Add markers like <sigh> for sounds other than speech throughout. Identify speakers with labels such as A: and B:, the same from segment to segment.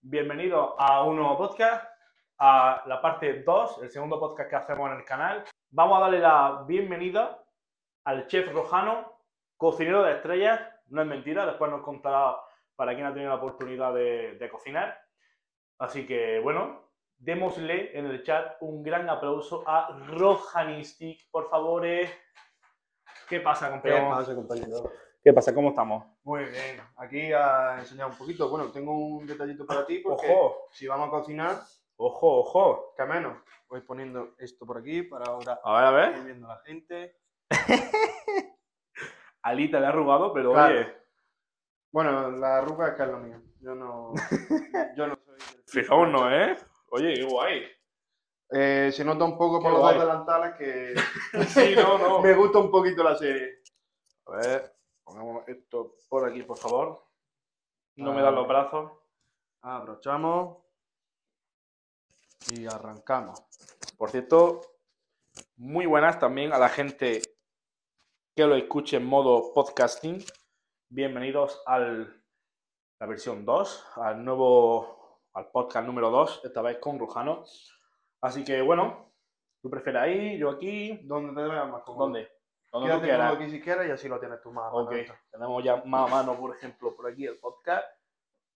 A: bienvenidos a un nuevo podcast, a la parte 2, el segundo podcast que hacemos en el canal. Vamos a darle la bienvenida al chef Rojano, cocinero de estrellas, no es mentira, después nos contará para quien ha tenido la oportunidad de, de cocinar. Así que bueno, démosle en el chat un gran aplauso a Rojanistic, por favor. eh. ¿Qué pasa,
B: ¿Qué
A: compañero?
B: pasa, compañero?
A: ¿Qué pasa? ¿Cómo estamos?
B: Muy bien, aquí a enseñar un poquito. Bueno, tengo un detallito para ti porque
A: Ojo,
B: si vamos a cocinar,
A: ojo, ojo.
B: que menos. Voy poniendo esto por aquí para ahora
A: A ver, a ver.
B: ir viendo a la gente.
A: Alita le ha arrugado, pero
B: Claro.
A: oye,
B: Bueno, la arruga es que es lo mío.
A: <laughs>
B: Yo no, yo no soy. del-
A: fijaos, ¿no, eh? Oye, qué guay.
B: Eh, se nota un poco por
A: Qué
B: los dos
A: guay.
B: delantales que
A: <laughs> Sí, no, no.
B: me gusta un poquito la serie. A ver, pongamos esto por aquí, por favor.
A: No me dan los brazos.
B: Abrochamos y arrancamos. Por cierto,
A: Muy buenas también a la gente que lo escuche en modo podcasting. Bienvenidos al la versión 2, al nuevo al podcast número 2, esta vez con Rujano. Así que bueno, tú prefieres ahí, yo aquí,
B: ¿Dónde te veas más cómodo?
A: ¿dónde? Donde tú
B: Quédate
A: quieras.
B: cómodo aquí si quieres y así lo tienes tú más. a mano
A: Ok,
B: esto.
A: tenemos ya más a mano, por ejemplo, por aquí el podcast.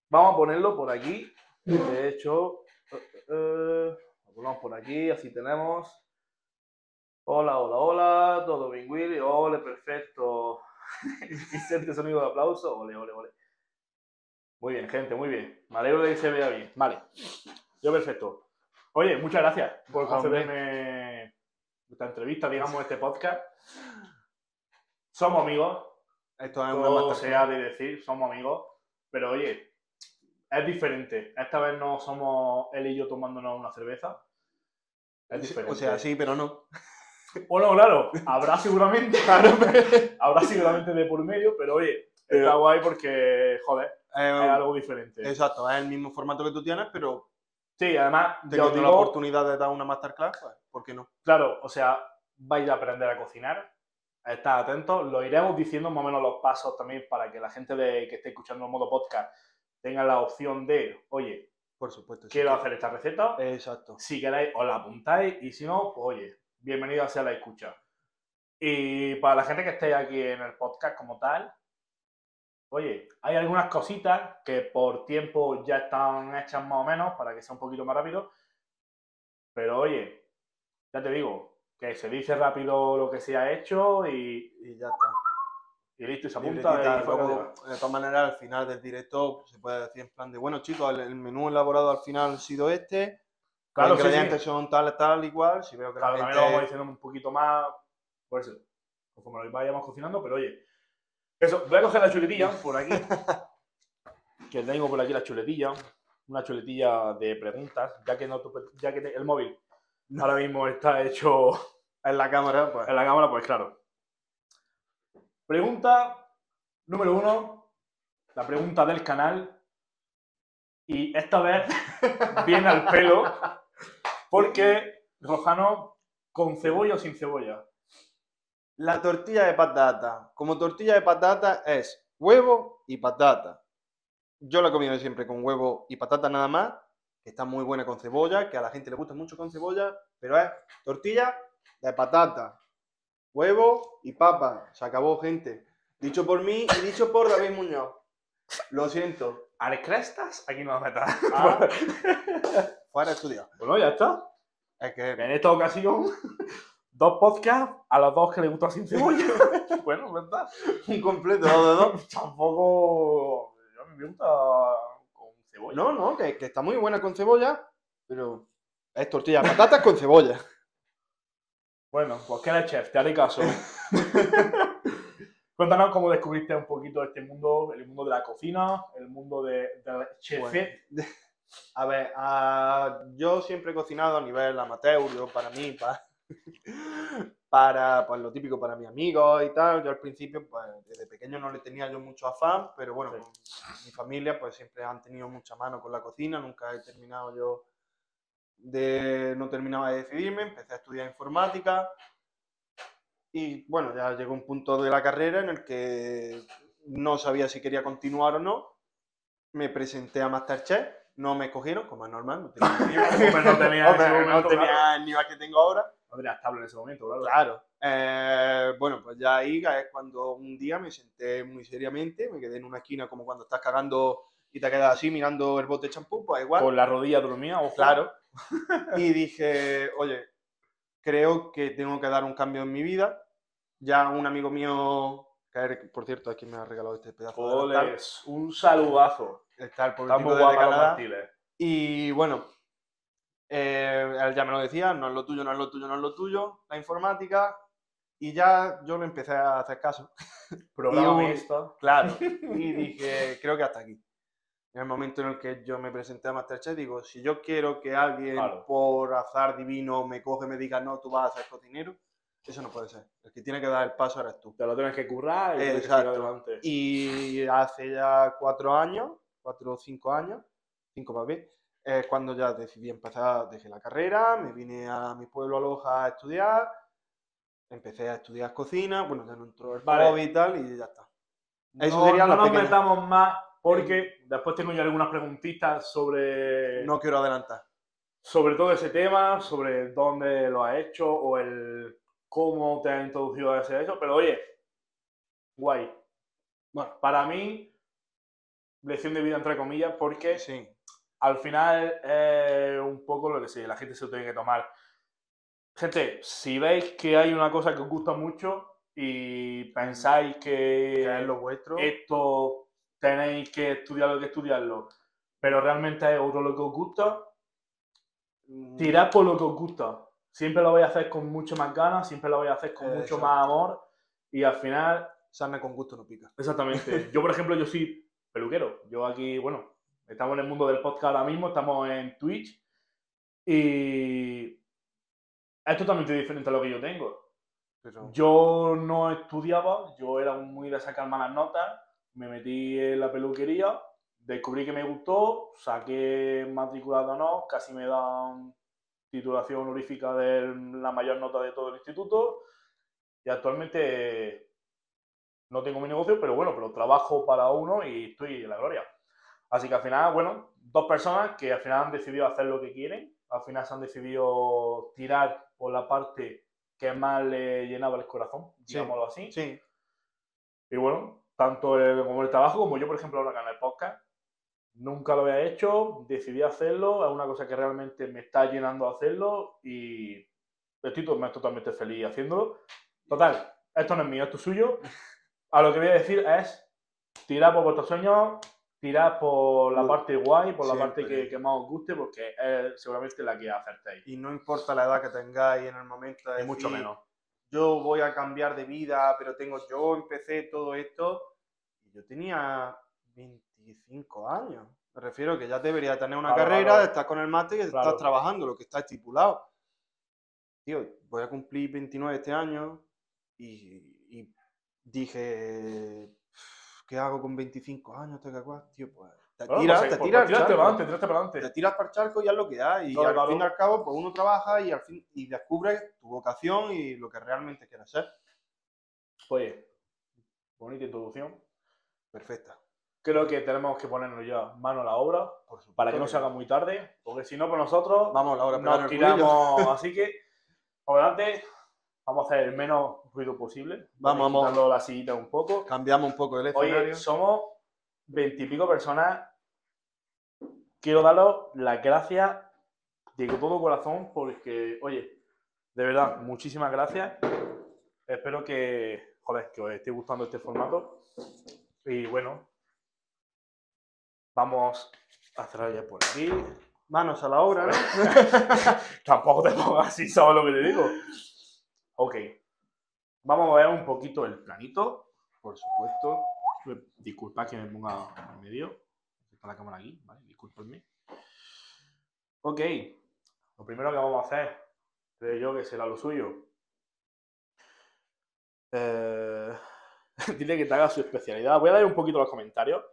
A: Vamos a ponerlo por aquí. De hecho, eh, eh, lo ponemos por aquí, así tenemos. Hola, hola, hola, todo bien, Willy. Ole, perfecto. <laughs> Vicente, sonido de aplauso. Ole, ole, ole. Muy bien, gente, muy bien. Me alegro de que se vea bien. Vale, yo perfecto. Oye, muchas gracias por
B: Hombre.
A: concederme esta entrevista, digamos, este podcast. Somos amigos,
B: Esto es una
A: todo
B: masterclass.
A: se ha de decir, somos amigos, pero oye, es diferente. Esta vez no somos él y yo tomándonos una cerveza. Es diferente.
B: O sea, sí, pero no.
A: O no, claro, habrá seguramente, <laughs> habrá seguramente de por medio, pero oye, está
B: Pero-
A: guay porque, joder,
B: Eh,
A: es algo diferente.
B: exacto, es el mismo formato que tú tienes, pero
A: Sí, además, yo
B: teniendo
A: os
B: la
A: digo,
B: oportunidad de dar una masterclass, pues, ¿por qué no?
A: claro, o sea, vais a aprender a cocinar, estad atentos, lo iremos diciendo más o menos los pasos también para que la gente de- que esté escuchando en modo podcast tenga la opción de, oye,
B: Por supuesto. sí
A: quiero
B: que-
A: hacer esta receta.
B: Exacto.
A: Si queréis, os la apuntáis y si no, pues oye, bienvenido sea la escucha. Y para la gente que esté aquí en el podcast como tal, oye, hay algunas cositas que por tiempo ya están hechas más o menos para que sea un poquito más rápido. Pero oye, ya te digo, que se dice rápido lo que se ha hecho y,
B: Y ya está.
A: y listo, y se apunta.
B: Libretita,
A: y fuera
B: luego,
A: de-
B: de todas maneras, al final del directo pues, se puede decir en plan de, bueno chicos, el, el menú elaborado al final ha sido este,
A: Claro,
B: los
A: sí, sí.
B: ingredientes son tal, tal, igual, si veo que
A: Claro,
B: la
A: también
B: gente...
A: lo vamos diciendo un poquito más, por eso, como lo vayamos cocinando, pero oye, eso, voy a coger la chuletilla por
B: <laughs>
A: aquí, que tengo por aquí la chuletilla, una chuletilla de preguntas, ya que, no, tu- ya que te- el móvil ahora mismo está hecho
B: En la cámara, pues...
A: en la cámara, pues claro. Pregunta número uno, la pregunta del canal, y esta vez <laughs> viene al pelo, porque Rojano, ¿con cebolla o sin cebolla?
B: La tortilla de patata. Como tortilla de patata es huevo y patata. Yo la he comido siempre con huevo y patata nada más, que está muy buena con cebolla, que a la gente le gusta mucho con cebolla, pero es tortilla de patata, huevo y papa. Se acabó, gente. Dicho por mí y dicho por David Muñoz. Lo siento. Ah.
A: ¿Al crestas? Aquí no va a meter. <laughs> Ah.
B: Fuera estudiar.
A: bueno, ya está.
B: Es que
A: En esta ocasión, dos podcasts a los dos que les gusta sin cebolla. <laughs> bueno, ¿verdad?
B: un completo dos de dos.
A: Tampoco... A mí me gusta con cebolla.
B: No, no, que, que está muy buena con cebolla, pero es tortilla de patata con cebolla.
A: Bueno, pues que eres chef, te haré
B: <laughs>
A: caso. Cuéntanos cómo descubriste un poquito este mundo, el mundo de la cocina, el mundo de, de la chef.
B: Bueno, a ver, ah, yo siempre he cocinado a nivel amateur, yo para mí, pa- <laughs> para pues, lo típico para mis amigos y tal. Yo al principio, pues desde pequeño no le tenía yo mucho afán, pero bueno,
A: Sí.
B: con mi familia pues siempre han tenido mucha mano con la cocina, nunca he terminado yo de, no terminaba de decidirme, empecé a estudiar informática y bueno, ya llegó un punto de la carrera en el que no sabía si quería continuar o no. Me presenté a Masterchef, No me escogieron, como es normal.
A: <laughs>
B: No
A: Hombre, no tenía en ese
B: Hombre, no
A: momento, claro.
B: tenía el nivel que tengo ahora.
A: No tenías tabla en ese momento, claro.
B: Claro. Eh, bueno, pues ya ahí es cuando un día me senté muy seriamente, me quedé en una esquina como cuando estás cagando y te quedas así mirando el bote de champú, pues igual.
A: Con la rodilla dormía, ojo. <laughs>
B: <laughs> Claro. Y dije, oye, creo que tengo que dar un cambio en mi vida. Ya un amigo mío, que er- por cierto, es quien me ha regalado este pedazo de
A: Ole,
B: altar,
A: un saludazo.
B: está el
A: Está
B: pueblecito
A: muy
B: de
A: guapa los
B: Canadá.
A: martiles.
B: Y bueno, eh, él ya me lo decía, no es lo tuyo, no es lo tuyo, no es lo tuyo, la informática. Y ya yo le empecé a hacer caso. <laughs>
A: Programa
B: Y un-
A: esto.
B: Claro. Y dije, creo que hasta aquí. En el momento en el que yo me presenté a Masterchef, digo, si yo quiero que alguien
A: Claro.
B: por azar divino me coge y me diga, no, tú vas a ser cocinero, eso no puede ser. El que tiene que dar el paso eres tú.
A: Te lo tienes que currar y tienes que
B: Exacto.
A: seguir adelante.
B: Y hace ya cuatro años, cuatro o cinco años, cinco más bien, es cuando ya decidí empezar, dejé la carrera, me vine a mi pueblo a Loja a estudiar, empecé a estudiar cocina, bueno, ya no entró el
A: Vale.
B: COVID y tal, y ya está. Eso
A: no,
B: sería
A: no
B: la
A: nos
B: pequeña.
A: metamos más porque después tengo yo algunas preguntitas sobre,
B: No quiero adelantar.
A: sobre todo ese tema, sobre dónde lo has hecho o el cómo te has introducido a ese eso. Pero oye, guay.
B: Bueno.
A: Para mí, lección de vida entre comillas, porque
B: Sí,
A: al final es un poco lo que sí, la gente se lo tiene que tomar. Gente, si veis que hay una cosa que os gusta mucho y pensáis que,
B: que es lo vuestro.
A: eh, esto tenéis que estudiar lo que estudiarlo, pero realmente es otro lo que os gusta,
B: Mm,
A: tirad por lo que os gusta. Siempre lo vais a hacer con mucho más ganas, siempre lo vais a hacer con mucho
B: Exacto.
A: más amor y al final
B: Sarna con gusto no pica.
A: Exactamente. Yo, por ejemplo, yo soy peluquero. Yo aquí, bueno, estamos en el mundo del podcast ahora mismo, estamos en Twitch y es totalmente diferente a lo que yo tengo.
B: Pero
A: Yo no estudiaba, yo era muy de sacar malas notas, me metí en la peluquería, descubrí que me gustó, saqué matriculado no, casi me dan titulación honorífica de la mayor nota de todo el instituto y actualmente no tengo mi negocio, pero bueno, pero trabajo para uno y estoy en la gloria. Así que al final, bueno, dos personas que al final han decidido hacer lo que quieren, al final se han decidido tirar por la parte que más le llenaba el corazón,
B: Sí.
A: digámoslo así.
B: sí,
A: Y bueno, tanto el- como el trabajo, como yo, por ejemplo, ahora en el podcast, nunca lo había hecho, decidí hacerlo, es una cosa que realmente me está llenando hacerlo y estoy to- me- totalmente feliz haciéndolo. Total, esto no es mío, esto es suyo. A lo que voy a decir es, tirad por vuestros sueños, tirad por la
B: Lo-
A: parte guay, por la parte
B: siempre.
A: que, que más os guste, porque es seguramente la que acertéis.
B: y no importa la edad que tengáis en el momento. es
A: Y mucho
B: decir,
A: menos.
B: Yo voy a cambiar de vida, pero tengo. Yo empecé todo esto y yo tenía 25 años. Me refiero que ya debería tener una
A: Claro,
B: carrera,
A: claro.
B: estás con el máster y
A: Claro.
B: estás trabajando lo que está estipulado. Tío, voy a cumplir 29 este año y, y dije, ¿qué hago con 25 años? ¿Te cacuás? Tío, pues te
A: Bueno,
B: tiras,
A: pues,
B: te
A: pues,
B: tiras.
A: pues, tírate para
B: chaval
A: adelante, tírate para adelante.
B: te tiras para el charco y haz lo que hay. Y
A: Claro,
B: al
A: claro.
B: fin y al cabo, pues uno trabaja y al fin y descubre tu vocación y lo que realmente quieres ser.
A: Oye, bonita introducción.
B: Perfecta.
A: creo que tenemos que ponernos ya mano a la obra
B: Por supuesto.
A: para que no se haga muy tarde, porque si no, pues nosotros
B: Vamos a la hora, pegar
A: nos
B: el culillo.
A: tiramos. Así que, por delante, vamos a hacer el menos ruido posible.
B: Vamos, vamos.
A: quitando la sillita un poco.
B: Cambiamos un poco el escenario.
A: Oye, somos veintipico personas. Quiero daros las gracias de todo corazón porque, oye, de verdad, muchísimas gracias. Espero que, joder, que os esté gustando este formato. Y bueno, vamos a cerrar ya por aquí.
B: Manos a la obra, ¿no?
A: <laughs> Tampoco te pongas así, ¿sabes lo que te digo? Ok. Vamos a ver un poquito el planito.
B: Por supuesto.
A: Disculpad que me ponga en medio. Está la cámara aquí, ¿vale? Disculpadme. Ok. Lo primero que vamos a hacer, creo yo que será lo suyo. Eh, <laughs> Dile que te haga su especialidad. Voy a leer un poquito los comentarios.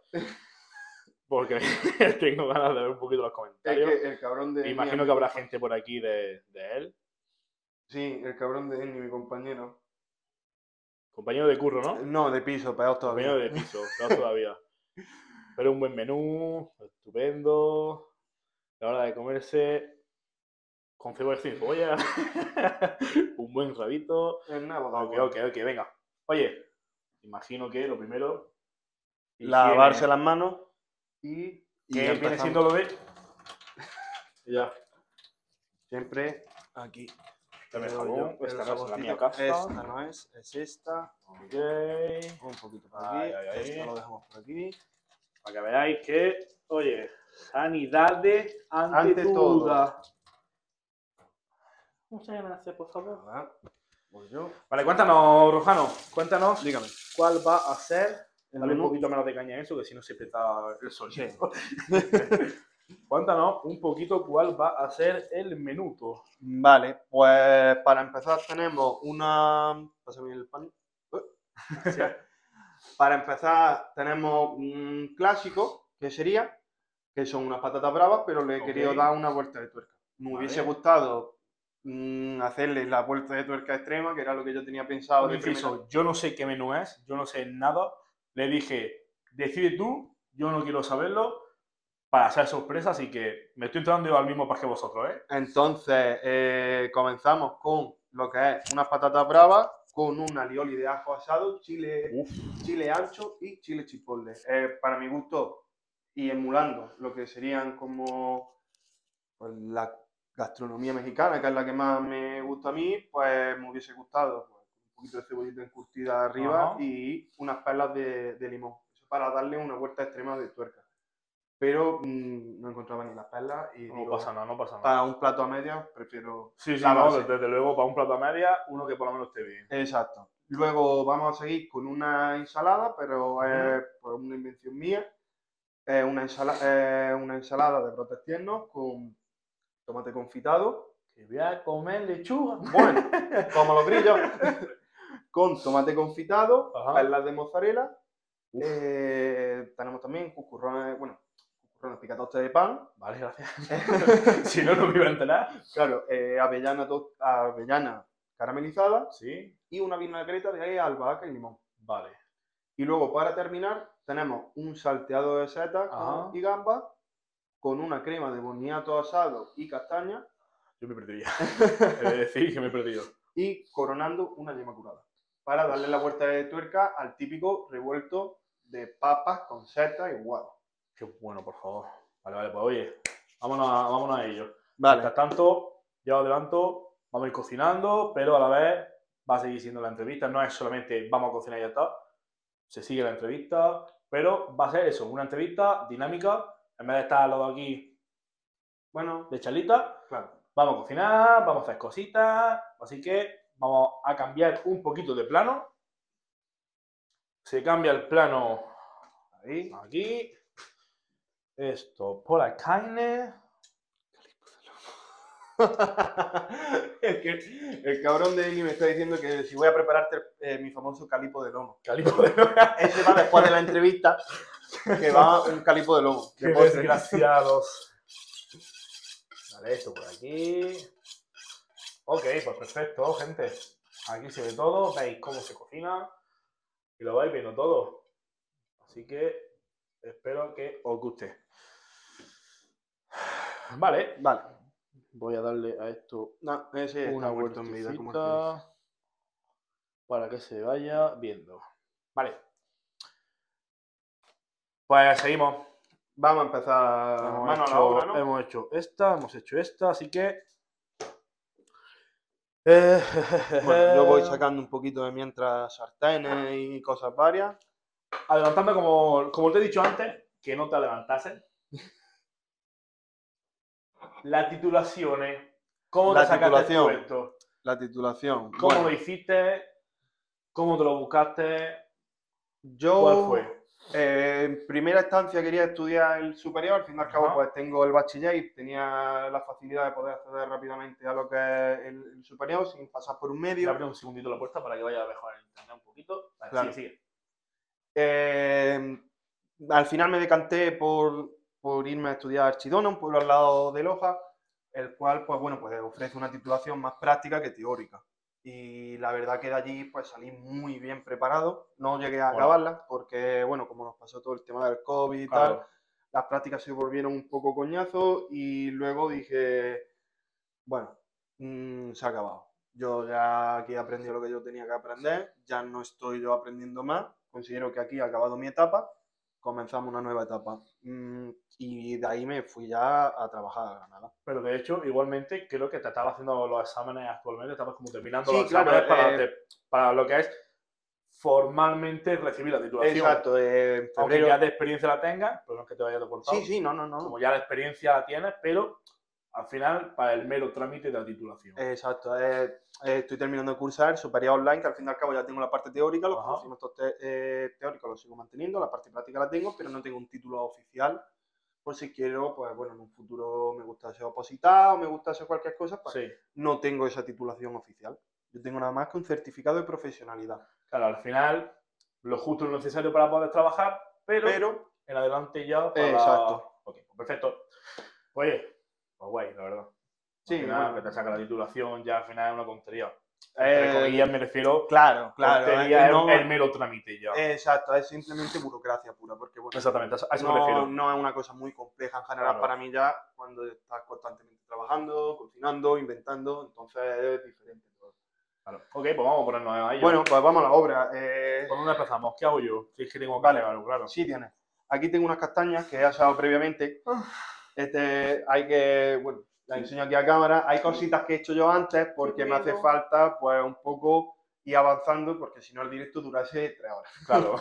A: Porque <laughs> tengo ganas de ver un poquito los
B: Es
A: comentarios.
B: que el cabrón de.
A: Imagino que habrá gente por aquí de, de él.
B: Sí, el cabrón de Eni, mi compañero.
A: Compañero de curro, <laughs> ¿no?
B: No, de piso, peor todavía.
A: Compañero de piso, no todavía. Pero un buen menú, estupendo. la hora de comerse con cebolla sin cebolla, <laughs> un buen rabito.
B: En nada,
A: Ok, ok, ok, venga. Oye, imagino que lo primero.
B: Lavarse las manos
A: Y.
B: y
A: que
B: ya
A: viene
B: empezamos.
A: siendo lo de. Ya.
B: siempre aquí.
A: Dame el
B: Pero
A: jabón,
B: yo-
A: esta
B: el
A: no es la mía
B: jaboncito-
A: casa.
B: Esta no es, es esta.
A: Ok.
B: Un poquito por
A: Ay,
B: aquí.
A: ay, ay.
B: Esto lo dejamos por aquí.
A: Para que veáis que, oye, sanidad ante,
B: Ante todo.
A: duda. Muchas gracias, por favor.
B: Nada, voy yo.
A: Vale, cuéntanos, Rojano, cuéntanos
B: Dígame.
A: cuál va a ser.
B: El
A: Dale un
B: menú.
A: poquito menos de caña a eso, que si no se peta el sonido. <laughs> cuéntanos un poquito cuál va a ser el menuto.
B: Vale, pues para empezar tenemos una... pásame el pan. Eh, gracias. <laughs> para empezar tenemos un clásico, que sería, que son unas patatas bravas, pero le he
A: Ok.
B: querido dar una vuelta de tuerca. Me
A: Vale.
B: hubiese gustado mm, hacerle la vuelta de tuerca extrema, que era lo que yo tenía pensado.
A: Un
B: de
A: inciso,
B: primera.
A: yo no sé qué menú es, yo no sé nada. Le dije, decide tú, yo no quiero saberlo, para ser sorpresa, así que me estoy entrando yo al mismo par que vosotros, ¿eh?
B: Entonces, eh, comenzamos con lo que es unas patatas bravas, con un alioli de ajo asado, chile chile ancho y chile chipotle. Eh, para mi gusto, y emulando lo que serían como pues, la gastronomía mexicana, que es la que más me gusta a mí, pues me hubiese gustado pues, un poquito de cebollita encurtida arriba
A: Ajá.
B: y unas perlas de, de limón, Eso para darle una vuelta extrema de tuerca. Pero mm, no encontraba ni las perlas y
A: No
B: digo,
A: pasa nada, no pasa nada.
B: para un plato a medias prefiero
A: Sí, sí,
B: la
A: no,
B: base.
A: desde, luego, para un plato a media, uno que por lo menos esté bien.
B: Exacto. Luego vamos a seguir con una ensalada, pero es pues, una invención mía. Es una, ensala- eh, una ensalada de brotes tiernos con tomate confitado.
A: Que voy a comer lechuga.
B: Bueno, como los grillos. con tomate confitado,
A: Ajá.
B: perlas de mozzarella. Eh, tenemos también cucurrones, bueno, cucurrones picatostes de pan.
A: <laughs> Vale, gracias. <laughs> si no, no me iba a enterar.
B: Claro, eh, avellana, to- avellana caramelizada
A: Sí,
B: y una vinagreta de albahaca y limón.
A: vale.
B: Y luego, para terminar, tenemos un salteado de setas
A: Ajá.
B: con- y gambas con una crema de boniato asado y castaña
A: Yo me <laughs> perdí ya. He de decir que me he perdido.
B: y coronando una yema curada. Para darle la vuelta de tuerca al típico revuelto de papas con setas y guado.
A: Qué bueno, por favor. Vale, vale, pues oye, vámonos a, vámonos a ello.
B: Vale,
A: Mientras tanto, ya os adelanto, vamos a ir cocinando, pero a la vez va a seguir siendo la entrevista. No es solamente vamos a cocinar y ya está. Se sigue la entrevista, pero va a ser eso, una entrevista dinámica. En vez de estar los dos aquí
B: bueno,
A: de charlita,
B: claro. <laughs>
A: vamos a cocinar, vamos a hacer cositas. Así que vamos a cambiar un poquito de plano. Se cambia el plano
B: Ahí.
A: aquí. Esto por acá.
B: el, que- el cabrón de Eli me está diciendo que si voy a prepararte eh, mi famoso calipo de lomo.
A: Calipo de
B: Ese va después de la entrevista, que va un calipo de lomo.
A: <laughs> Qué
B: de postre.
A: desgraciados. Vale, esto por aquí. Ok, pues perfecto, gente. Aquí se ve todo, veis cómo se cocina y lo vais viendo todo. Así que espero que os guste. Vale,
B: Vale.
A: voy a darle a esto
B: No, ese
A: una
B: está muerto en vida. Como el que
A: vueltecita para que se vaya viendo. Vale. Pues seguimos.
B: Vamos a empezar
A: Hemos,
B: mano
A: hecho,
B: a la obra, ¿no?
A: hemos hecho esta, hemos hecho esta, así que. Eh, <laughs>
B: Bueno, yo voy sacando un poquito de mientras sartenes y cosas varias.
A: Adelantando, como, como te he dicho antes, que no te
B: <laughs>
A: adelantases. La titulación, ¿cómo
B: La
A: te sacaste el
B: titulación.
A: puesto?
B: La titulación.
A: ¿Cómo
B: Bueno,
A: lo hiciste? ¿Cómo te lo buscaste?
B: yo
A: ¿Cuál fue?
B: eh, en primera instancia quería estudiar el superior, al fin y al cabo
A: Ajá.
B: pues tengo el bachiller y tenía la facilidad de poder acceder rápidamente a lo que es el, el superior sin pasar por un
A: Voy a
B: medio.
A: abrir un segundito la puerta para que vaya a mejorar el internet un poquito. Vale,
B: Claro.
A: sigue, sigue.
B: Eh, al final me decanté por, por irme a estudiar a Archidona, un pueblo al lado de Loja, el cual, pues bueno, pues ofrece una titulación más práctica que teórica. Y la verdad que de allí pues salí muy bien preparado. No llegué a
A: Bueno.
B: acabarla porque, bueno, como nos pasó todo el tema del COVID y tal,
A: Claro.
B: las prácticas se volvieron un poco coñazo y luego dije, bueno, mm, se ha acabado. Yo ya aquí he aprendido lo que yo tenía que aprender, ya no estoy yo aprendiendo más, considero que aquí ha acabado mi etapa, comenzamos una nueva etapa. Mm, y de ahí me fui ya a trabajar a Granada.
A: Pero de hecho, igualmente, creo que te estaba haciendo los exámenes actualmente, estabas como terminando
B: Sí,
A: los
B: claro,
A: exámenes para,
B: eh,
A: te- para lo que es formalmente recibir la titulación.
B: Exacto, eh, en
A: Aunque
B: febrero-
A: ya de experiencia la tengas, pero no es que te vaya de portado.
B: Sí, sí, no, no, no.
A: Como ya la experiencia la tienes, pero al final para el mero trámite de la titulación.
B: Exacto, eh, eh, estoy terminando de cursar superior online, que al fin y al cabo ya tengo la parte teórica, los
A: Ajá.
B: conocimientos te- eh, teóricos los sigo manteniendo, la parte práctica la tengo, pero no tengo un título oficial. Por si quiero, pues bueno, en un futuro me gustase opositar o me gustase cualquier cosa, pues
A: Sí.
B: no tengo esa titulación oficial. Yo tengo nada más que un certificado de profesionalidad.
A: Claro, al final lo justo y lo necesario para poder trabajar, pero,
B: Pero,
A: en adelante ya para...
B: Exacto.
A: Ok, pues perfecto. Oye, pues guay, la verdad.
B: Sí,
A: al final,
B: bueno.
A: que te saca la titulación ya al final es una tontería. Entre
B: eh,
A: comillas me refiero...
B: claro, claro. eh,
A: tontería es
B: no- eh,
A: el mero trámite ya.
B: Exacto, es simplemente burocracia pura, porque bueno,
A: Exactamente, a eso me
B: no,
A: refiero.
B: no es una cosa muy compleja en general
A: Claro.
B: para mí ya cuando estás constantemente trabajando, cocinando, inventando, entonces es diferente.
A: Claro. Ok, pues vamos a ponernos a ello.
B: Bueno, pues vamos a la obra. eh,
A: ¿por dónde empezamos? ¿Qué hago yo? Si es que tengo que
B: Vale.
A: algo, claro.
B: sí tienes. Aquí tengo unas castañas que he asado previamente. Este, hay que, bueno, las enseño aquí a cámara. Hay cositas que he hecho yo antes porque me hace
A: bueno.
B: falta pues un poco ir avanzando porque si no el directo durase tres horas. <laughs>
A: Claro.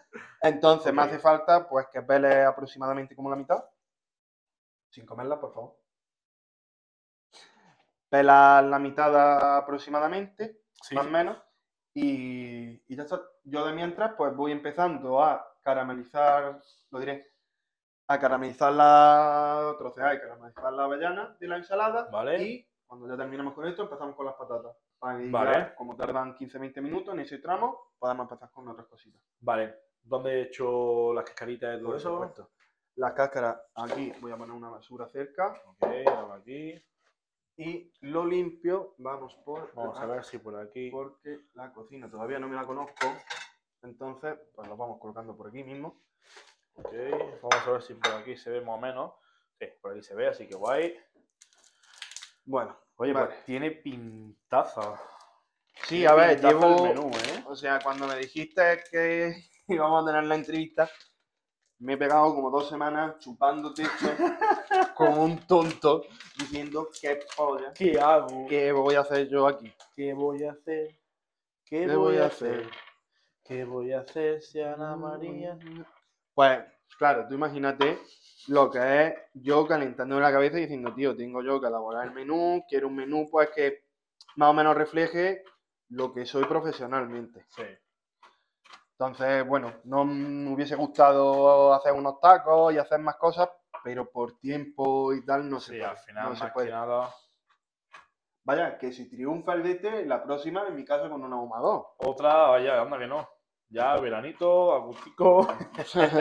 A: <laughs>
B: Entonces me
A: Ok.
B: hace falta pues que pele aproximadamente como la mitad. Sin comerla, por favor. Pelas la mitad aproximadamente,
A: Sí,
B: más o
A: sí.
B: menos. Y, y ya está. Yo de mientras pues voy empezando a caramelizar, lo diré, a caramelizar la troceada y caramelizar la avellana de la ensalada.
A: Vale.
B: Y cuando ya terminemos con esto empezamos con las patatas. Para ir
A: Vale.
B: ya, como tardan 15-20 minutos en ese tramo, podemos empezar con otras cositas.
A: Vale. ¿Dónde he hecho las cascaritas y todo
B: Por
A: eso?
B: supuesto. Las cáscaras, aquí voy a poner una basura cerca
A: Ok, vamos aquí.
B: y lo limpio. Vamos por.
A: Vamos a ver si por aquí.
B: Porque la cocina todavía no me la conozco. Entonces, pues lo vamos colocando por aquí mismo.
A: Ok, vamos a ver si por aquí se ve más o menos. Sí, por aquí se ve, así que guay.
B: Bueno,
A: Oye,
B: Vale.
A: pues tiene pintaza.
B: sí,
A: Tiene
B: a ver,
A: pintaza
B: llevo.
A: El menú, ¿eh?
B: O sea, cuando me dijiste que <laughs> íbamos a tener la entrevista, me he pegado como dos semanas
A: <laughs>
B: chupando techo como un tonto, diciendo qué polla,
A: ¿Qué hago?
B: qué voy a hacer yo aquí.
A: ¿Qué voy a hacer? ¿Qué
B: voy a hacer?
A: ¿Qué voy a hacer si
B: Pues claro, tú imagínate lo que es yo calentándome la cabeza y diciendo, tío, tengo yo que elaborar el menú, quiero un menú pues que más o menos refleje lo que soy profesionalmente.
A: Sí.
B: Entonces, bueno, no me hubiese gustado hacer unos tacos y hacer más cosas, pero por tiempo y tal no se
A: Sí,
B: puede.
A: al final,
B: no se
A: más
B: puede.
A: que nada.
B: Vaya, que si triunfa el DT, la próxima, en mi caso, con un ahumador.
A: Otra, vaya, anda que no. Ya, veranito, agustico. <laughs>
B: <laughs>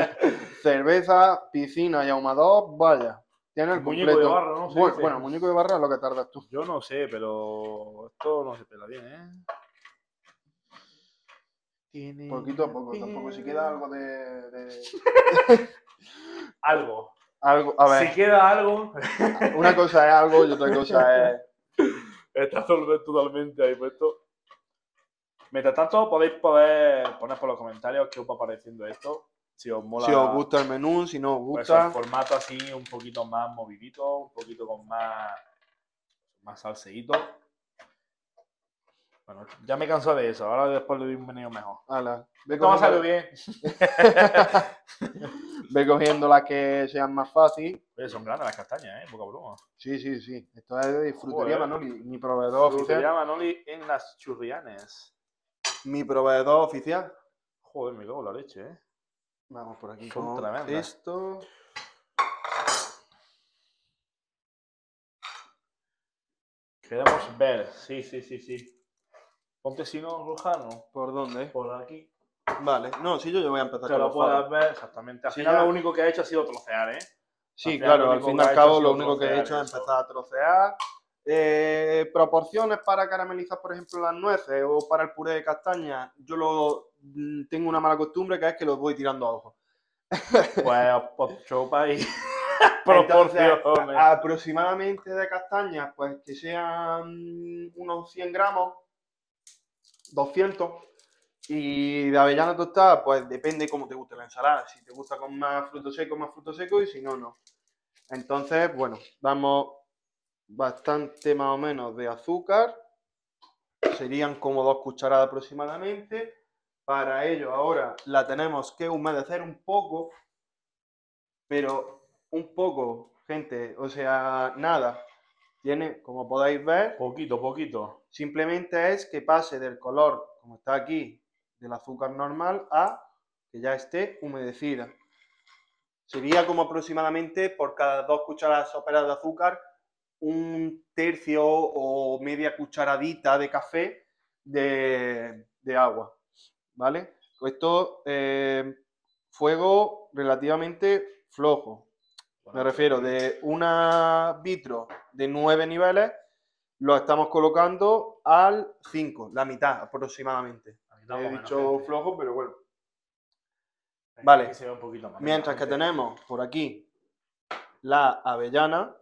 B: Cerveza, piscina y ahumador, vaya. Tiene el
A: Muñeco de
B: completo.
A: barra, ¿no? Se
B: Bu-
A: dice.
B: bueno, muñeco de barra es lo que tardas tú.
A: Yo no sé, pero esto no se pela bien, ¿eh? Tiene
B: Poquito a poco, tampoco. Si queda algo de. de-
A: Algo.
B: Algo, a ver,
A: Si queda algo, <laughs>
B: una cosa es algo y otra cosa es.
A: está todo- totalmente ahí puesto. Mientras tanto, podéis poder poner por los comentarios qué os va pareciendo esto. Si os mola
B: Si os gusta el menú, si no os
A: pues,
B: gusta.
A: el formato así, un poquito más movidito, un poquito con más, más salseíto. Bueno, ya me canso de eso. Ahora después le doy un menú mejor.
B: Ala, ve,
A: Esto va a salir
B: cogiendo,
A: bien. <laughs>
B: ve cogiendo las que sean más fácil.
A: Oye, son grandes las castañas, ¿eh? Poca broma.
B: Sí, sí, sí. Esto es de frutería
A: Joder.
B: Manoli. Mi proveedor
A: Frutería
B: oficial.
A: Manoli en las churrianes.
B: Mi proveedor oficial.
A: Joder, me cago en la leche, ¿eh?
B: Vamos por aquí
A: Son
B: con
A: tremendas.
B: esto.
A: Queremos ver. Sí, sí, sí, sí. Ponte si no, Rujano,
B: ¿Por dónde?
A: por aquí.
B: Vale. No, sí, yo, yo voy a empezar
A: Que
B: con
A: lo
B: los faros.
A: puedas ver exactamente. Al
B: Sí,
A: final
B: ya.
A: lo único que ha hecho ha sido trocear, ¿eh?
B: Sí,
A: Al final,
B: claro,
A: lo
B: al
A: único
B: fin y
A: que ha
B: al
A: hecho ha
B: cabo
A: sido
B: lo único que he
A: trocear
B: hecho es
A: eso.
B: empezar a trocear. Eh, proporciones para caramelizar, por ejemplo, las nueces o para el puré de castaña. Yo lo mm, tengo una mala costumbre que es que los voy tirando a ojo.
A: Pues, <laughs> pues chopa
B: <laughs>
A: y
B: Entonces, ah,
A: proporciones.
B: aproximadamente de castañas, pues que sean unos 100 gramos, 200. Y de avellana tostada, pues depende cómo te guste la ensalada. Si te gusta con más fruto seco, más fruto seco, y si no, no. Entonces, bueno, damos bastante más o menos de azúcar. Serían como dos cucharadas aproximadamente. Para ello, ahora la tenemos que humedecer un poco, pero un poco, gente, o sea, nada. Tiene, como podáis ver,
A: Poquito, poquito.
B: simplemente es que pase del color, como está aquí, del azúcar normal a que ya esté humedecida. Sería como aproximadamente por cada dos cucharadas soperas de azúcar, un tercio o media cucharadita de café de, de agua. ¿Vale? Esto, eh, fuego relativamente flojo, me refiero, de una vitro de 9 niveles, lo estamos colocando al 5, la mitad aproximadamente.
A: Aquí
B: He
A: damos menos
B: dicho
A: gente.
B: flojo, pero bueno.
A: Aquí
B: vale.
A: se ve un poquito más.
B: Mientras que
A: Gente.
B: tenemos por aquí la avellana,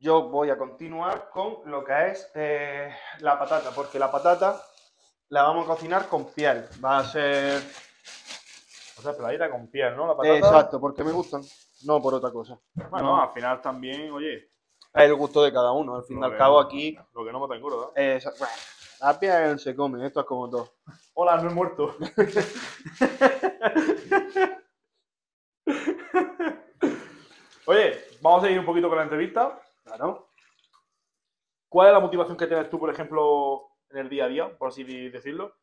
B: yo voy a continuar con lo que es eh, la patata, porque la patata la vamos a cocinar con piel. Va a ser...
A: O sea, peladita con piel, ¿no? La patata.
B: Exacto, porque me gustan, no por otra cosa.
A: Bueno,
B: No.
A: al final también, oye,
B: Es el gusto de cada uno, al fin y al
A: Lo
B: cabo
A: vemos.
B: aquí...
A: lo que no mata en gordo. ¿eh?
B: Esa- bueno, la piel se come, esto es como todo.
A: Hola, no he muerto. oye, vamos a seguir un poquito con la entrevista.
B: Claro.
A: ¿Cuál es la motivación que tienes tú, por ejemplo, en el día a día, por así de- decirlo,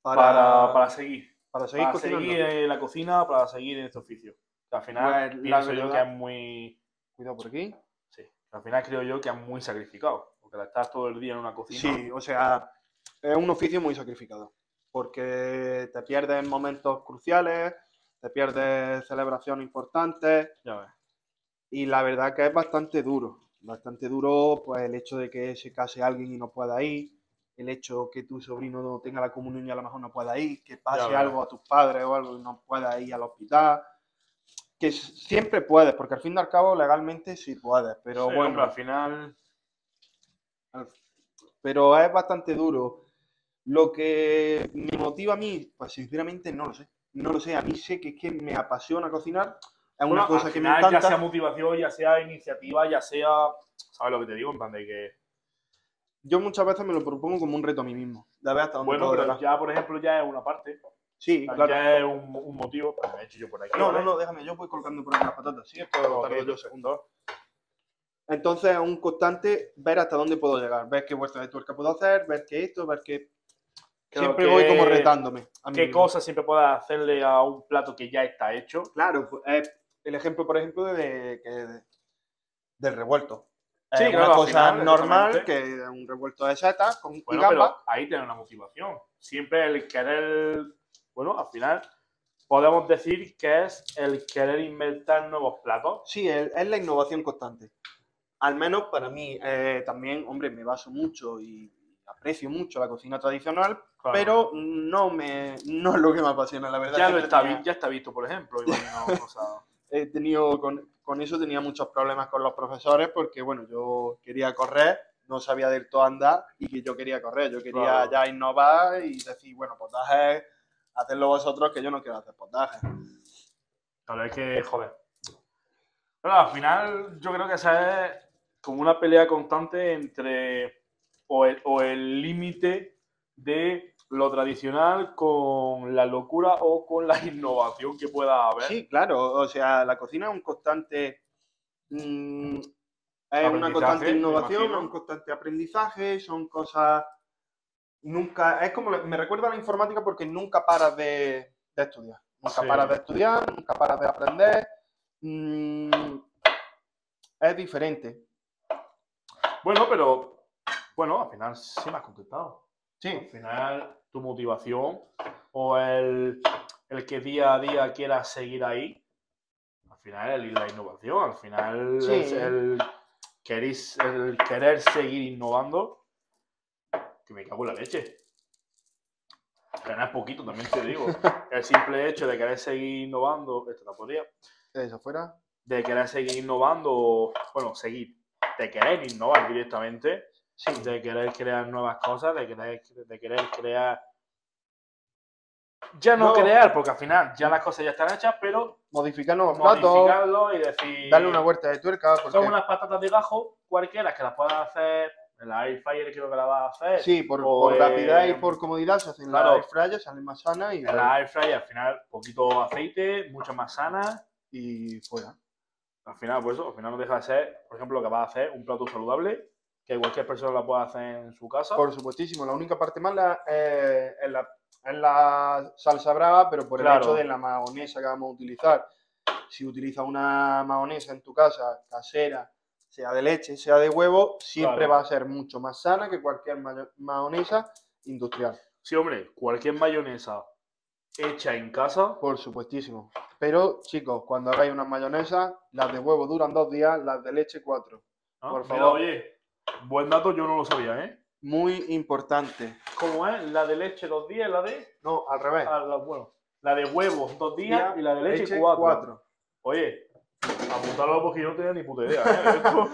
B: Para,
A: para, para seguir?
B: para seguir
A: Para
B: cocinando.
A: seguir eh. en la cocina, para seguir en este oficio. Que al final,
B: Pues, la
A: pienso yo que
B: verdad-
A: es muy...
B: Cuidado por aquí.
A: Sí. Al final creo yo que es muy sacrificado. Porque estás todo el día en una cocina.
B: Sí, o sea, es un oficio muy sacrificado. Porque te pierdes momentos cruciales, te pierdes celebraciones importantes.
A: Ya ves.
B: Y la verdad que es bastante duro. Bastante duro, pues el hecho de que se case alguien y no pueda ir. El hecho que tu sobrino no tenga la comunión y a lo mejor no pueda ir. Que pase
A: ves.
B: algo a tus padres o algo y no pueda ir al hospital. Que s- siempre puedes, porque al fin y al cabo legalmente sí puedes. Pero
A: Sí,
B: bueno,
A: hombre, al final.
B: pero es bastante duro. Lo que me motiva a mí, pues sinceramente no lo sé. No lo sé, a mí sé que es que me apasiona cocinar. Es una
A: Bueno, al
B: cosa que me
A: final,
B: encanta.
A: Ya sea motivación, ya sea iniciativa, ya sea. ¿Sabes lo que te digo? En plan de que.
B: Yo muchas veces me lo propongo como un reto a mí mismo. De ver hasta dónde
A: Bueno, pero
B: puedo llegar.
A: ya, por ejemplo, ya es una parte.
B: Sí,
A: Ya
B: claro.
A: es un, un motivo. Pues, me he hecho yo por aquí.
B: No, no,
A: ¿vale?
B: no, déjame, yo voy colocando por ahí las patatas. Sí, esto
A: Ok,
B: tardo yo
A: perfecto.
B: segundos. Entonces es un constante ver hasta dónde puedo llegar, ver qué vueltas de tuerca puedo hacer, ver qué esto, ver qué.
A: Claro,
B: Siempre
A: qué-
B: voy como retándome. a mí
A: ¿Qué
B: mismo.
A: cosas siempre puedes hacerle a un plato que ya está hecho?
B: Claro, pues, es el ejemplo, por ejemplo, de, que del revuelto.
A: Sí,
B: es
A: claro,
B: una
A: al
B: cosa
A: final,
B: normal
A: exactamente.
B: que es un revuelto de setas con y
A: Bueno,
B: gambas.
A: pero ahí tienes una motivación. Siempre el querer. Bueno, al final. Podemos decir que es el querer inventar nuevos platos.
B: Sí, es, es la innovación constante. Al menos para mí, eh, también, hombre, me baso mucho y aprecio mucho la cocina tradicional,
A: Claro.
B: pero no me no es lo que me apasiona, la verdad.
A: ya, lo
B: Siempre
A: está,
B: tenía-
A: vi- ya está visto, por
B: <laughs>
A: ejemplo. y bueno, o sea,
B: he tenido con, con eso tenía muchos problemas con los profesores porque bueno yo quería correr no sabía del todo andar y que yo quería correr yo quería
A: Claro.
B: ya innovar y decir bueno potajes hacerlo vosotros que yo no quiero hacer potajes
A: claro, es que, joder. Pero al final, yo creo que esa es como una pelea constante entre o el o el límite de lo tradicional con la locura o con la <laughs> innovación que pueda haber.
B: sí claro o sea la cocina es un constante mm, es una
A: Aprendizaje,
B: constante
A: me
B: innovación
A: imagino.
B: es un constante aprendizaje son cosas nunca es como la- me recuerda a la informática porque nunca paras de, de estudiar nunca
A: Sí.
B: paras de estudiar nunca paras de aprender Mm, es diferente
A: Bueno, pero bueno, al final sí me has contestado. Al
B: sí
A: final, tu motivación o el, el que día a día quieras seguir ahí, al final el- la innovación, al final
B: Sí.
A: es el, queréis- el querer seguir innovando, que me cago en la leche. Ganar poquito, también te digo. El simple hecho de querer seguir innovando, esto no podría,
B: Eso fuera.
A: de querer seguir innovando, bueno, seguir, de querer innovar directamente, de querer crear nuevas cosas, de querer, de querer crear. Ya no,
B: No.
A: crear, porque al final ya las cosas ya están hechas, pero
B: Modificar nuevos platos,
A: modificarlo y decir.
B: darle una vuelta de tuerca. Porque...
A: Son unas patatas de gajo cualquiera que las puedas hacer en la air fryer, creo que la vas a hacer.
B: Sí, por,
A: o,
B: por
A: eh,
B: rapidez y por comodidad se hacen en
A: claro.
B: la air fryer, salen más sanas y,
A: En la air fryer, al final, poquito aceite, mucho más sana.
B: y fuera.
A: Al final, pues eso, al final no deja de ser, por ejemplo, lo que vas a hacer un plato saludable, que cualquier persona la puede hacer en su casa.
B: Por supuestísimo, la única parte mala eh, es la, es la salsa brava, pero por
A: Claro.
B: el hecho de la mayonesa que vamos a utilizar. Si utilizas una mayonesa en tu casa casera, sea de leche, sea de huevo, siempre
A: Claro.
B: va a ser mucho más sana que cualquier mayo- mayonesa industrial,
A: Sí, hombre, cualquier mayonesa hecha en casa, pues,
B: por supuestísimo. Pero chicos, cuando hagáis unas mayonesas, las de huevo duran dos días, las de leche cuatro.
A: ¿no?
B: Por
A: Mira,
B: favor.
A: oye, buen dato, yo no lo sabía, ¿eh?
B: Muy importante.
A: ¿Cómo es? La de leche dos días, la de.
B: No, al revés.
A: ah, la- bueno, la de huevos dos días
B: Día,
A: y la de leche,
B: leche,
A: cuatro.
B: cuatro.
A: Oye, apuntarlo porque yo no tenía ni puta idea, ¿eh? Esto-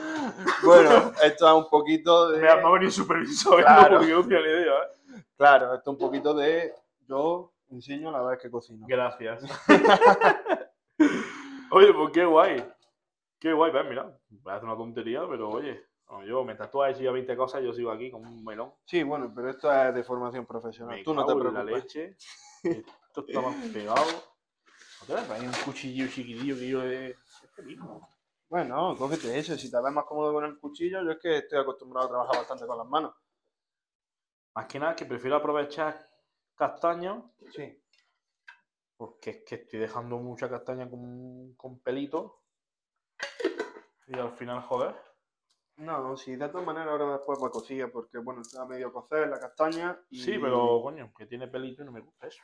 B: Bueno, esto es un poquito de...
A: me ha me ha venido supervisor <laughs> esto
B: Claro.
A: porque yo no tenía ni idea, ¿eh?
B: Claro, esto un poquito de yo enseño la vez que cocino.
A: Gracias.
B: <laughs>
A: oye, pues qué guay. Qué guay, pues mira, parece una tontería, pero oye, yo mientras tú has hecho ya 20 cosas, yo sigo aquí con un melón.
B: Sí, bueno, pero esto es de formación profesional.
A: Me
B: Tú no te
A: cago en La
B: preocupes.
A: leche. Esto está más pegado. ¿No te ves? Hay un cuchillo chiquitillo que yo de. Este mismo.
B: Bueno, cógete ese. Si te ves más cómodo con el cuchillo, yo es que estoy acostumbrado a trabajar bastante con las manos.
A: Más que nada que prefiero aprovechar castaña.
B: Sí.
A: Porque es que estoy dejando mucha castaña con, con pelito. Y al final, joder.
B: No, sí, de todas maneras ahora después va cocida, porque bueno, está medio cocer la castaña. y-
A: Sí, pero coño, que tiene pelito y no me gusta eso.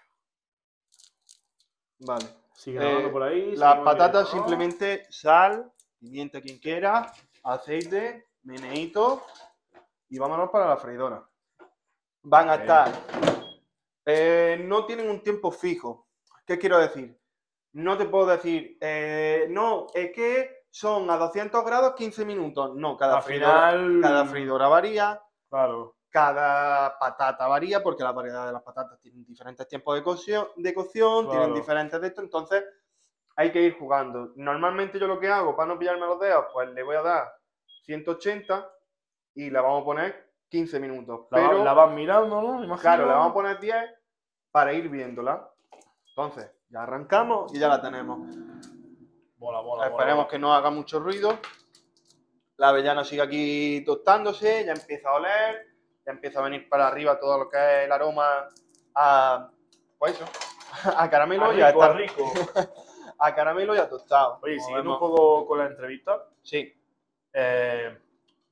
B: Vale.
A: Sigue Ah,
B: Eh,
A: grabando por ahí.
B: Las
A: seguimos
B: patatas
A: directo, ¿no?
B: simplemente sal, pimienta quien quiera, aceite, meneito y vámonos para la freidora. Van a
A: Ok.
B: estar. eh, no tienen un tiempo fijo. ¿Qué quiero decir? No te puedo decir, eh, no, es que son a 200 grados 15 minutos. No, cada
A: Al
B: freidora,
A: final.
B: cada freidora varía,
A: Claro.
B: cada patata varía, porque la variedad de las patatas tienen diferentes tiempos de cocción, de cocción tienen
A: Claro.
B: diferentes de esto, entonces hay que ir jugando. Normalmente yo lo que hago para no pillarme los dedos, pues le voy a dar 180 y la vamos a poner 15 minutos.
A: La, va-
B: pero
A: la vas mirando, ¿no? Me imagino.
B: claro, le vamos a poner 10 para ir viéndola. Entonces, ya arrancamos y ya la tenemos.
A: Mola, mola, mola,
B: Esperemos que no haga mucho ruido. La avellana sigue aquí tostándose, ya empieza a oler, ya empieza a venir para arriba todo lo que es el aroma a. Pues eso, <laughs> a caramelo
A: Ah,
B: y a,
A: rico,
B: estar-
A: rico.
B: a caramelo y a tostado.
A: Oye,
B: Como
A: siguiendo un
B: vemos.
A: poco con la entrevista,
B: Sí.
A: eh,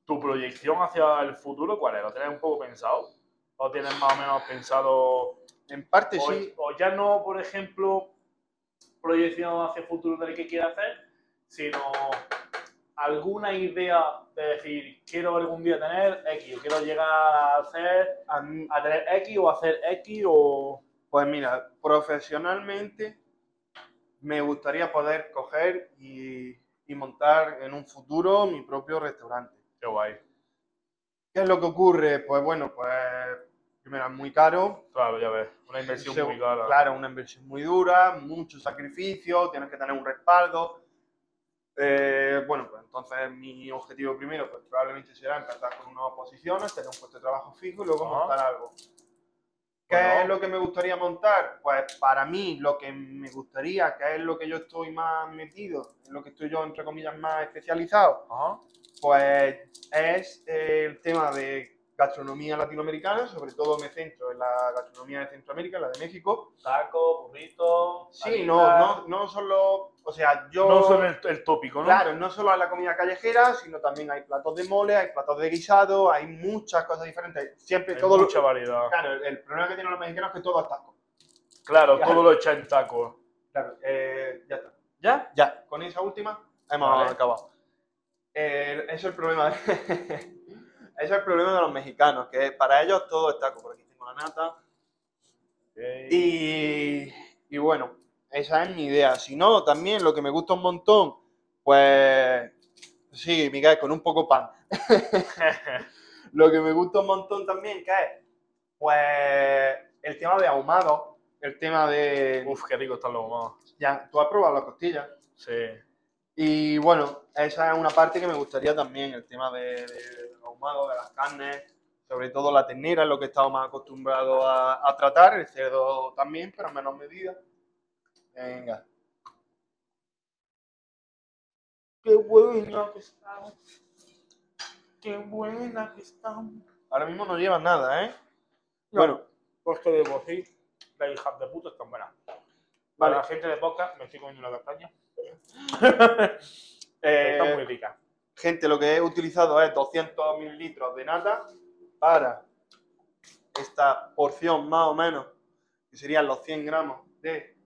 A: ¿tu proyección hacia el futuro cuál es? ¿Lo tienes un poco pensado? ¿O tienes más o menos pensado? O,
B: En parte sí,
A: o ya no, por ejemplo, proyección hacia el futuro del que quieras hacer, sino alguna idea de decir, quiero algún día tener X, o quiero llegar a, hacer,
B: a mí-
A: a tener X o hacer X o...
B: Pues mira, profesionalmente me gustaría poder coger y, y montar en un futuro mi propio restaurante.
A: Qué guay.
B: ¿Qué es lo que ocurre? Pues bueno, pues primero es muy caro,
A: Claro, ya ves. Una inversión
B: Segu-
A: muy cara.
B: Claro, una inversión muy dura, mucho sacrificio, tienes que tener un respaldo. Eh, bueno, pues entonces mi objetivo primero pues, probablemente será empezar con nuevas posiciones, tener un puesto de trabajo fijo y luego
A: Ajá.
B: montar algo. ¿Qué
A: Bueno.
B: es lo que me gustaría montar? Pues para mí lo que me gustaría, que es lo que yo estoy más metido, en lo que estoy yo entre comillas más especializado,
A: Ajá.
B: pues es eh, el tema de gastronomía latinoamericana, sobre todo me centro en la gastronomía de Centroamérica, en la de México.
A: Taco, burrito...
B: Sí, no, no, no solo, o sea, yo,
A: No son el, el tópico, ¿no?
B: claro, no solo a la comida callejera, sino también hay platos de mole, hay platos de guisado, hay muchas cosas diferentes. Siempre
A: Hay
B: todo lo-
A: mucha variedad.
B: claro, el, el problema que tienen los mexicanos es que todo es taco.
A: Claro,
B: Claro.
A: todo lo echa en taco.
B: Claro, eh, ya está.
A: ¿Ya?
B: Ya, con esa última hemos
A: Vale.
B: acabado. Eh, eso es el problema. de- <laughs> eso es el problema de los mexicanos, que para ellos todo es taco. Por aquí tengo la nata. Y, y bueno, esa es mi idea. Si no, también lo que me gusta un montón, pues sí, Miguel, con un poco pan. lo que me gusta un montón también, que es, pues, el tema de ahumado, el tema de...
A: Uf, qué rico están los humanos.
B: Ya, tú has probado las costillas.
A: Sí.
B: Y bueno, esa es una parte que me gustaría también, el tema de, de, de los ahumados, de las carnes, sobre todo la ternera, es lo que he estado más acostumbrado a, a tratar, el cerdo también, pero en menor medida. Venga. Qué buena que estamos. Qué buena que estamos. Ahora mismo no llevas nada, ¿eh? Bueno,
A: Porque de por sí, las hijas de puta están buenas. Para
B: Vale.
A: la gente de podcast, me estoy comiendo una castaña.
B: eh,
A: Está muy rica.
B: gente, lo que he utilizado es 200 mililitros de nata para esta porción más o menos, que serían los 100 gramos de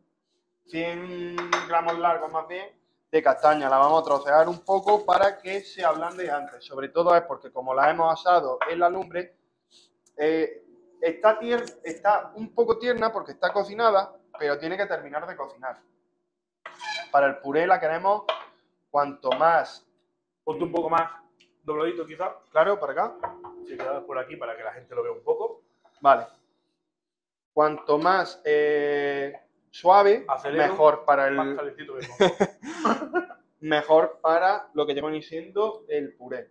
B: 100 gramos largos más bien, de castaña. La vamos a trocear un poco para que se ablande antes. Sobre todo es porque como la hemos asado en la lumbre, eh, está, tier- está un poco tierna porque está cocinada, pero tiene que terminar de cocinar. Para el puré la queremos cuanto más
A: Ponte un poco más dobladito, quizás.
B: claro para acá.
A: Si quedas por aquí para que la gente lo vea un poco.
B: Vale. Cuanto más eh, suave,
A: Acelero,
B: mejor para
A: Más
B: el
A: calentito
B: <laughs>
A: que pongo.
B: mejor para lo que llevan siendo el puré.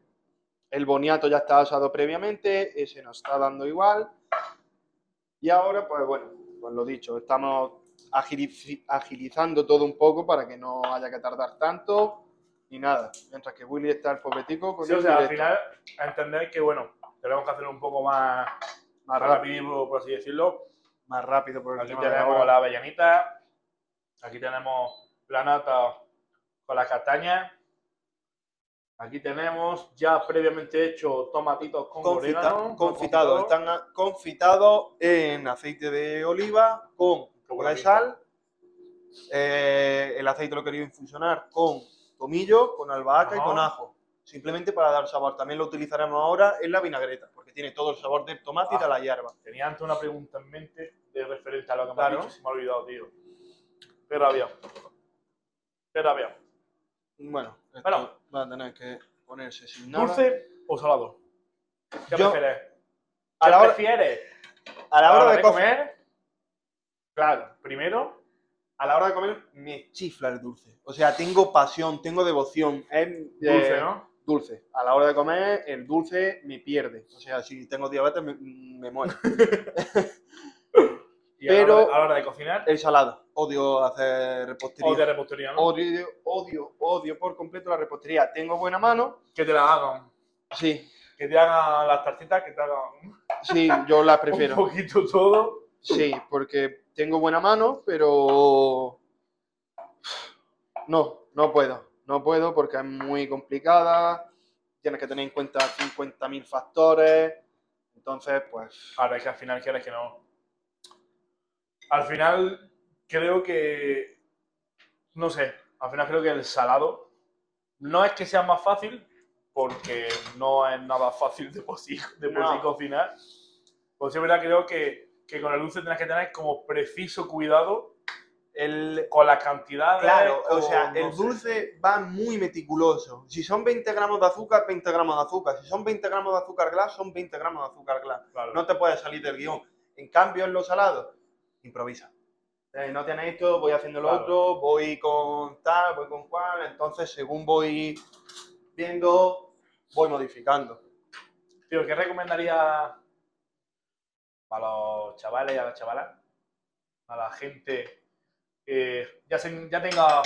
B: El boniato ya está asado previamente, ese nos está dando igual. Y ahora, pues bueno, pues lo dicho, estamos agilici- agilizando todo un poco para que no haya que tardar tanto ni nada. Mientras que Willy está el pobretico con
A: Sí, o
B: el
A: sea, al
B: directo.
A: final, a entender que, bueno, tenemos que hacer un poco más,
B: más,
A: más
B: rápido,
A: rapidismo, por así decirlo.
B: más rápido por el
A: Aquí
B: tema de la
A: tenemos
B: hora.
A: la avellanita, aquí tenemos la nata con las castañas, aquí tenemos ya previamente hecho tomatitos con
B: Confita-
A: orégano,
B: confitado, están a- confitados en aceite de oliva con
A: Qué
B: poca
A: buena
B: de sal. Eh, el aceite lo he querido infusionar con tomillo, con albahaca y
A: Ajá.
B: con ajo. Simplemente para dar sabor. También lo utilizaremos ahora en la vinagreta, porque tiene todo el sabor del tomate
A: Ah.
B: y de la hierba.
A: Tenía antes una pregunta en mente de referente a lo que me
B: Claro.
A: has dicho, se me ha olvidado, tío. Qué rabia. Qué rabia.
B: Bueno, esto
A: Bueno.
B: va a tener que ponerse sin nada.
A: ¿Dulce o salado? ¿Qué
B: Yo-
A: prefieres?
B: a
A: ¿Qué
B: la hora-
A: prefieres?
B: a la
A: A la
B: hora
A: hora
B: de comer,
A: Claro, primero,
B: a la hora de comer me chifla el dulce. O sea, tengo pasión, tengo devoción. Es,
A: dulce,
B: eh,
A: ¿no?
B: dulce. A la hora de comer, el dulce me pierde. O sea, si tengo diabetes, me, me muero.
A: Y a la
B: pero-
A: hora de- a la hora de cocinar,
B: El salado. Odio hacer repostería.
A: o de repostería, ¿no?
B: Odio, odio, odio por completo la repostería. Tengo buena mano.
A: Que te la hagan.
B: Sí,
A: Que te hagan las tartitas, que te hagan
B: sí, yo la
A: un <laughs>
B: prefiero.
A: poquito todo.
B: Sí, porque tengo buena mano, pero... No, no puedo. No puedo porque es muy complicada. Tienes que tener en cuenta 50.000 factores. Entonces, pues...
A: Ahora es que al final quieres que no. Al final creo que. No sé. Al final creo que el salado no es que sea más fácil, porque no es nada fácil de por sí, de por
B: No.
A: sí cocinar. Pues yo verdad creo que, que con el dulce tienes que tener como preciso cuidado
B: El,
A: con la cantidad.
B: Claro, o sea, el dulce va muy meticuloso. Si son 20 gramos de azúcar, 20 gramos de azúcar. Si son 20 gramos de azúcar glass, son 20 gramos de azúcar glass. No te puedes salir del guión. En cambio, en lo salado, improvisa. Eh, no tenéis esto, voy haciendo lo
A: Claro.
B: otro, voy con tal, voy con cual. Entonces, según voy viendo, voy modificando.
A: Tío, ¿qué recomendaría para los chavales y a las chavalas? A la gente que ya, se- ya tenga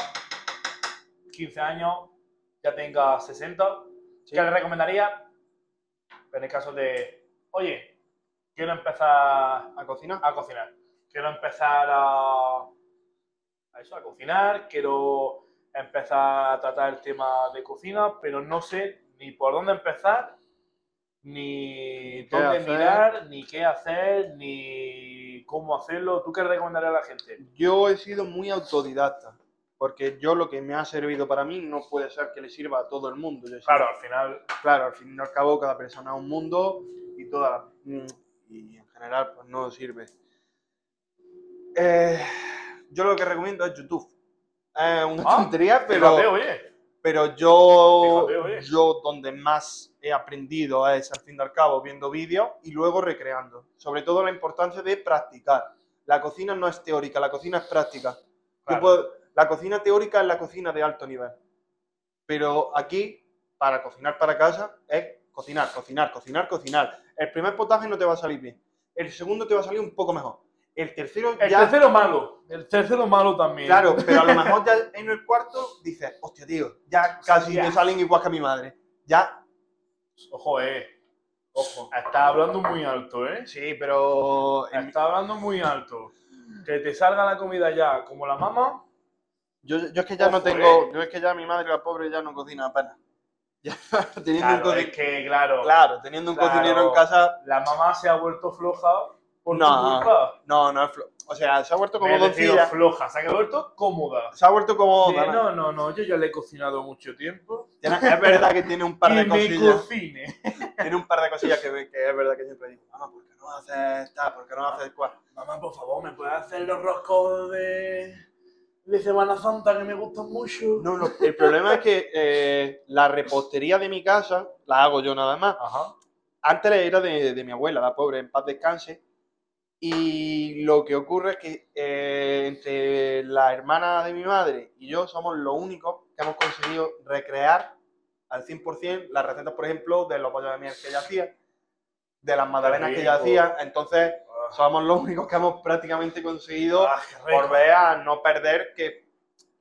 A: 15 años, ya tenga 60. ¿Qué le recomendaría? En el caso de, oye, quiero empezar
B: A cocinar.
A: a cocinar. Quiero empezar a, a eso, a cocinar. Quiero empezar a tratar el tema de cocina, pero no sé ni por dónde empezar, ni
B: qué
A: dónde
B: hacer.
A: mirar, ni qué hacer, ni cómo hacerlo. ¿Tú qué recomendarías a la gente?
B: Yo he sido muy autodidacta. Porque yo lo que me ha servido para mí no puede ser que le sirva a todo el mundo. Yo he sido
A: Claro, al final,
B: Claro, al fin y al cabo cada persona es un mundo y toda la- mm, y en general pues no sirve. Eh, yo lo que recomiendo es YouTube. Es una
A: Ah,
B: tontería, pero,
A: Fíjate, oye.
B: pero yo,
A: Fíjate, oye.
B: yo donde más he aprendido es, al fin y al cabo, viendo vídeos y luego recreando. Sobre todo la importancia de practicar. La cocina no es teórica, la cocina es práctica. Yo
A: Claro.
B: puedo- la cocina teórica es la cocina de alto nivel. Pero aquí, para cocinar para casa, es cocinar, cocinar, cocinar, cocinar. El primer potaje no te va a salir bien. El segundo te va a salir un poco mejor. El tercero
A: El
B: ya.
A: tercero malo. El tercero malo también.
B: Claro, pero a lo mejor ya en el cuarto dices, hostia, tío, ya casi
A: Ya.
B: me salen igual que a mi madre. Ya.
A: Ojo, eh.
B: Ojo.
A: Está hablando muy alto, eh.
B: Sí, pero. en mi-
A: Está hablando muy alto. Que te salga la comida ya como la mamá.
B: Yo, yo es que ya no
A: Ojo,
B: tengo. Yo es que ya mi madre, la pobre, ya no cocina apenas. <laughs> Ya, teniendo un
A: Claro,
B: coci-
A: es que, claro,
B: claro, teniendo un
A: Claro.
B: cocinero en casa,
A: la mamá se ha vuelto floja por
B: No.
A: tu culpa.
B: No, no es flo- O sea, se ha vuelto
A: Me
B: como
A: he decidido
B: doncella.
A: floja, se ha vuelto cómoda.
B: Se ha vuelto como.
A: Eh, no, no, no, yo ya le he cocinado mucho tiempo.
B: Tiene- es verdad que tiene un par
A: <laughs> y
B: de
A: me
B: cosillas.
A: cocine.
B: Tiene un par de cosillas que, que es verdad que siempre digo, mamá, ¿por qué no haces tal? ¿Por qué no haces cual?
A: Mamá, por favor, ¿me puedes hacer los roscos de, de Semana Santa que me gustan mucho?
B: No, no. El problema es que eh, la repostería de mi casa la hago yo nada más.
A: Ajá.
B: Antes era de, de mi abuela, la pobre, en paz descanse. Y lo que ocurre es que eh, entre la hermana de mi madre y yo somos los únicos que hemos conseguido recrear al 100% las recetas, por ejemplo, de los pollos de miel que ella hacía, de las magdalenas que ella
A: rico.
B: hacía. Entonces,
A: Ah,
B: somos los únicos que hemos prácticamente conseguido
A: ah, qué rico.
B: volver a no perder que,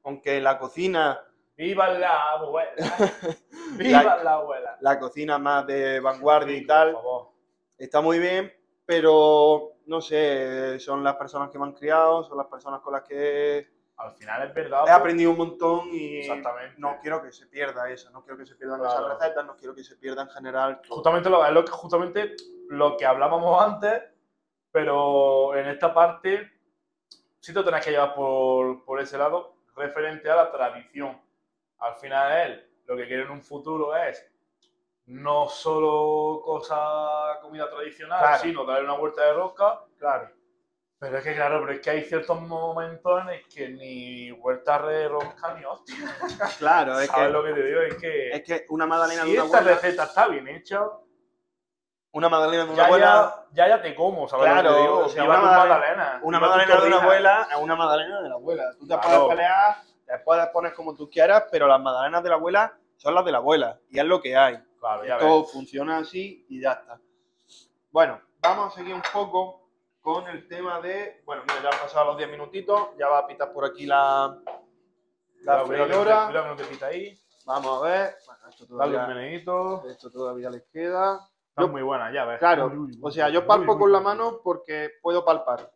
B: aunque la cocina,
A: ¡Viva la
B: <laughs>
A: abuela! ¡Viva
B: la,
A: la abuela!
B: la cocina más de vanguardia y tal,
A: Por favor.
B: está muy bien, pero no sé, son las personas que me han criado, son las personas con las que he
A: Al final es verdad. pues,
B: aprendido un montón y
A: Exactamente.
B: no quiero que se pierda eso, no quiero que se pierdan
A: Claro.
B: esas recetas, no quiero que se pierda en general. todo.
A: justamente lo, es lo que, justamente lo que hablábamos antes, pero en esta parte sí te tenés que llevar por, por ese lado referente a la tradición. Al final él lo que quiere en un futuro es no solo cosa comida tradicional,
B: Claro.
A: sino darle una vuelta de rosca.
B: Claro.
A: Pero es que claro, pero es que hay ciertos momentos en los que ni vuelta de rosca ni hostia.
B: Claro, es
A: ¿Sabes
B: que,
A: lo que te digo? Es que,
B: es que una magdalena
A: si
B: de una
A: esta
B: abuela,
A: receta está bien hecha,
B: una magdalena de una
A: ya,
B: abuela,
A: ya, ya, ya te como, ¿sabes?
B: Claro,
A: lo que te digo?
B: o sea,
A: Viva
B: una
A: tus
B: magdalena-
A: magdalenas,
B: una
A: viva tus
B: magdalena de una
A: torrijas.
B: abuela, es una magdalena de la abuela. Tú te
A: Claro.
B: puedes pelear, después las pones como tú quieras, pero las magdalenas de la abuela son las de la abuela y es lo que hay.
A: Claro, ya ves.
B: Todo funciona así y ya está. Bueno, vamos a seguir un poco con el tema de. Bueno, mira, ya han pasado los 10 minutitos, ya va a pitar por aquí la, la
A: Cuidado, cuidado que no te-
B: freidora.
A: cuidado que no te pita ahí.
B: Vamos a ver. Bueno, esto
A: Dale un
B: todavía,
A: meneíto.
B: esto todavía les queda.
A: Están
B: Yo-
A: muy buenas, ya ves.
B: Claro,
A: Uy, uy,
B: o
A: uy,
B: sea, yo
A: uy,
B: palpo
A: uy,
B: con la
A: uy.
B: mano porque puedo palpar.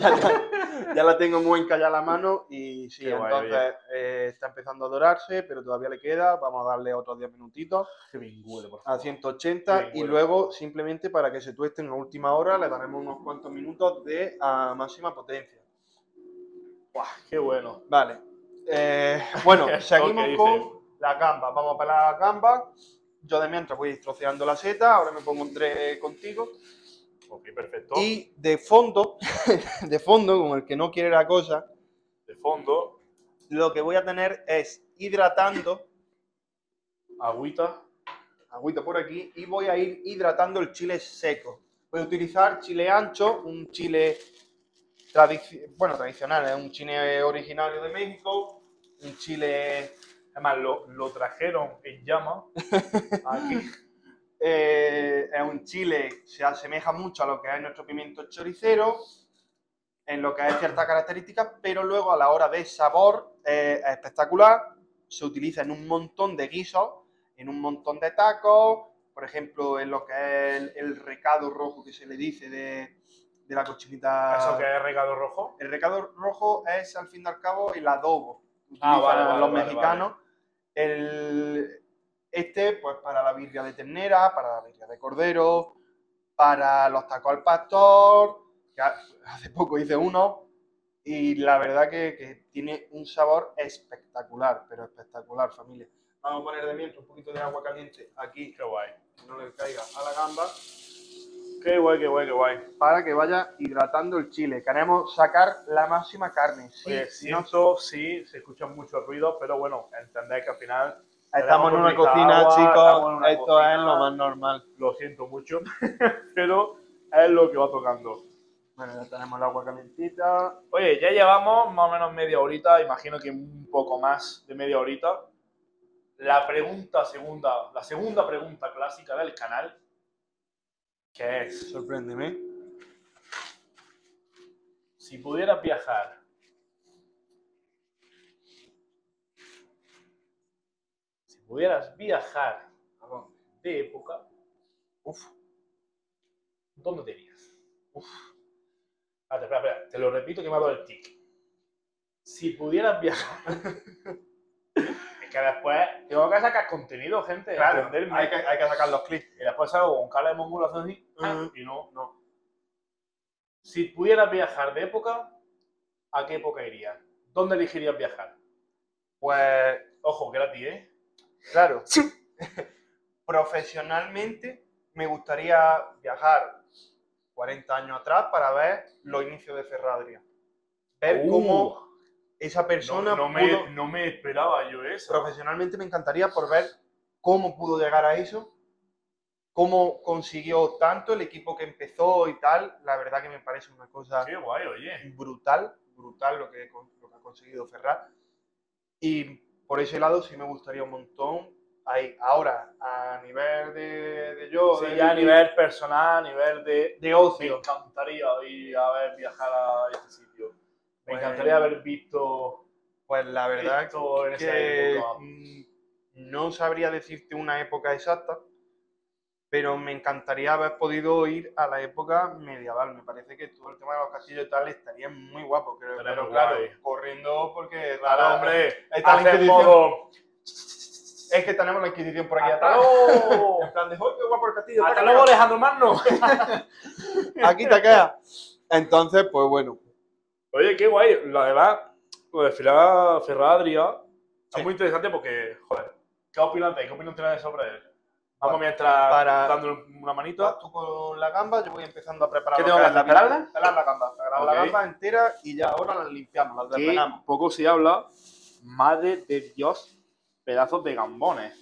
B: Ya, <laughs> la- ya la tengo muy encallada la mano y sí,
A: Qué guay,
B: entonces eh, está empezando a dorarse, pero todavía le queda. Vamos a darle otros 10 minutitos
A: Qué bien huele, por
B: a
A: favor.
B: 180
A: Bien,
B: y
A: bueno.
B: luego simplemente para que se tueste en la última hora le daremos unos cuantos minutos de ah, máxima potencia.
A: Buah, qué bueno.
B: Vale.
A: <laughs>
B: Eh, bueno,
A: Esto
B: seguimos
A: que
B: con
A: dices.
B: la gamba. Vamos para la gamba. Yo de mientras voy troceando la seta, ahora me pongo entre contigo.
A: Ok, perfecto.
B: Y de fondo, <laughs> de fondo, como el que no quiere la cosa,
A: De fondo,
B: lo que voy a tener es hidratando,
A: agüita.
B: agüita por aquí, y voy a ir hidratando el chile seco. Voy a utilizar chile ancho, un chile tradici- bueno, tradicional, es un chile originario de México, un chile
A: Además, lo, lo trajeron en
B: <laughs>
A: llama. Aquí.
B: Eh, es un chile, se asemeja mucho a lo que es nuestro pimiento choricero, en lo que hay ciertas características, pero luego a la hora de sabor eh, es espectacular. Se utiliza en un montón de guisos, en un montón de tacos, por ejemplo, en lo que es el, el recado rojo que se le dice de, de la cochinita.
A: Eso que es regado rojo.
B: El recado rojo es, al fin y al cabo, el adobo que
A: Ah,
B: utilizan
A: vale, vale,
B: los
A: vale,
B: mexicanos. El, este, pues, para la birria de ternera, para la birria de cordero, para los tacos al pastor, que ha- hace poco hice uno, y la verdad que, que tiene un sabor espectacular, pero espectacular, familia. Vamos a poner de mientras un poquito de agua caliente aquí,
A: Qué guay.
B: que no le caiga a la gamba.
A: Qué guay, qué guay, qué guay.
B: para que vaya hidratando el chile. Queremos sacar la máxima carne. Sí,
A: Oye,
B: si no,
A: siento, sí, se escuchan muchos ruidos, pero bueno, entendéis que al final
B: estamos en una
A: tenemos
B: cocina,
A: agua, estamos en
B: chicos.
A: una
B: Esto
A: cocina.
B: es lo más normal.
A: lo siento mucho, <laughs> pero es lo que va tocando.
B: Bueno, ya tenemos el agua calentita.
A: Oye, ya llevamos más o menos media horita, imagino que un poco más de media horita. La pregunta segunda, la segunda pregunta clásica del canal, que es,
B: Sorpréndeme.
A: si pudieras viajar si pudieras viajar de época,
B: Uf.
A: ¿dónde te irías? Uf. Espérate, espera, espera, te lo repito que me ha dado el tic. Si pudieras
B: <laughs>
A: viajar. es que después tengo que sacar contenido, gente. entenderme.
B: hay que, hay que sacar los clips.
A: Y después salgo con cara de mongola haciendo así. ah,
B: Ujú.
A: Y no, no. Si pudieras viajar de época, ¿a qué época irías? ¿Dónde elegirías viajar?
B: Pues,
A: Ojo, gratis, ¿eh?
B: claro. <laughs> Profesionalmente me gustaría viajar 40 años atrás para ver los inicios de Ferradria. Ver
A: Uh.
B: cómo esa Eh, persona
A: No, no
B: pudo-
A: me, no me esperaba yo eso.
B: profesionalmente me encantaría por ver cómo pudo llegar a eso, cómo consiguió tanto el equipo que empezó y tal. La verdad que me parece una cosa
A: Qué guay, oye.
B: brutal, brutal lo que, con- lo que ha conseguido Ferrar. Y por ese lado sí me gustaría un montón. Ahí, ahora, a nivel de, de yo,
A: Sí,
B: de,
A: ya a nivel personal, a nivel de...
B: de
A: Me
B: ocio,
A: encantaría ir a ver, viajar a este sitio. Me
B: Pues-
A: encantaría haber visto...
B: pues la verdad
A: esto en esa
B: que
A: época.
B: mm, no sabría decirte una época exacta, pero me encantaría haber podido ir a la época medieval. Me parece que todo el tema de los castillos y tal estaría muy guapo, creo.
A: Estaría
B: Pero
A: muy
B: claro,
A: guay.
B: corriendo porque
A: Claro,
B: claro,
A: hombre.
B: está la
A: Hacer
B: Inquisición.
A: modo...
B: es que tenemos la Inquisición por aquí
A: ¡Hasta
B: atrás.
A: luego!
B: En plan de, "Uy, qué guapo el castillo!
A: ¡Hasta
B: taca,
A: luego,
B: taca".
A: Alejandro Magno! <laughs>
B: Aquí te quedas. Entonces, pues bueno.
A: Oye, qué guay. La verdad, lo de Ferra- Ferradria
B: Sí.
A: es muy interesante porque, joder, ¿qué opinas de ¿Qué opinión tenéis sobre él? Vamos
B: Bueno,
A: mientras
B: para-
A: dándole una manita.
B: Vas tú con la gamba, yo voy empezando a preparar.
A: ¿Qué
B: lo
A: tengo que
B: es la
A: hacer? ¿Pelarla?
B: pizza. Pelar la gamba. Pelar la
A: Ok.
B: gamba entera y ya ahora la limpiamos, la
A: que
B: desvelamos.
A: poco se habla, madre de Dios, pedazos de
B: <laughs>
A: gambones.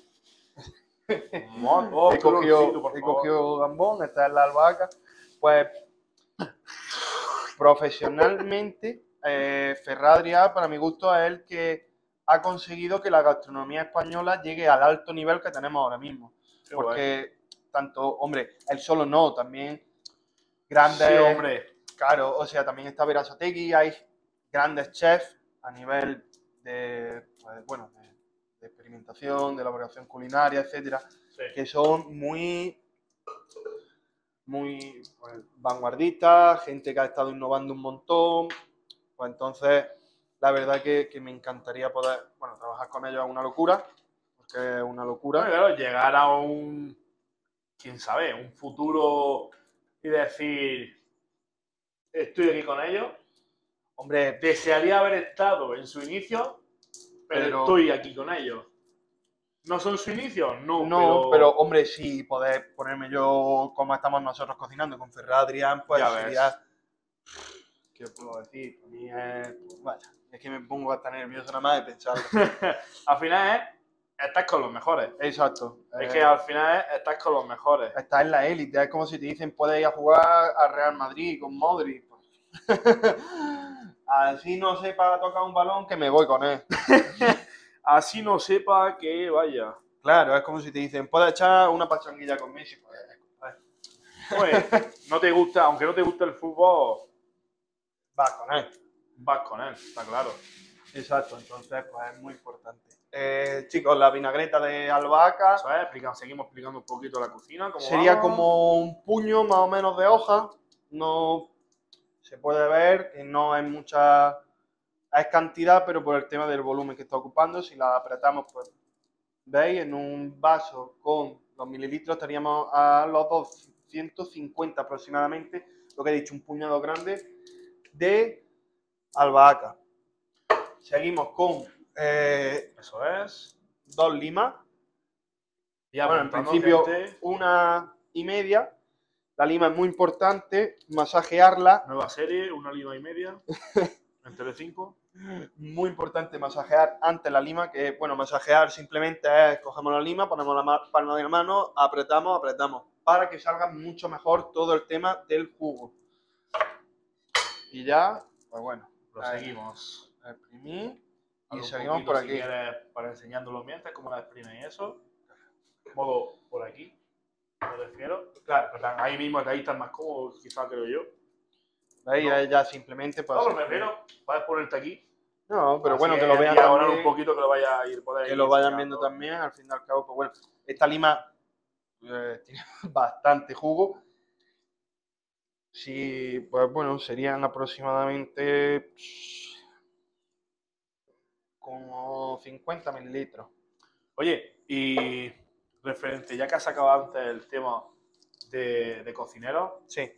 A: Mon- oh,
B: he, cogido,
A: colorcito, por
B: he
A: favor.
B: cogido gambón, esta es la albahaca. Pues profesionalmente, <laughs> eh, Ferradria, para mi gusto, es el que ha conseguido que la gastronomía española llegue al alto nivel que tenemos ahora mismo.
A: Qué guay.
B: Porque tanto, hombre, él solo no, también
A: Sí,
B: grandes,
A: hombre.
B: claro, o sea, también está Verazategui, hay grandes chefs a nivel de, pues, bueno, de- de experimentación, de elaboración culinaria, etcétera
A: Sí.
B: que son muy, muy pues, vanguardistas, gente que ha estado innovando un montón. Pues entonces, la verdad que, que me encantaría poder, bueno, trabajar con ellos es una locura, porque es una
A: Bueno,
B: locura.
A: claro, llegar a un, quién sabe, un futuro y decir, estoy aquí con ellos.
B: Hombre,
A: Desearía haber estado en su inicio, pero,
B: Pero-
A: estoy aquí con ellos. ¿No son su inicio? No,
B: no, pero hombre, sí, poder ponerme yo como estamos nosotros cocinando con Ferrad Adrián, pues
A: Ya ves.
B: sería... ¿Qué puedo decir? Para mí es... pues, vaya, es que me pongo hasta nervioso nada más de
A: <laughs>
B: pensarlo.
A: al final es, estás con los mejores.
B: Exacto.
A: Es
B: Eh,
A: que al final es, estás con los mejores.
B: está en la élite. Es como si te dicen, puedes ir a jugar a Real Madrid con Modric. <laughs> Así no sepa tocar un balón que me voy con él.
A: Así no sepa que vaya.
B: Claro, es como si te dicen, puedes echar una pachanguilla con Messi. Pues, <laughs>
A: Pues, no te gusta, aunque no te guste el fútbol,
B: vas con él.
A: vas con él, está claro.
B: Exacto, entonces pues es muy importante. Eh, chicos, la vinagreta de albahaca
A: ¿Sabes? Explica- seguimos explicando un poquito la cocina. cómo
B: sería
A: vamos.
B: como un puño más o menos de hoja. No se puede ver que no es mucha es cantidad, pero por el tema del volumen que está ocupando, si la apretamos, pues veis, en un vaso con los mililitros estaríamos a los 250 aproximadamente, lo que he dicho, un puñado grande de albahaca. Seguimos con eh,
A: Eso es.
B: dos limas,
A: Ya
B: Bueno, en
A: apuntando
B: principio-
A: gente.
B: una y media La lima es muy importante, masajearla.
A: Nueva serie, una lima y
B: <laughs>
A: media. en Telecinco.
B: Muy importante masajear antes la lima, que bueno, masajear simplemente es cogemos la lima, ponemos la ma- palma de la mano, apretamos, apretamos, para que salga mucho mejor todo el tema del jugo. Y ya, pues bueno,
A: Lo
B: Ahí.
A: seguimos.
B: exprimir y
A: Algo
B: seguimos
A: poquito,
B: por
A: si
B: aquí.
A: quieres, para enseñándolo mientras, cómo la exprimen y eso. Modo por aquí, me refiero. Claro, en plan, ahí mismo, ahí estás más cómodo, quizás creo yo.
B: Ahí
A: No.
B: ahí ya simplemente pues,
A: No, pero me refiero, puedes ponerte aquí.
B: No, pero
A: así
B: bueno, que lo vean
A: diagonal
B: también,
A: un poquito, que lo vaya a ir por ahí
B: que lo vayan
A: enseñando.
B: viendo también, al fin y al cabo, pues bueno, esta lima eh, <laughs> tiene bastante jugo. Sí, pues bueno, serían aproximadamente pss, como 50 mililitros.
A: Oye, y referente, ya que has sacado antes el tema de, de cocineros,
B: Sí.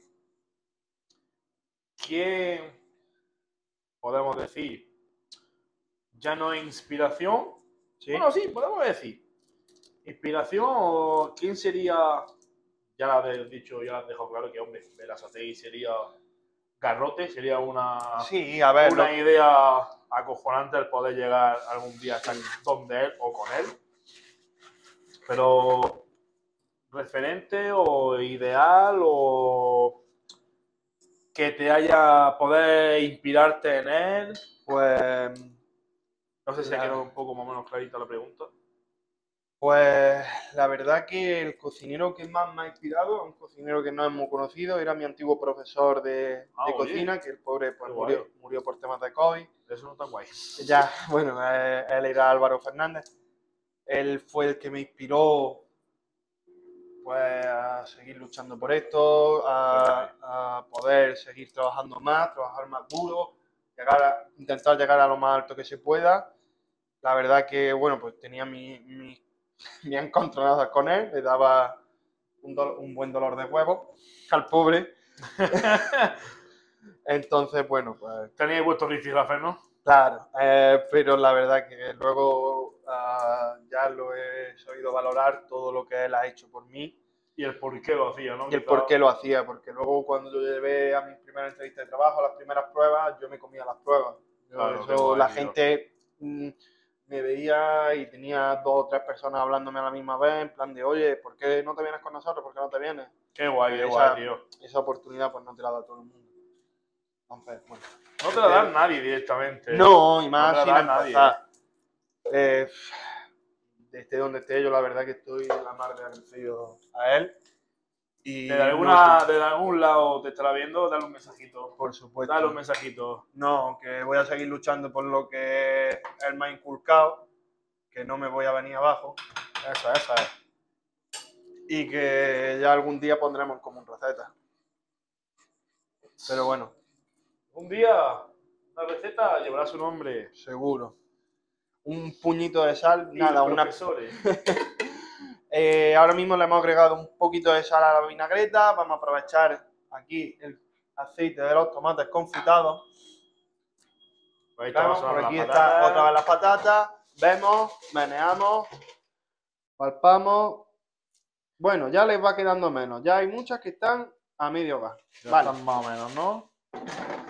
A: ¿quién podemos decir? Ya no es inspiración.
B: ¿Sí?
A: Bueno, sí, podemos decir. Inspiración o quién sería. Ya lo habéis dicho, ya lo has dejado claro que hombre, Berazategui sería garrote, sería una,
B: sí, a ver,
A: una
B: lo-
A: idea acojonante el poder llegar algún día a estar donde él o con él. Pero referente o ideal o que te haya poder inspirarte en él.
B: pues,
A: No sé si ha
B: Claro.
A: quedado un poco más o menos clarita la pregunta.
B: pues la verdad que el cocinero que más me ha inspirado, un cocinero que no es muy conocido, era mi antiguo profesor de,
A: Ah,
B: de
A: oye.
B: cocina, que el pobre pues,
A: Qué guay.
B: murió, murió por temas de COVID.
A: Eso no está guay.
B: Ya, bueno, eh, él era Álvaro Fernández. Él fue el que me inspiró pues, a seguir luchando por esto, a, a poder seguir trabajando más, trabajar más duro, llegar a- intentar llegar a lo más alto que se pueda. La verdad que, bueno, pues tenía mi, mi, <laughs> mi encontronazo con él, le daba un, dol- un buen dolor de huevo al pobre. <laughs> Entonces, bueno, pues
A: Tenéis vuestro rifirrafe, ¿no?
B: Claro, eh, pero la verdad que luego ah, ya lo he sabido valorar todo lo que él ha hecho por mí
A: Y el por qué lo hacía, ¿no?
B: y el por qué lo hacía, porque luego cuando yo llevé a mis primeras entrevistas de trabajo, a las primeras pruebas, yo me comía las pruebas. Yo
A: Claro,
B: eso,
A: qué guay,
B: la
A: tío.
B: gente mm, me veía y tenía dos o tres personas hablándome a la misma vez, en plan de, oye, ¿por qué no te vienes con nosotros? ¿Por qué no te vienes?
A: Qué guay, qué
B: Esa-
A: guay, tío.
B: Esa oportunidad pues no te la da todo el mundo. Entonces, bueno.
A: No te la da nadie directamente.
B: No, y más
A: No te
B: sin
A: la da nadie.
B: empezar. Eh, desde donde esté, yo la verdad que estoy la mar de agradecido a él. Y
A: Desde, alguna,
B: no,
A: desde algún lado te estará viendo, dale un mensajito.
B: por supuesto.
A: Dale un mensajito.
B: No, que voy a seguir luchando por lo que él me ha inculcado, que no me voy a venir abajo. Esa, esa
A: eh.
B: es. Y que ya algún día pondremos como un receta. Pero bueno,
A: Un día, la receta llevará su nombre.
B: seguro. Un puñito de sal, nada, una <laughs>
A: Profesores. Pues
B: Eh, ahora mismo le hemos agregado un poquito de sal a la vinagreta. Vamos a aprovechar aquí el aceite de los tomates confitados.
A: Ahí está,
B: Vemos,
A: son
B: por
A: las
B: aquí está
A: patatas.
B: otra vez las patatas. Vemos, meneamos, palpamos. Bueno, ya les va quedando menos. Ya hay muchas que están a medio gas.
A: Ya
B: vale.
A: están más o menos, ¿no?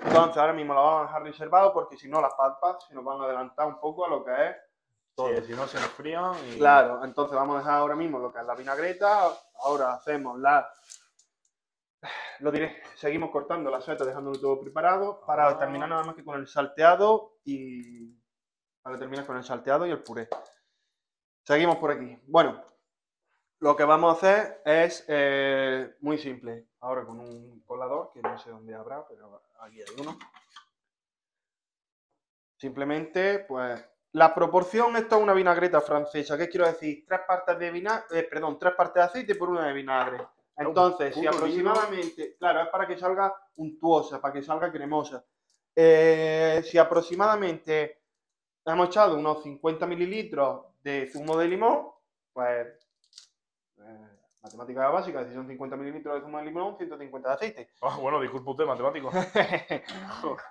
B: Entonces ahora mismo las vamos a dejar reservado porque si no las palpas se nos van a adelantar un poco a lo que es todo.
A: Sí, si no se enfrían. Y... <laughs>
B: Claro, entonces vamos a dejar ahora mismo lo que es la vinagreta. Ahora hacemos la. Lo diré, seguimos cortando la suelta, dejándolo todo preparado para
A: Ah.
B: terminar nada más que con el salteado y. Para terminar con el salteado y el puré. Seguimos por aquí. Bueno, lo que vamos a hacer es eh, muy simple. Ahora con un colador, que no sé dónde habrá, pero aquí hay uno. Simplemente, pues, la proporción, esto es una vinagreta francesa. ¿Qué quiero decir? Tres partes de vinagre, perdón, tres partes de aceite por una de vinagre.
A: un
B: Entonces, si
A: puto
B: aproximadamente, claro, es para que salga untuosa, para que salga cremosa. Eh, si aproximadamente hemos echado unos 50 mililitros de zumo de limón, pues, eh, matemática básica, si son 50 mililitros de zumo de limón, 150
A: <laughs>
B: de aceite. <laughs>
A: Ah, bueno, disculpa usted, matemático.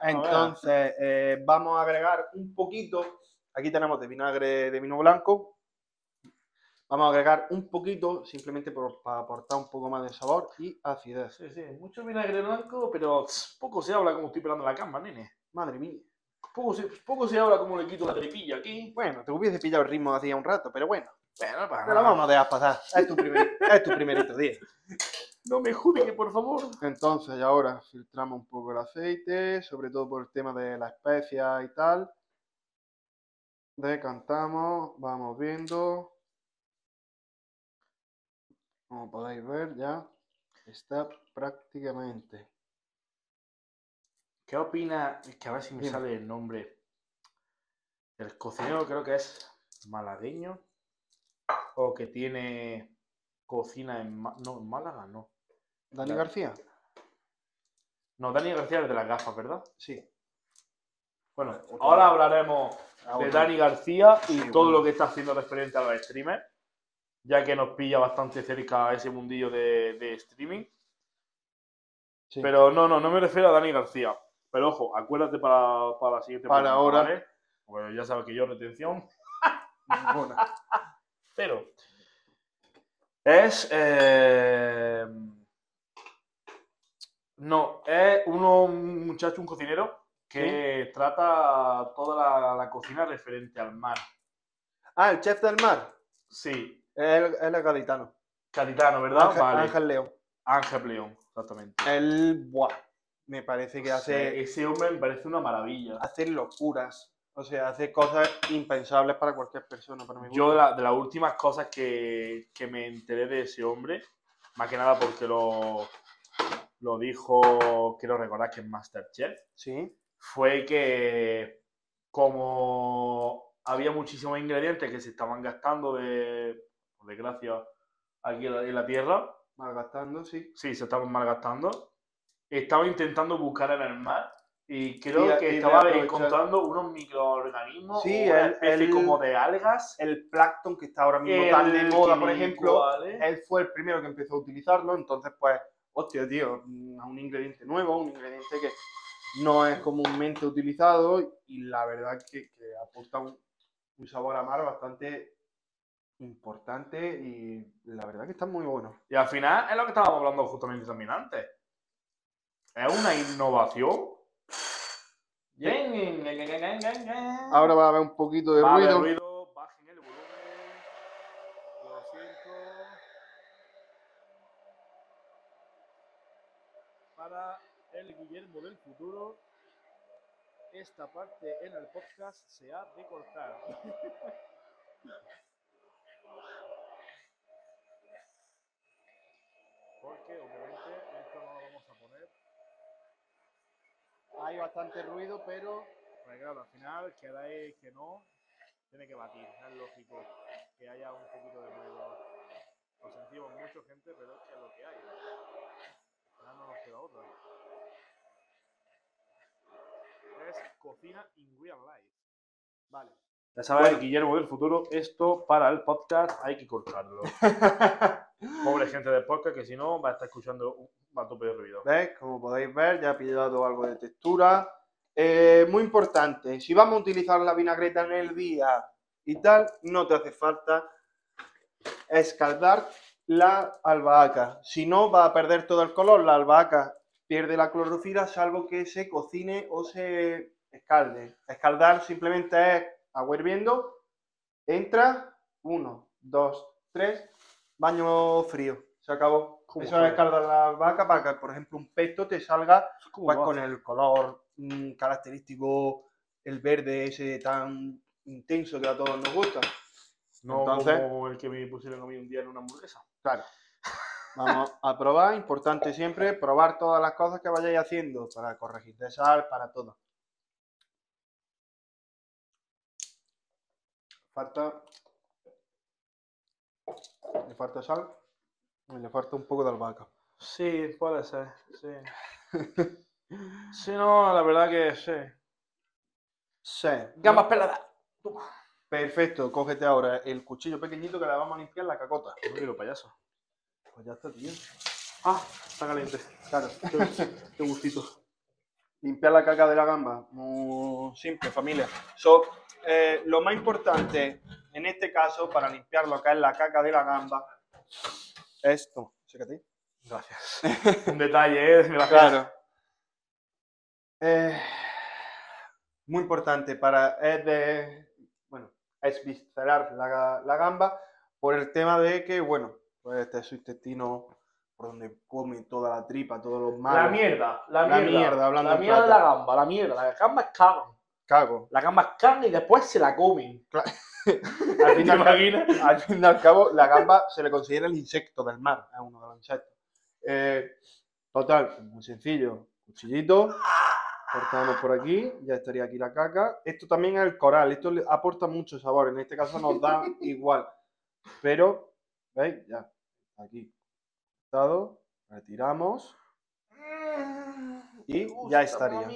B: Entonces, eh, vamos a agregar un poquito. Aquí tenemos de vinagre de vino blanco. Vamos a agregar un poquito, simplemente por- para aportar un poco más de sabor y acidez.
A: Sí, sí, mucho vinagre blanco, pero tss, poco se habla como estoy pelando la cama, nene.
B: Madre mía.
A: Poco se, poco se habla como le quito la tripilla aquí.
B: Bueno, te hubiese pillado el ritmo hacía un rato, pero bueno.
A: Bueno, no pasa
B: Te lo
A: nada.
B: vamos a dejar pasar. Es tu, primer- es tu primerito día.
A: No me juzgue, por favor.
B: Entonces, y ahora filtramos un poco el aceite, sobre todo por el tema de la especia y tal. Decantamos, vamos viendo. Como podéis ver, ya está prácticamente.
A: ¿Qué opina? Es que a ver si me
B: Dime.
A: sale el nombre. El cocinero creo que es malagueño. O que tiene cocina en, Ma- no, en Málaga, no.
B: Dani
A: Ya.
B: García,
A: No, Dani García es de las gafas, ¿verdad?
B: sí.
A: Bueno, ahora hablaremos
B: Ah,
A: de Dani García y
B: Sí,
A: todo
B: bueno.
A: lo que está haciendo referente a los streamers, ya que nos pilla bastante cerca ese mundillo de, de streaming.
B: Sí.
A: Pero no, no, no me refiero a Dani García. Pero ojo, acuérdate para, para la siguiente
B: Para ahora.
A: ¿vale? Bueno, ya sabes que yo retención,
B: Ninguna.
A: pero es eh, no es uno un muchacho un cocinero que trata toda la, la cocina referente al mar.
B: <laughs> Ah, el chef del mar.
A: Sí,
B: Él, él es gaditano.
A: Caditano, ¿verdad?
B: Ángel,
A: vale. Ángel.
B: Ángel León.
A: León, exactamente.
B: Él, buah, me parece que hace
A: Ese hombre me parece una maravilla.
B: hacer locuras. O sea, hacer cosas impensables para cualquier persona. Para mi
A: Yo de,
B: gusto.
A: la- de las últimas cosas que, que me enteré de ese hombre, más que nada porque lo, lo dijo, quiero recordar que en Masterchef,
B: Sí,
A: fue que como había muchísimos ingredientes que se estaban gastando de, por desgracia aquí en la, en la tierra,
B: malgastando, sí.
A: sí, se estaban malgastando, estaba intentando buscar en el mar y creo
B: Y a- y
A: que
B: de
A: estaba
B: aprovechar.
A: encontrando unos microorganismos,
B: Sí,
A: o una
B: el-
A: especie
B: el-
A: como de algas.
B: El plancton que está ahora mismo tan de
A: el
B: moda, por
A: quinicual,
B: ejemplo,
A: ¿eh?
B: él fue el primero que empezó a utilizarlo. Entonces, pues, hostia, tío, mm, a un ingrediente nuevo, un ingrediente que no es comúnmente utilizado y la verdad que, que aporta un, un sabor a mar bastante importante y la verdad que está muy bueno.
A: Y al final es lo que estábamos hablando justamente también antes. Es una innovación.
B: Ahora va a haber un poquito de
A: Va a haber
B: ruido.
A: ruido, bajen el volumen. Lo siento. Para el Guillermo del futuro, esta parte en el podcast se ha de cortar. Porque obviamente esto no lo vamos a poner.
B: Hay bastante ruido, pero
A: Porque claro, al final queráis que no, tiene que batir, es lógico que haya un poquito de ruido. Lo sentimos mucho, gente, pero es que es lo que hay. Al final no nos queda otra. Es cocina in real life.
B: vale.
A: Ya sabes,
B: Bueno.
A: Guillermo del futuro, esto para el podcast hay que <laughs> cortarlo. Pobre gente del podcast que si no va a estar escuchando un va a tope de ruido.
B: <laughs> ¿Ves? Como podéis ver, ya ha pillado algo de textura. Eh, muy importante, si vamos a utilizar la vinagreta en el día y tal, no te hace falta escaldar la albahaca. Si no, va a perder todo el color. La albahaca pierde la clorofila, salvo que se cocine o se escalde. Escaldar simplemente es agua hirviendo, entra, uno, dos, tres, baño frío. Se acabó.
A: ¿Cómo
B: Eso
A: fue?
B: es escaldar la albahaca para que, por ejemplo, un pesto te salga
A: Uh,
B: pues, con el color mm, característico, el verde ese tan intenso que a todos nos gusta.
A: no
B: entonces-
A: como el que me pusieron a mí un día en una hamburguesa.
B: Claro. Vamos a probar, importante siempre, probar todas las cosas que vayáis haciendo para corregir de sal, para todo. Falta. Le falta sal y le falta un poco de albahaca.
A: Sí, puede ser, sí. Sí, no, la verdad que sí.
B: Sí.
A: Gambas peladas.
B: Perfecto, cógete ahora el cuchillo pequeñito que le vamos a limpiar la cacota.
A: No quiero payaso.
B: Pues ya está, tío.
A: Ah, está caliente.
B: Claro.
A: Qué gustito.
B: Limpiar la caca de la gamba. Muy simple, familia. So, eh, lo más importante, En este caso, para limpiar lo que es la caca de la gamba, esto. Sécate.
A: <laughs> Gracias. Un detalle, ¿eh? Gracias.
B: Claro. Eh, muy importante para es de, bueno, esviscerar la, ga- la gamba por el tema de que, bueno, pues este es su intestino por donde come toda la tripa, todos los males.
A: La mierda, la
B: La
A: mierda.
B: mierda, hablando
A: la
B: en
A: mierda de la
B: plata.
A: gamba, la mierda. La gamba es carne.
B: Cago.
A: La gamba es carne y después se la comen.
B: Claro.
A: <laughs> Al fin de imaginas?
B: Al fin y al cabo, la gamba se le considera el insecto del mar, es uno de los insectos. Eh, total, muy sencillo. Cuchillito, cortamos por aquí, ya estaría aquí la caca. Esto también es el coral, esto le aporta mucho sabor, en este caso nos da igual. Pero, ¿veis? Ya, aquí. Cortado, retiramos y ya estaría.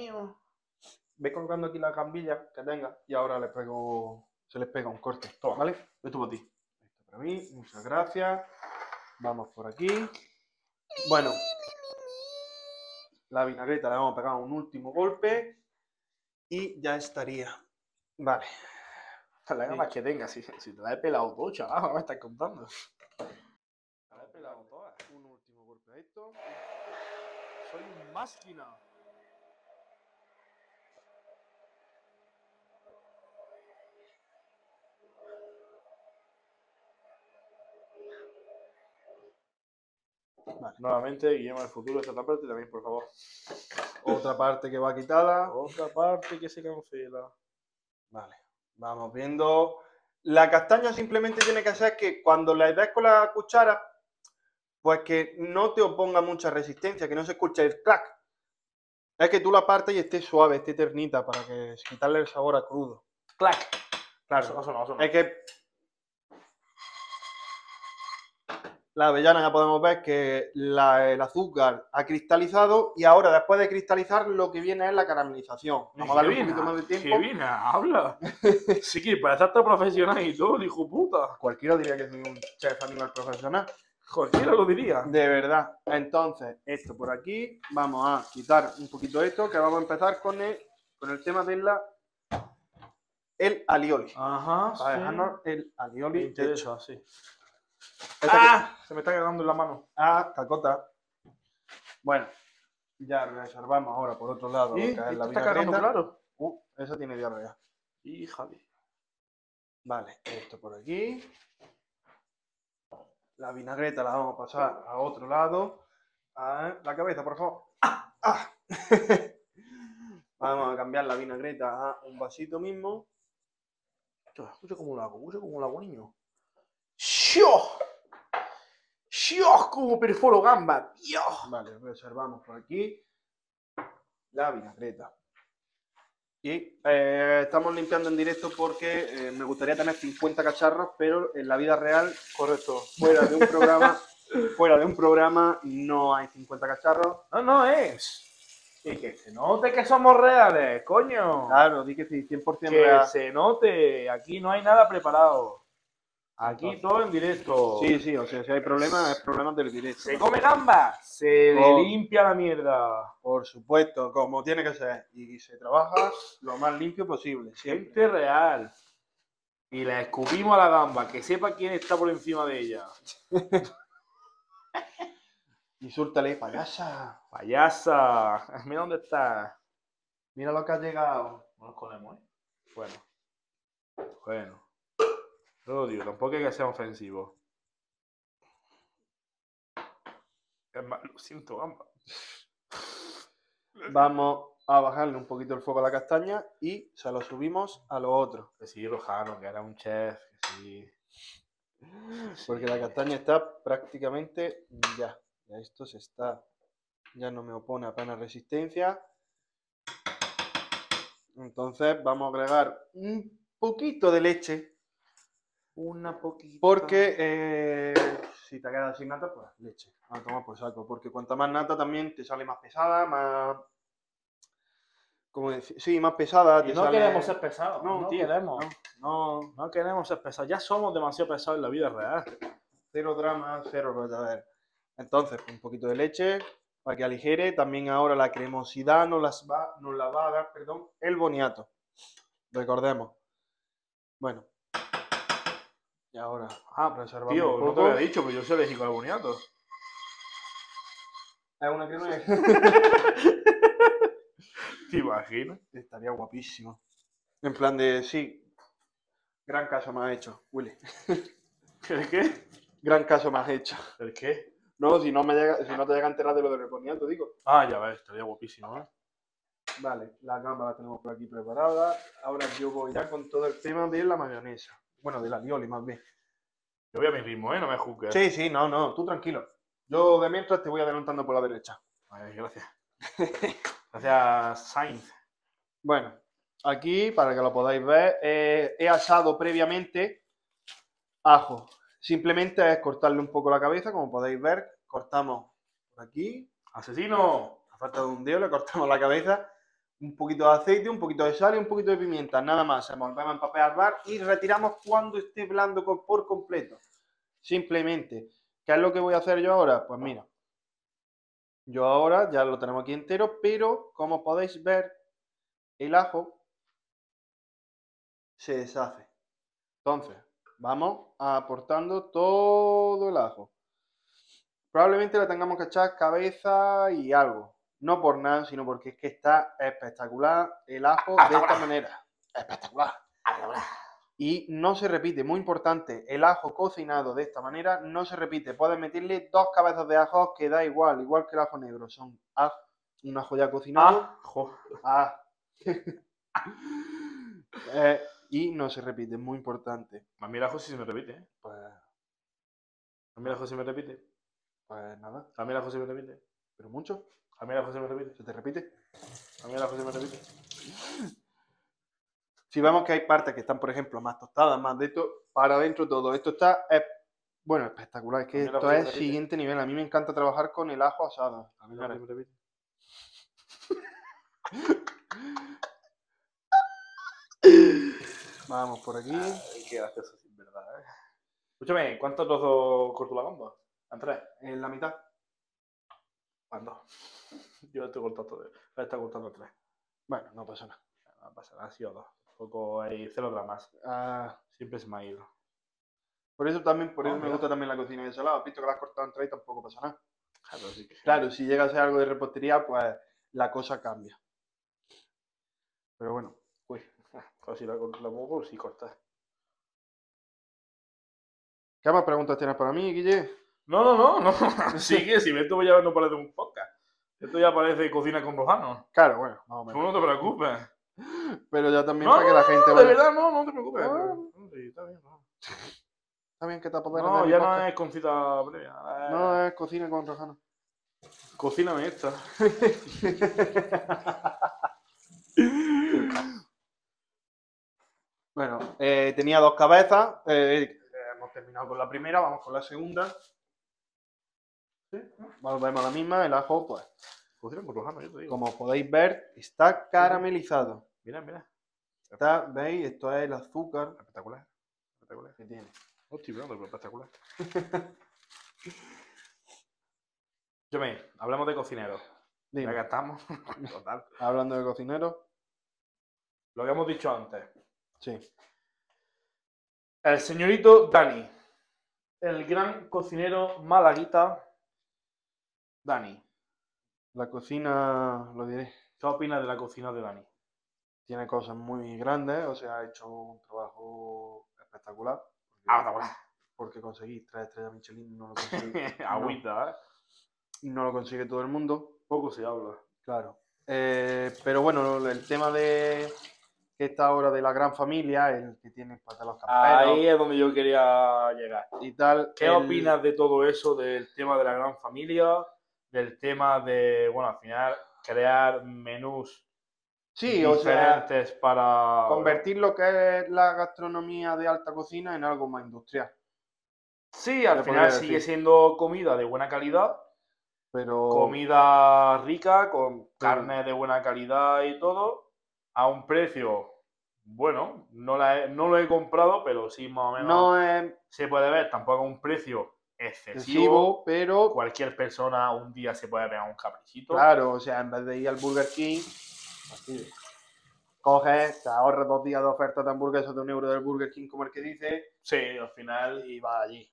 B: Ve colocando aquí la gambilla que tenga y ahora le pego, se les pega un corte, ¿vale?
A: Esto para ti.
B: Esto para mí, muchas gracias. Vamos por aquí. Bueno, la vinagreta le vamos a pegar un último golpe y ya estaría. Vale.
A: La
B: gamba
A: gamba que tengas, si, te la he pelado todo, chaval, me estás contando.
B: Un último golpe a esto. Soy un máquina.
A: Nuevamente, Guillermo del Futuro, esta parte también, por favor.
B: Otra parte que va quitada.
A: Otra parte que se cancela.
B: Vale, vamos viendo. La castaña simplemente tiene que hacer que cuando la des con la cuchara, pues que no te oponga mucha resistencia, que no se escuche el crack. Es que tú la partes y esté suave, esté ternita, para que quitarle el sabor a crudo.
A: Clac. Eh, Eso no,
B: Claro,
A: eso no, eso no.
B: es que la avellana ya podemos ver que la- el azúcar ha cristalizado y ahora después de cristalizar lo que viene es la caramelización. Vamos a darle un poquito más de tiempo.
A: Gevina, <laughs> habla. sí que parece hasta profesional y todo, el hijo puta.
B: Cualquiera diría que soy un chef animal profesional.
A: Cualquiera lo diría.
B: De verdad. Entonces, esto por aquí. Vamos a quitar un poquito esto, que vamos a empezar con el, con el tema de la el alioli.
A: Ajá,
B: Para dejarnos el
A: Me
B: alioli hecho.
A: interesa, sí.
B: Esta-
A: Se me está cagando en la mano.
B: ¡Ah! ¡Cacota! Bueno, ya reservamos ahora por otro lado lo que
A: ¿Eh?
B: es
A: ¿Esto
B: la
A: está cagando
B: vinagreta.
A: claro?
B: Uh, esa tiene diarrea.
A: Hija de...
B: Vale, esto por aquí. La vinagreta la vamos a pasar a otro lado. A la cabeza, por favor. ¡Ah! ¡Ah! <laughs> vamos a cambiar la vinagreta a un vasito mismo.
A: Yo, escucha cómo lo hago, escucha cómo lo hago, niño. ¡Dios! ¡Dios! ¡Cómo perforo gamba! ¡Dios!
B: Vale, reservamos por aquí la vinagreta. Y eh, estamos limpiando en directo porque eh, me gustaría tener 50 cacharros, pero en la vida real, correcto, fuera de un programa, <laughs> fuera de un programa no hay 50 cacharros.
A: No, no es. Y que se note que somos reales, coño.
B: Claro, di que sí, 100%
A: que
B: real.
A: se note. Aquí no hay nada preparado. Aquí
B: Entonces,
A: todo en directo.
B: Sí, sí, o sea, si hay problemas, es problemas del directo.
A: Se come gamba. Se
B: Oh.
A: limpia la mierda.
B: Por supuesto, como tiene que ser. Y se trabaja lo más limpio posible, siempre.
A: Gente real. Y la escupimos a la gamba. Que sepa quién está por encima de ella.
B: Insúltale, payasa.
A: Payasa. <laughs> Mira dónde está.
B: Mira lo que ha llegado.
A: No nos colemos, ¿eh? Bueno. Bueno. No lo digo, tampoco hay que ser ofensivo. Es más, lo siento, gamba.
B: Vamos a bajarle un poquito el fuego a la castaña y se lo subimos a lo otro.
A: Que Pues sí, Rojano, que era un chef, que sí.
B: Porque la castaña está prácticamente ya. Ya esto se está. Ya no me opone apenas resistencia. Entonces vamos a agregar un poquito de leche.
A: Una poquita.
B: Porque eh, si te quedas sin nata, pues leche. A tomar por saco. Porque cuanta más nata también te sale más pesada, más. Como decir, sí, más pesada.
A: Y
B: te
A: no
B: sale-
A: queremos ser pesados. No,
B: No, tío,
A: queremos.
B: No,
A: No. queremos ser pesados. Ya somos demasiado pesados en la vida real.
B: cero drama, cero verdadero. Entonces, pues, un poquito de leche para que aligere. También ahora la cremosidad nos, las va, nos la va a dar perdón, el boniato. Recordemos. Bueno, Y ahora. Ah, preservamos.
A: Tío,
B: un
A: no te
B: poco.
A: había dicho, pero yo soy alérgico al boniato.
B: Es una crema de-
A: ¿Te imaginas?
B: Estaría guapísimo. En plan de, sí, gran caso me has hecho, Willy.
A: ¿El qué?
B: Gran caso me has hecho.
A: ¿El qué?
B: No, si no, me llega, si no te llega a enterar de lo de reponiendo, digo.
A: Ah, ya ves, estaría guapísimo, ¿eh?
B: Vale, la gamba la tenemos por aquí preparada. Ahora yo voy ya con todo el tema de la mayonesa. Bueno, de la lioli más bien.
A: Yo voy a mi ritmo, ¿eh? No me juzgues.
B: Sí, sí, no, no, tú tranquilo. Yo de mientras te voy adelantando por la derecha.
A: Ay, gracias. <laughs> Gracias, Sainz.
B: Bueno, aquí, para que lo podáis ver, eh, he asado previamente ajo. Simplemente es cortarle un poco la cabeza, como podéis ver, cortamos por aquí,
A: ¡Asesino!
B: a falta de un dedo le cortamos la cabeza, un poquito de aceite, un poquito de sal y un poquito de pimienta, nada más, envolvemos en papel bar y retiramos cuando esté blando co- por completo. Simplemente, ¿qué es lo que voy a hacer yo ahora? Pues mira, yo ahora ya lo tenemos aquí entero, pero como podéis ver, el ajo se deshace. Entonces, vamos aportando todo el ajo. Probablemente le tengamos que echar cabeza y algo. No por nada, sino porque es que está espectacular el ajo de esta manera. Espectacular. Y no se repite, muy importante, el ajo cocinado de esta manera no se repite. Puedes meterle dos cabezas de ajo que da igual, igual que el ajo negro. Son ajo, un ajo ya cocinado.
A: Ajo.
B: Ah. <laughs> Eh, y no se repite, muy importante.
A: A mí el ajo sí se me repite, ¿eh?
B: Pues,
A: A mí el ajo se me repite.
B: pues nada,
A: A mí el ajo se me repite.
B: pero mucho.
A: A mí el ajo se me repite.
B: ¿Se te repite?
A: A mí el ajo se me repite.
B: Si vemos que hay partes que están, por ejemplo, más tostadas, más de esto, para adentro todo. Esto está, es- bueno, espectacular. Es que
A: También lo
B: esto
A: hacemos
B: es
A: aquí, ¿eh?
B: siguiente nivel. A mí me encanta trabajar con el ajo asado.
A: A mí el ajo se me repite.
B: Vamos por aquí.
A: Ay, qué gracioso, sin verdad, ¿eh? Escúchame, ¿cuántos trozos corto la gamba? ¿En tres?
B: En la mitad.
A: En dos. <laughs> Yo la estoy cortando todo. La está cortando en tres.
B: Bueno, no pasa nada.
A: No pasa nada, sí o dos. Un poco ahí, cero dramas.
B: Ah,
A: Siempre se me ha ido.
B: por eso también, por
A: Ah,
B: eso me
A: mira.
B: gusta también la cocina de salado. Has visto que la has cortado en tres y tampoco pasa nada.
A: Claro, sí que-
B: Claro, si llega a ser algo de repostería, pues la cosa cambia. Pero bueno,
A: Uy, claro, si la, la muevo, sí corta.
B: ¿qué más preguntas tienes para mí, Guille?
A: No, no, <laughs> no, no. Sigue, si esto ya no parece un podcast. Esto ya parece cocina con Rojano.
B: Claro, bueno, más o
A: Tú
B: menos.
A: no te preocupes.
B: Pero ya también
A: No,
B: para que la gente
A: No, de
B: vaya-
A: verdad, no, no te Ah. preocupes.
B: No.
A: Sí, está bien, no.
B: También que te apoderes de
A: No,
B: mi
A: ya no
B: podcast.
A: es con cita previa. eh,
B: No, es cocina con Rojano.
A: Cocíname esta.
B: Bueno, eh, tenía dos cabezas. eh, hemos terminado con la primera, vamos con la segunda. Volvemos a la misma. El ajo, pues,
A: Cocina con Rojano, yo te digo.
B: como podéis ver, está caramelizado.
A: Mira, mira.
B: Está, ¿Veis? Esto es el azúcar
A: Espectacular. Espectacular.
B: que tiene.
A: No estoy mirando, pero espectacular. <laughs> Escúchame, hablamos de cocineros.
B: Dime,
A: Ya que <laughs> estamos. Total.
B: hablando de cocineros,
A: Lo que hemos dicho antes.
B: sí.
A: El señorito Dani. El gran cocinero malaguita Dani.
B: La cocina, lo diré,
A: ¿Qué opinas de la cocina de Dani?
B: tiene cosas muy grandes, o sea, ha hecho un trabajo espectacular.
A: Ah,
B: Porque conseguir tres estrellas Michelin no lo consigue,
A: <laughs> Agüita, ¿eh?
B: no lo consigue todo el mundo,
A: Poco se habla.
B: claro. Eh, pero bueno, el tema de que está ahora de la gran familia, el que tiene para los camperos
A: Ahí es donde yo quería llegar.
B: y tal.
A: ¿Qué
B: el-
A: opinas de todo eso, del tema de la gran familia, del tema de, bueno, al final, crear menús
B: Sí, o sea,
A: diferentes para...
B: convertir lo que es la gastronomía de alta cocina en algo más industrial.
A: Sí, al final
B: Se podría
A: sigue
B: decir. Oh.
A: siendo comida de buena calidad,
B: Pero
A: comida rica,
B: Mm.
A: con carne de buena calidad y todo, a un precio bueno. No, la he- no lo he comprado, pero sí más o menos
B: no es
A: se puede ver. Tampoco a un precio excesivo.
B: excesivo, pero
A: Cualquier persona un día se puede pegar un caprichito.
B: Claro, o sea, en vez de ir al Burger King, así, coges, te ahorras dos días de oferta de hamburguesas de un euro del Burger King, como el que dice,
A: Sí, al final.
B: y vas allí.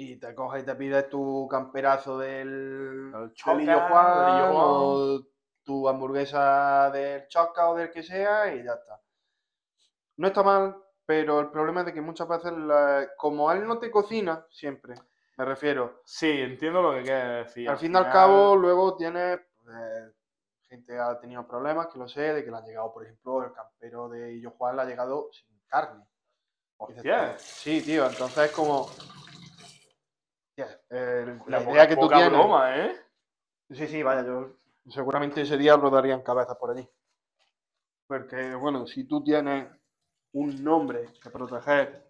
B: Y te coges y te pides tu camperazo del,
A: El
B: del
A: Choca,
B: Lillo
A: del
B: Juan,
A: Lillo Juan.
B: o tu hamburguesa del Choca o del que sea y ya está. No está mal, pero el problema es de que muchas veces, la- como él no te cocina, siempre, me refiero,
A: Sí, entiendo lo que quieres decir.
B: al fin y al
A: final-
B: cabo, luego tiene eh, gente que ha tenido problemas, que lo sé, de que le ha llegado, por ejemplo, el campero de Illo Juan le ha llegado sin carne. Y dices,
A: Hostia.
B: Sí, tío, entonces es como. Hostia, eh, la
A: Poca-
B: idea que tú
A: poca
B: tienes.
A: broma, ¿eh?
B: Sí, sí, vaya, yo seguramente ese día rodarían cabezas por allí. Porque, bueno, si tú tienes un nombre que proteger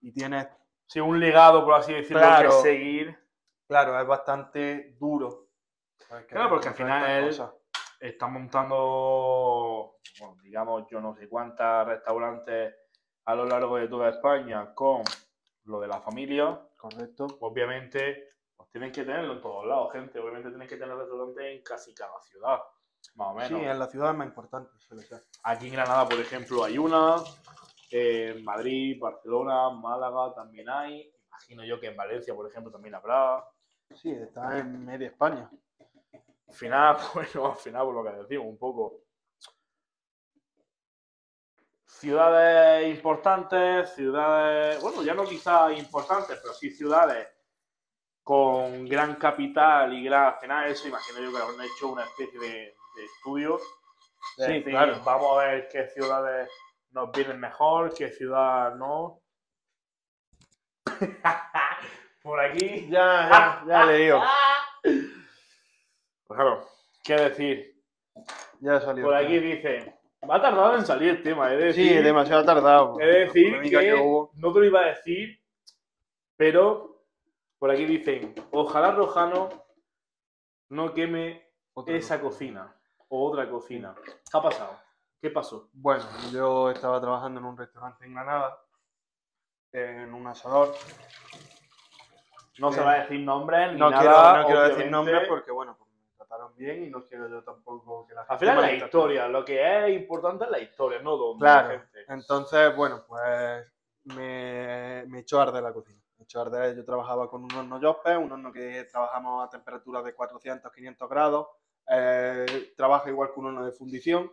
B: y tienes
A: Sí, un legado, por así decirlo,
B: Claro.
A: que seguir.
B: Claro, es bastante duro. pues,
A: Claro, porque al final
B: estas
A: él-
B: cosas.
A: Están montando, bueno, digamos, yo no sé cuántos restaurantes a lo largo de toda España con lo de la familia.
B: Correcto.
A: Obviamente, pues tienen que tenerlo en todos lados, gente. Obviamente tienen que tener restaurantes en casi cada ciudad, más o menos.
B: Sí, en la ciudad es más importante. suele ser.
A: Aquí en Granada, por ejemplo, hay una. En Madrid, Barcelona, Málaga también hay. Imagino yo que en Valencia, por ejemplo, también habrá.
B: Sí, está en media España.
A: Al final, <laughs> bueno, al final, por lo que decimos, un poco. Ciudades importantes, ciudades, bueno, ya no quizás importantes, pero sí ciudades con gran capital y gran. Al final, eso imagino yo que habrán hecho una especie de, de estudio. Es decir, Vamos a ver qué ciudades nos vienen mejor, qué ciudad no. <laughs> por aquí.
B: Ya, ya, ya le digo.
A: Pues claro, ¿qué decir?
B: Ya salió.
A: Por aquí dice, va a tardar en salir el tema, he de
B: Sí,
A: decir,
B: demasiado tardado.
A: he de decir
B: La
A: que,
B: polémica hubo.
A: no te lo iba a decir, pero por aquí dicen, ojalá Rojano no queme
B: Otra
A: esa
B: cosa.
A: cocina o otra cocina. ¿Qué ha pasado? ¿Qué pasó?
B: Bueno, yo estaba trabajando en un restaurante en Granada, en un asador.
A: No
B: Eh,
A: se va a decir nombres ni
B: No
A: nada,
B: quiero, no quiero decir
A: obviamente.
B: nombres porque, bueno, pues me trataron bien y no quiero yo tampoco que la
A: Al final es la
B: maltrate.
A: historia, lo que es importante es la historia, no dónde.
B: Claro.
A: gente.
B: Entonces, bueno, pues me, me echó a arder la cocina. Me echó a arder. Yo trabajaba con un horno Jospe, un horno que trabajamos a temperaturas de 400, 500 grados. eh, trabaja igual que un horno de fundición.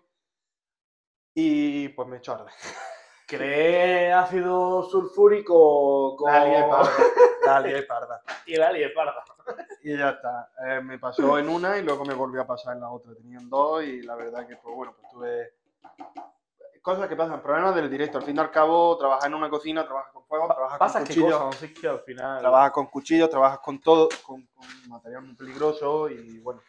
B: Y pues me echó a arder.
A: ¿Cree ácido sulfúrico con
B: La lié <laughs> parda. La lié parda.
A: y la lié parda.
B: Y ya está. Eh, me pasó en una y luego me volvió a pasar en la otra. Tenían dos y la verdad que, pues bueno, pues tuve. Cosas que pasan, problemas del directo. Al fin y al cabo, trabajas en una cocina, trabajas con fuego, trabajas
A: Pasa
B: con
A: que
B: cuchillos.
A: cosas, no sé qué al final.
B: trabajas con cuchillos, trabajas con todo, con, con material muy peligroso y bueno.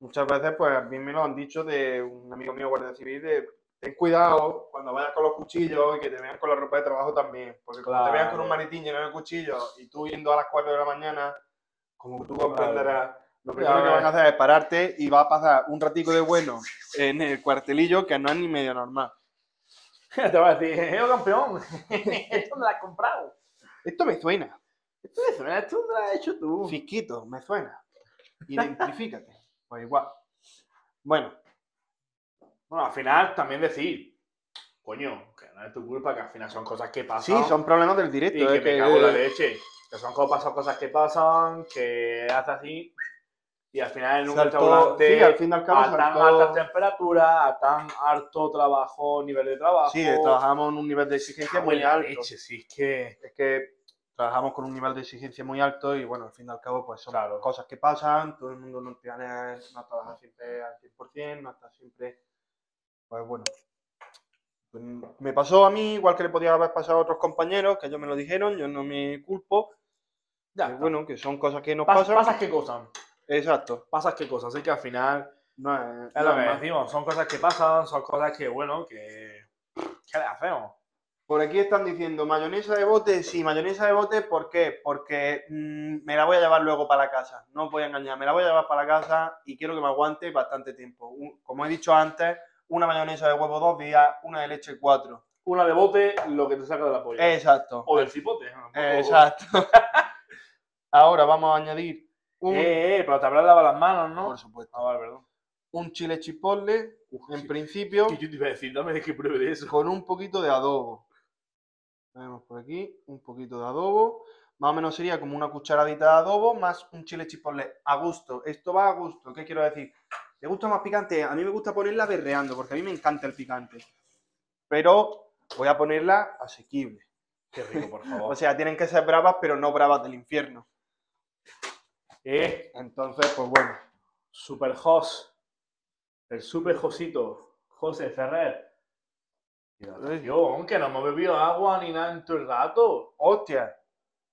B: Muchas veces, pues a mí me lo han dicho de un amigo mío guardia civil de ten cuidado cuando vayas con los cuchillos y que te vean con la ropa de trabajo también. Porque cuando te vean con un
A: Claro.
B: maletín lleno de cuchillos y tú yendo a las 4 de la mañana, como que tú comprenderás, lo primero
A: Claro.
B: que van a hacer es pararte y va a pasar un ratico de bueno en el cuartelillo que no es ni medio normal.
A: <laughs> Te va a decir, eh, campeón, <laughs> esto me lo has comprado.
B: Esto me suena,
A: Esto me suena, esto te lo has hecho tú.
B: Fisquito, me suena. Identifícate. <laughs> Pues igual. Bueno,
A: Bueno, al final también decir, coño, que no es tu culpa, que al final son cosas que
B: sí,
A: pasan.
B: son problemas del
A: Y
B: directo.
A: que
B: eh,
A: me
B: que-
A: cago en
B: <laughs>
A: la leche. Que son cosas, son cosas que pasan, que hace así. Y al final en un
B: saltó-
A: restaurante
B: sí, al fin y al cabo
A: a tan
B: saltó-
A: altas temperaturas, a tan harto trabajo, nivel de trabajo.
B: Sí, trabajamos en un nivel de exigencia
A: Cago en
B: muy
A: la
B: alto.
A: leche, sí, es que...
B: Es que trabajamos con un nivel de exigencia muy alto y bueno, al fin y al cabo, pues son
A: Claro.
B: cosas que pasan, todo el mundo no tiene, no trabaja siempre al 100%, no está siempre, pues bueno. Mm, Me pasó a mí, igual que le podía haber pasado a otros compañeros, que ellos me lo dijeron, yo no me culpo.
A: Ya
B: que
A: está.
B: Eh, bueno, que son cosas que nos
A: Pas-
B: pasan.
A: pasas qué cosas,
B: Exacto.
A: pasas qué cosas. Así que al final
B: No, es,
A: Es lo
B: no,
A: que
B: no.
A: decimos, son cosas que pasan, son cosas que, bueno, que. ¿Qué le hacemos?
B: Por aquí están diciendo mayonesa de bote. Sí, mayonesa de bote, ¿por qué? Porque mm, me la voy a llevar luego para la casa. No os voy a engañar, me la voy a llevar para la casa y quiero que me aguante bastante tiempo. Un- como he dicho antes, una mayonesa de huevo dos días, una de leche cuatro.
A: Una de bote, lo que te saca de la polla.
B: Exacto.
A: o del cipote. ¿no?
B: oh, Exacto. <laughs> Ahora vamos a añadir
A: O-
B: un.
A: Eh, eh, pero te habrás lavado las manos, ¿no?
B: Por supuesto.
A: Ah, vale, perdón.
B: un chile chipotle,
A: Uf,
B: en
A: sí.
B: principio,
A: Que yo te iba a decir, dame de que pruebe de eso.
B: con un poquito de adobo. Vemos por aquí, un poquito de adobo. Más o menos sería como una cucharadita de adobo más un chile chipotle a gusto. Esto va a gusto. ¿Qué quiero decir? ¿Te gusta más picante? A mí me gusta ponerla berreando porque a mí me encanta el picante. Pero voy a ponerla asequible.
A: Qué rico,
B: <laughs>
A: por favor.
B: O sea, tienen que ser bravas, pero no bravas del infierno.
A: eh,
B: Entonces, pues bueno.
A: Super Jos. El Super Josito. José Ferrer.
B: Ay.
A: Yo, que no hemos bebido agua ni nada en todo el rato.
B: ¡Hostia!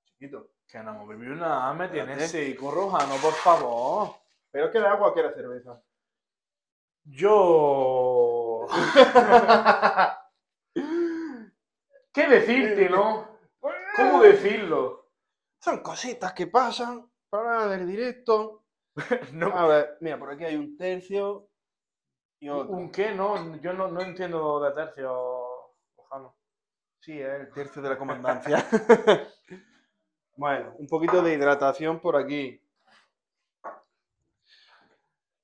B: Chiquito.
A: Que no hemos bebido nada, me
B: Espérate.
A: tienes seco, Rojano, por favor.
B: Pero es que de agua quiere cerveza. <laughs>
A: Yo... ¿Qué decirte, no? ¿Cómo decirlo?
B: <laughs> Son cositas que pasan. Para del directo.
A: No,
B: A ver, mira, por aquí hay un tercio y otro.
A: ¿Un qué? No, yo no, no entiendo de tercio, Ojano.
B: Sí, es el <laughs> tercio de la comandancia. <laughs> bueno, un poquito de hidratación por aquí.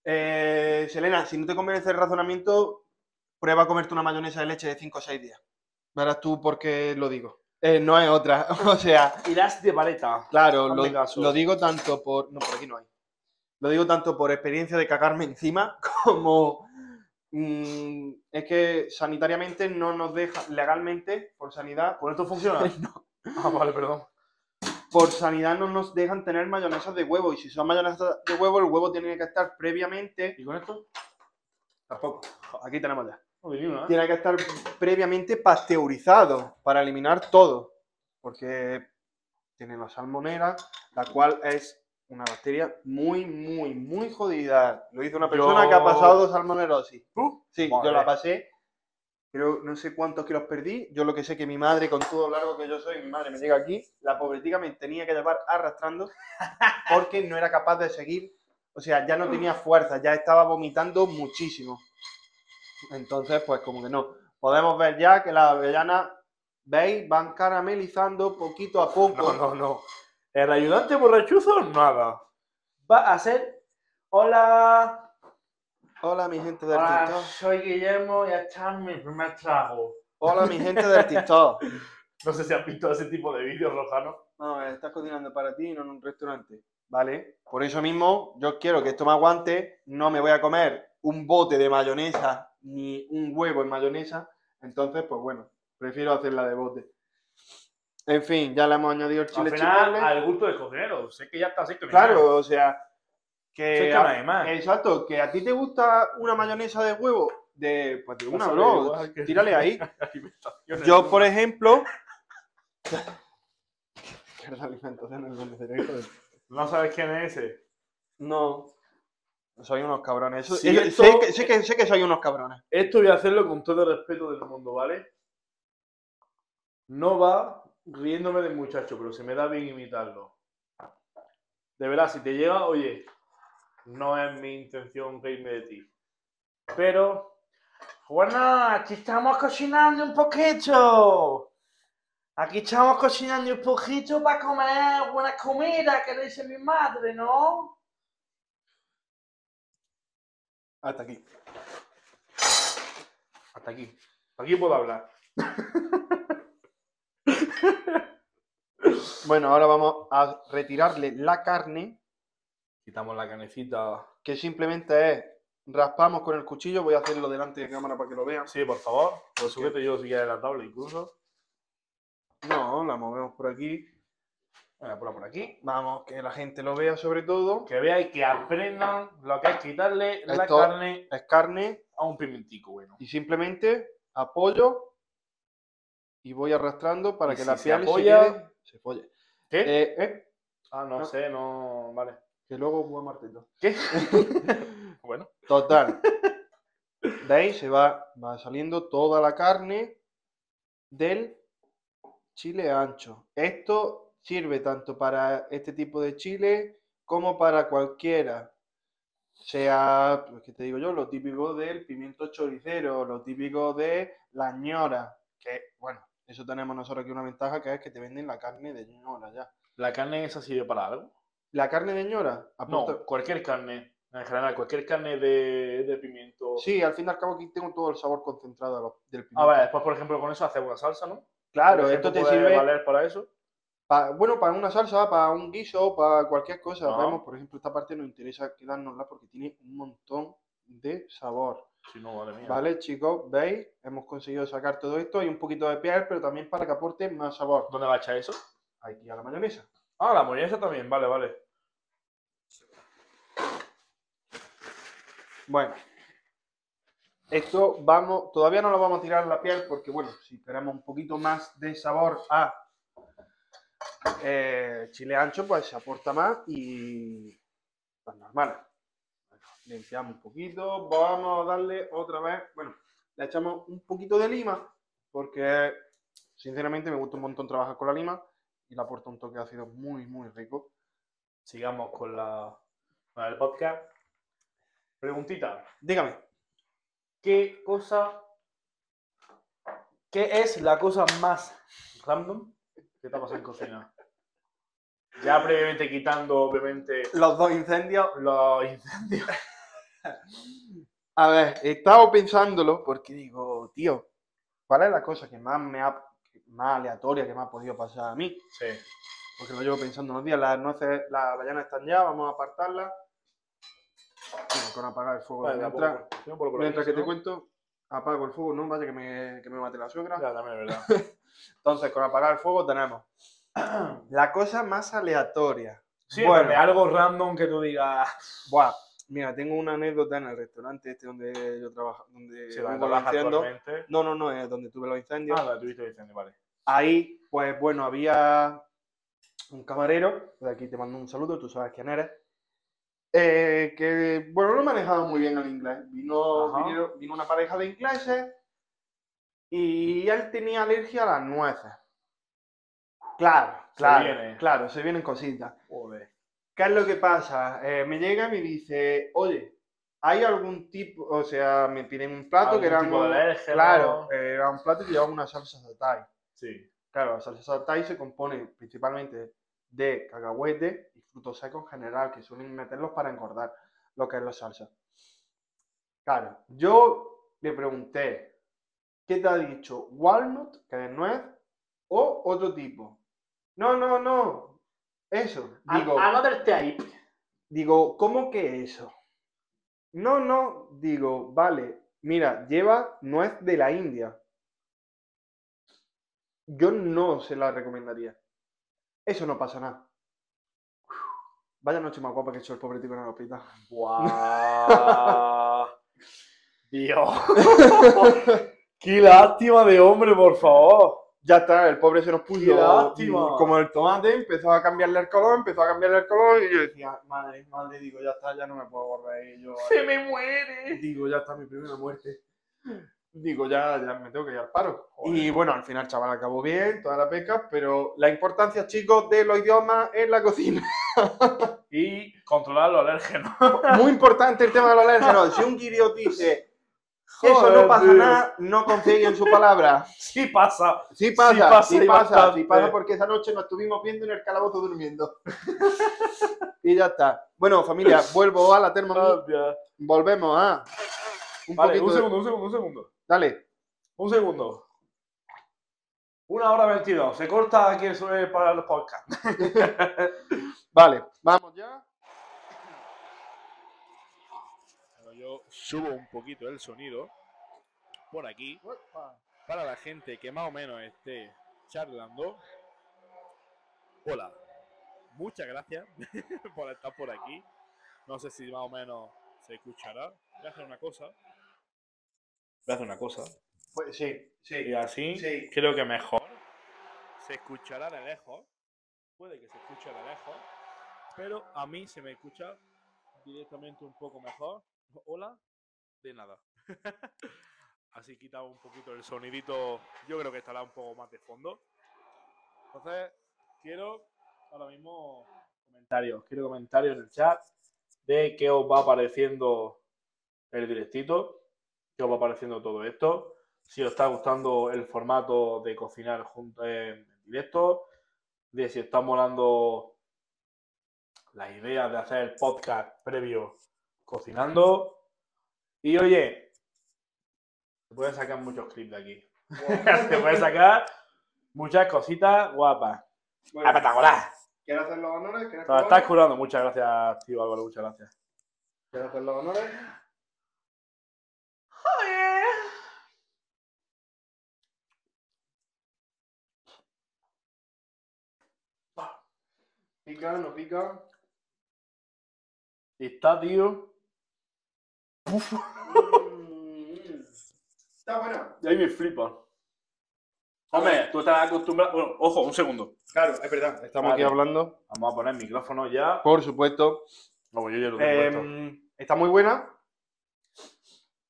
B: Eh, Selena, si no te convence el razonamiento, prueba a comerte una mayonesa de leche de 5 o 6 días. Verás tú por qué lo digo. Eh, no es otra. <laughs> O sea,
A: Irás de paleta.
B: Claro,
A: Hazme
B: lo,
A: caso.
B: lo digo tanto por. No, por aquí no hay. Lo digo tanto por experiencia de cagarme encima <laughs> como. mm, es que sanitariamente no nos deja. Legalmente, por sanidad.
A: ¿Con esto <laughs> funciona? Ah, vale, perdón.
B: Por sanidad no nos dejan tener mayonesas de huevo. Y si son mayonesas de huevo, el huevo tiene que estar previamente.
A: ¿Y con esto?
B: Tampoco. Aquí tenemos ya.
A: No vi ni una, ¿eh?
B: Tiene que estar previamente pasteurizado para eliminar todo. Porque tiene la salmonera, la cual es una bacteria muy, muy, muy jodida. Lo hizo una persona que ha
A: Yo- Uh,
B: pasado salmonerosis. Sí, yo
A: Madre.
B: la pasé. Pero no sé cuántos kilos perdí. Yo lo que sé que mi madre, con todo lo largo que yo soy, mi madre me llega aquí. La pobretica me tenía que llevar arrastrando porque no era capaz de seguir. O sea, ya no tenía fuerza, ya estaba vomitando muchísimo. Entonces, pues como que no. Podemos ver ya que las avellanas, veis, van caramelizando poquito a poco.
A: No, no, no. El ayudante borrachuzo, nada. Va a ser... Hola,
B: Hola, mi gente del
A: hola,
B: TikTok.
A: soy Guillermo y está mi primer trago.
B: Hola, mi gente del TikTok.
A: No sé si has visto ese tipo de vídeos, Rojano.
B: <laughs> No, eh, estás cocinando para ti y no en un restaurante. Vale. Por eso mismo, yo quiero que esto me aguante. No me voy a comer un bote de mayonesa ni un huevo en mayonesa. Entonces, pues bueno, prefiero hacerla de bote. En fin, ya le hemos añadido el chile
A: al final,
B: chipotle.
A: al gusto del cocinero. Sé que ya está seco.
B: Claro, o sea, que.
A: Sé que no hay más.
B: Exacto, que a ti te gusta una mayonesa de huevo. De, pues de una,
A: Pásale,
B: bro.
A: igual que-
B: <laughs>
A: <laughs>
B: Tírale ahí.
A: Alimentación
B: Yo,
A: es- <laughs>
B: por ejemplo. Mierda, alimentación en el cerebro.
A: No sabes quién es ese.
B: No. Soy unos cabrones. Eso-
A: Sí,
B: ellos-
A: esto-
B: sé, que, sé que- sé que soy unos cabrones.
A: Esto voy a hacerlo con todo el respeto del mundo, ¿vale? No va riéndome del muchacho, pero se me da bien imitarlo. De verdad, si te llega, oye, no es mi intención reírme de ti. Pero, bueno, aquí estamos cocinando un poquito. Aquí estamos cocinando un poquito para comer buena comida, que le dice mi madre, ¿no?
B: Hasta aquí.
A: Hasta aquí. Aquí puedo hablar.
B: Bueno, ahora vamos a retirarle la carne,
A: Quitamos la canecita.
B: que simplemente es raspamos con el cuchillo. Voy a hacerlo delante de cámara para que lo vean.
A: Sí, por favor. Lo sujete yo si quieres la tabla incluso.
B: No, la movemos por aquí.
A: Venga, ponla por aquí.
B: Vamos, que la gente lo vea sobre todo.
A: Que veáis que aprendan lo que es quitarle la
B: Esto-
A: carne
B: Es carne
A: a un pimentico, bueno.
B: y simplemente apoyo y voy arrastrando para
A: Y
B: que
A: si
B: la
A: se
B: piel se,
A: apoya-
B: quede- se folle.
A: ¿Qué?
B: Eh, eh,
A: ah, no,
B: no.
A: sé, no. Vale.
B: que luego voy a martillo.
A: ¿Qué? bueno.
B: Total. De ahí se va, va saliendo toda la carne del chile ancho. Esto sirve tanto para este tipo de chile como para cualquiera. Sea, pues, ¿qué te digo yo? Lo típico del pimiento choricero, lo típico de la ñora. Que, bueno, eso tenemos nosotros aquí una ventaja que es que te venden la carne de ñora ya.
A: ¿La carne esa sirve para algo?
B: ¿La carne de ñora?
A: No,
B: aporta-
A: cualquier carne. En general, cualquier carne de, de pimiento.
B: Sí, al fin y al cabo aquí tengo todo el sabor concentrado de lo- del
A: A
B: pimiento.
A: ver, después, por ejemplo, con eso haces una salsa, ¿no?
B: claro,
A: Por
B: esto
A: ejemplo,
B: te
A: puede
B: sirve
A: valer para eso?
B: pa- bueno, para una salsa, para un guiso, para cualquier cosa.
A: Ajá.
B: Vemos, por ejemplo, esta parte nos interesa quedárnosla porque tiene un montón de sabor.
A: Si no, madre mía.
B: Vale, chicos, veis, hemos conseguido sacar todo esto. Hay un poquito de piel, pero también para que aporte más sabor.
A: ¿Dónde va a echar eso?
B: Aquí a la mayonesa.
A: Ah, la mayonesa también, vale, vale.
B: Bueno, esto vamos, todavía no lo vamos a tirar a la piel porque, bueno, si queremos un poquito más de sabor a eh, chile ancho, pues se aporta más y pues normal. Bueno, limpiamos un poquito, vamos a darle otra vez, bueno, le echamos un poquito de lima porque, sinceramente, me gusta un montón trabajar con la lima y le aporta un toque ácido muy, muy rico.
A: Sigamos con la con el podcast. Preguntita.
B: Dígame.
A: ¿Qué cosa? ¿Qué es la cosa más random que te ha pasado en cocina? Ya previamente quitando, obviamente,
B: Los dos incendios
A: los incendios.
B: A ver, he estado pensándolo porque digo, tío, ¿cuál es la cosa que más me ha, que más aleatoria que me ha podido pasar a mí?
A: Sí.
B: Porque lo llevo pensando unos días, las nueces, las avellanas están ya, vamos a apartarlas. Bueno, con apagar el fuego.
A: Vale, la
B: mientras
A: pongo- yo pongo por
B: mientras
A: aquí,
B: que te
A: ¿no?
B: cuento, apago el fuego, no vaya que me, que me mate la suegra.
A: Ya, también es verdad.
B: Entonces, con apagar el fuego tenemos <clears throat> la cosa más aleatoria.
A: <laughs> Sí,
B: Bueno.
A: bueno. algo random que tú digas.
B: Buah, mira, tengo una anécdota en el restaurante este donde yo trabajo, donde
A: Se la
B: hubo los
A: trabaja
B: incendios.
A: actualmente.
B: No, no, no, es donde tuve los incendios.
A: Ah, la tuviste diciendo, vale.
B: Ahí, pues bueno, había un camarero, de aquí te mando un saludo, tú sabes quién eres, eh, que, bueno, no manejaba muy bien el inglés. Vino,
A: Ajá.
B: vinieron- vino una pareja de ingleses y él tenía alergia a las nueces. Claro,
A: Se
B: claro,
A: viene.
B: claro, se vienen cositas.
A: Joder.
B: ¿Qué es lo que pasa? Eh, me llega y me dice, oye, ¿hay algún tipo, o sea, me piden un plato
A: Algún
B: que era
A: tipo
B: un-
A: de alérgeno.
B: claro, eh, era un plato que llevaba una salsa de Thai.
A: Sí.
B: Claro, la salsa Thai se compone principalmente de cacahuete y frutos secos en general, que suelen meterlos para engordar lo que es la salsa. Claro, yo le pregunté, ¿qué te ha dicho? ¿Walnut, que es nuez, o otro tipo? No, no, no, eso.
A: Ah,
B: Digo,
A: Another tape.
B: digo, ¿cómo que eso? No, no, digo, vale, mira, lleva nuez de la India. Yo no se la recomendaría. Eso no pasa nada. Vaya noche más guapa que he hecho el pobre tipo en el hospital. <laughs>
A: Buah. Dios. <laughs> Qué lástima de hombre, por favor.
B: Ya está, el pobre se nos
A: ¡Qué
B: puso
A: lástima!
B: mm, como el tomate, empezó a cambiarle el color, empezó a cambiarle el color y yo decía, madre, madre, digo, ya está, ya no me puedo borrar y yo. eh.
A: Se me muere.
B: Digo, ya está mi primera muerte. Digo, ya, ya me tengo que ir al paro. Y bueno, al final, chaval, acabó bien, toda la pesca, pero la importancia, chicos, de los idiomas en la cocina.
A: Y controlar los alérgenos.
B: Muy importante el tema de los alérgenos. Si un guirio dice, eso no pasa nada, no confíen en su palabra.
A: Sí pasa.
B: Sí
A: Sí
B: pasa,
A: pasa
B: sí
A: y
B: pasa, sí
A: bastante.
B: pasa, porque esa noche nos estuvimos viendo en el calabozo durmiendo. <laughs> y ya está. Bueno, familia, vuelvo a la Thermomix, volvemos a... Ah. Un
A: Vale,
B: poquito
A: un
B: de-
A: segundo, un segundo, un segundo.
B: Dale.
A: Un segundo. Una hora veintidós. Se corta aquí sobre para el podcast.
B: Vale, vamos ya.
C: Yo subo un poquito el sonido por aquí para la gente que más o menos esté charlando. Hola, muchas gracias <laughs> por estar por aquí. No sé si más o menos se escuchará. Voy a hacer una cosa. Voy a hacer una cosa.
B: Pues sí,
C: Y
B: sí.
C: así
B: Sí.
C: creo que mejor. Se escuchará de lejos. Puede que se escuche de lejos. Pero a mí se me escucha directamente un poco mejor. Hola. De nada. <laughs> así quitaba un poquito el sonidito. Yo creo que estará un poco más de fondo. Entonces, quiero ahora mismo
A: Comentarios. Quiero comentarios en el chat de qué os va apareciendo el directito. Qué os va apareciendo todo esto. Si os está gustando el formato de cocinar junto, eh, en directo. De si os está molando la idea de hacer el podcast previo cocinando. Y oye, se pueden sacar muchos clips de aquí. <laughs> se pueden sacar muchas cositas guapas.
B: Bueno, <laughs>
A: ¡Espectacular!
B: ¿Quieres hacer los honores? ¿Quieres
A: Te lo estás curando. Muchas gracias, tío Álvaro. Muchas gracias.
B: ¿Quieres hacer los honores? Pica, no pica.
A: Y está, tío.
B: Mm. Está buena.
A: Y ahí me flipa. Hombre, tú estás acostumbrado. Bueno, ojo, un segundo.
B: Claro, es verdad. Estamos aquí
A: Vale.
B: hablando.
A: Vamos a poner el micrófono ya.
B: Por supuesto.
A: Como pues yo ya lo tengo puesto.
B: Em, está muy buena.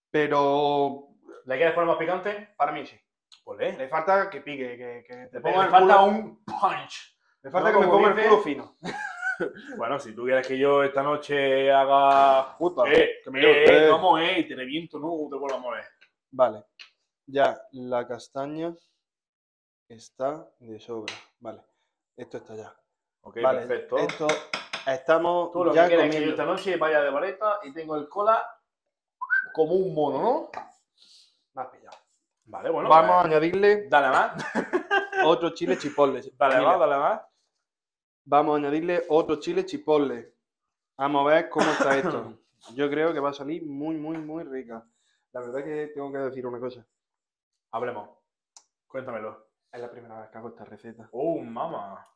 B: Pero
A: ¿Le quieres poner más picante?
B: para mí sí.
A: Pues le.
B: Le falta que pique, que, que te
A: Le
B: ponga el
A: falta
B: culo-
A: un punch.
B: Le falta
A: No,
B: que me
A: como
B: ponga el
A: dice-
B: culo fino.
A: Bueno, si tú quieres que yo esta noche haga.
B: Puta.
A: Eh,
B: que me
A: eh,
B: diga usted.
A: vamos, eh, y te reviento, no te vuelvo a mover.
B: Vale. Ya, la castaña está de sobra. Vale. Esto está ya.
A: Ok,
B: vale.
A: perfecto.
B: Esto estamos
A: Tú lo
B: ya
A: que quieres es que yo
B: comiendo.
A: esta noche vaya de vareta y tengo el cola como un mono, ¿no?
B: Me has pillado.
A: Vale, bueno.
B: Vamos a
A: pues,
B: añadirle
A: Dale más.
B: otro chile chipotle.
A: Dale
B: familia.
A: más, dale más.
B: Vamos a añadirle otro chile chipotle. Vamos a ver cómo está
A: <coughs>
B: esto. Yo creo que va a salir muy, muy, muy rica. La verdad que tengo que decir una cosa.
A: Hablemos. Cuéntamelo.
B: Es la primera vez que hago esta receta.
A: Oh, mamá.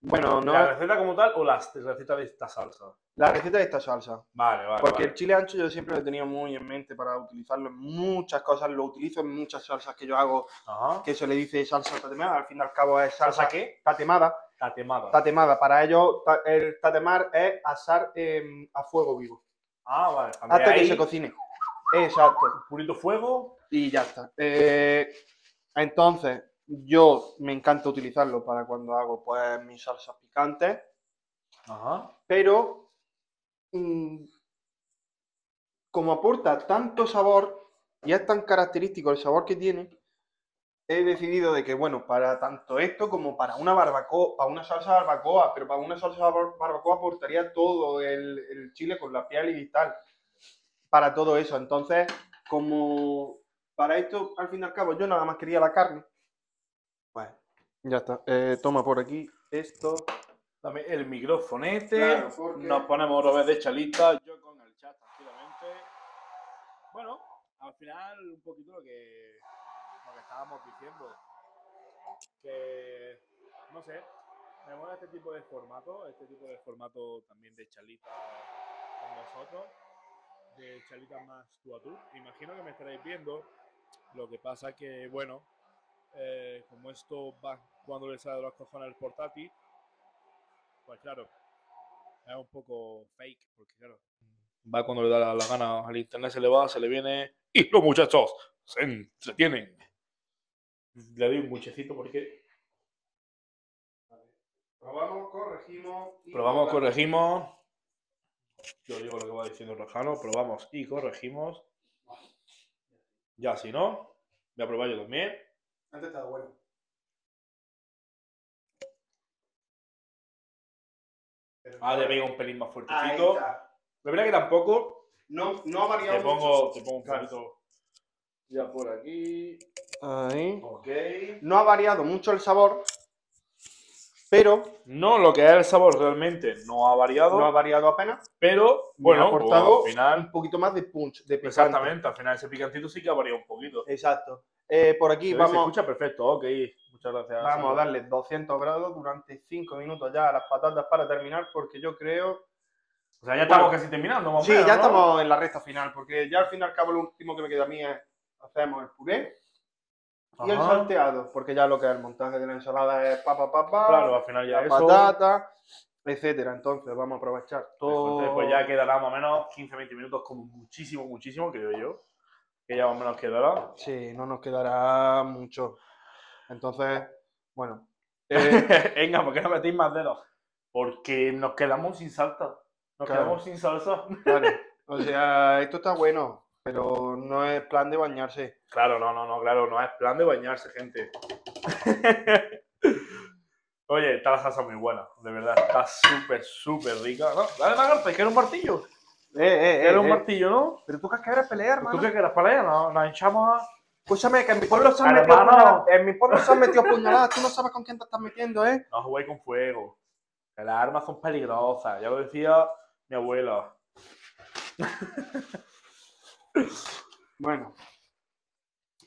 B: Bueno, no.
A: ¿La
B: La,
A: receta como tal o la receta de esta salsa?
B: receta de esta salsa.
A: Vale, vale.
B: Porque el
A: vale.
B: chile ancho yo siempre lo he tenido muy en mente para utilizarlo en muchas cosas. Lo utilizo en muchas salsas que yo hago,
A: Ajá.
B: que se le dice salsa tatemada. Al fin y al cabo es salsa
A: ¿Salsa qué?
B: tatemada.
A: Tatemada.
B: Tatemada. Para ellos ta- el tatemar es asar em, a fuego vivo.
A: Ah, vale. También
B: Hasta que
A: ahí,
B: se cocine. Exacto.
A: Purito fuego.
B: y ya está. Eh, entonces, yo me encanta utilizarlo para cuando hago pues mis salsas picantes,
A: Ajá.
B: pero mm, como aporta tanto sabor y es tan característico el sabor que tiene, he decidido de que bueno, para tanto esto como para una barbacoa, para una salsa barbacoa, pero para una salsa bar- barbacoa aportaría todo el, el chile con la piel y tal. Para todo eso, entonces como para esto, al fin y al cabo, yo nada más quería la carne. Bueno, ya está. Eh, toma por aquí esto.
A: También el microfonete.
B: Claro, porque-
A: Nos ponemos otra vez de chalita. Yo con el chat tranquilamente.
C: Bueno, al final un poquito lo que, lo que estábamos diciendo. Que, no sé, me mola este tipo de formato, este tipo de formato también de charlita con vosotros, de charlita más tú a tú. Imagino que me estaréis viendo, lo que pasa que, bueno, eh, como esto va cuando le sale de los cojones el portátil, pues claro, es un poco fake, porque claro, va cuando le da la, la gana al internet, se le va, se le viene. Y los muchachos se entretienen.
A: Le doy un buchecito porque
B: Probamos, corregimos. y
A: probamos,
B: cortamos.
A: corregimos. Yo digo lo que va diciendo Rojano. Probamos y corregimos. Ya, si no, voy a probar yo también.
B: Antes estaba bueno. Pero-
A: Ah, le pego un pelín más
B: Ahí
A: fuertecito.
B: está.
A: La verdad que tampoco.
B: No, no ha
A: Te
B: variado
A: pongo, te pongo un
B: Claro.
A: poquito. Ya por aquí.
B: Ahí.
A: Ok.
B: No ha variado mucho el sabor, pero
A: No, lo que es el sabor realmente no ha variado,
B: no ha variado apenas.
A: pero
B: ha
A: bueno, pues,
B: aportado
A: al final,
B: Un poquito más de punch, de picante.
A: exactamente, al final ese picantito sí que ha variado un poquito.
B: Exacto. Eh, por aquí
A: Se ve, se
B: vamos,
A: escucha perfecto, ok, muchas gracias.
B: Vamos a darle 200 grados durante 5 minutos ya a las patatas para terminar, porque yo creo.
A: O sea, ya estamos
B: Bueno.
A: casi terminando, más o
B: Sí,
A: menos,
B: ya
A: ¿no?
B: estamos en la recta final, porque ya al fin y al cabo lo último que me queda a mí es hacemos el puré y el
A: Ajá.
B: salteado, porque ya lo que es el montaje de la ensalada es papa, papa,
A: Claro, al final ya
B: la
A: eso.
B: patata, etcétera. Entonces vamos a aprovechar
A: Entonces,
B: todo.
A: Pues ya quedará más o menos 15-20 minutos, como muchísimo, muchísimo, creo yo. Que ya más o menos quedará.
B: Sí, no nos quedará mucho. Entonces,
A: <laughs>
B: bueno. eh,
A: Venga, ¿por qué no metéis más dedos? Porque nos quedamos sin salsa. Nos
B: Claro.
A: quedamos sin salsa.
B: claro, o sea, esto está bueno, pero no es plan de bañarse.
A: Claro, no, no, no, claro, no es plan de bañarse, <laughs> gente. Oye, está la salsa muy buena, de verdad, está súper, súper rica. ¿no? Dale, Magarta, es que era pues, un martillo.
B: Eh, eh,
A: Era
B: eh,
A: un
B: eh.
A: martillo, ¿no?
B: Pero tú que quieres pelear, hermano.
A: ¿Tú qué quieres para ella? ¿Nos, nos hinchamos?
B: Escúchame, que en mi pueblo se han metido
A: Hermano.
B: puñaladas. En mi pueblo se han metido puñaladas. Tú no sabes con quién te estás metiendo, ¿eh?
A: No juguéis con fuego. Que las armas son peligrosas. Ya lo decía mi abuela.
B: Bueno.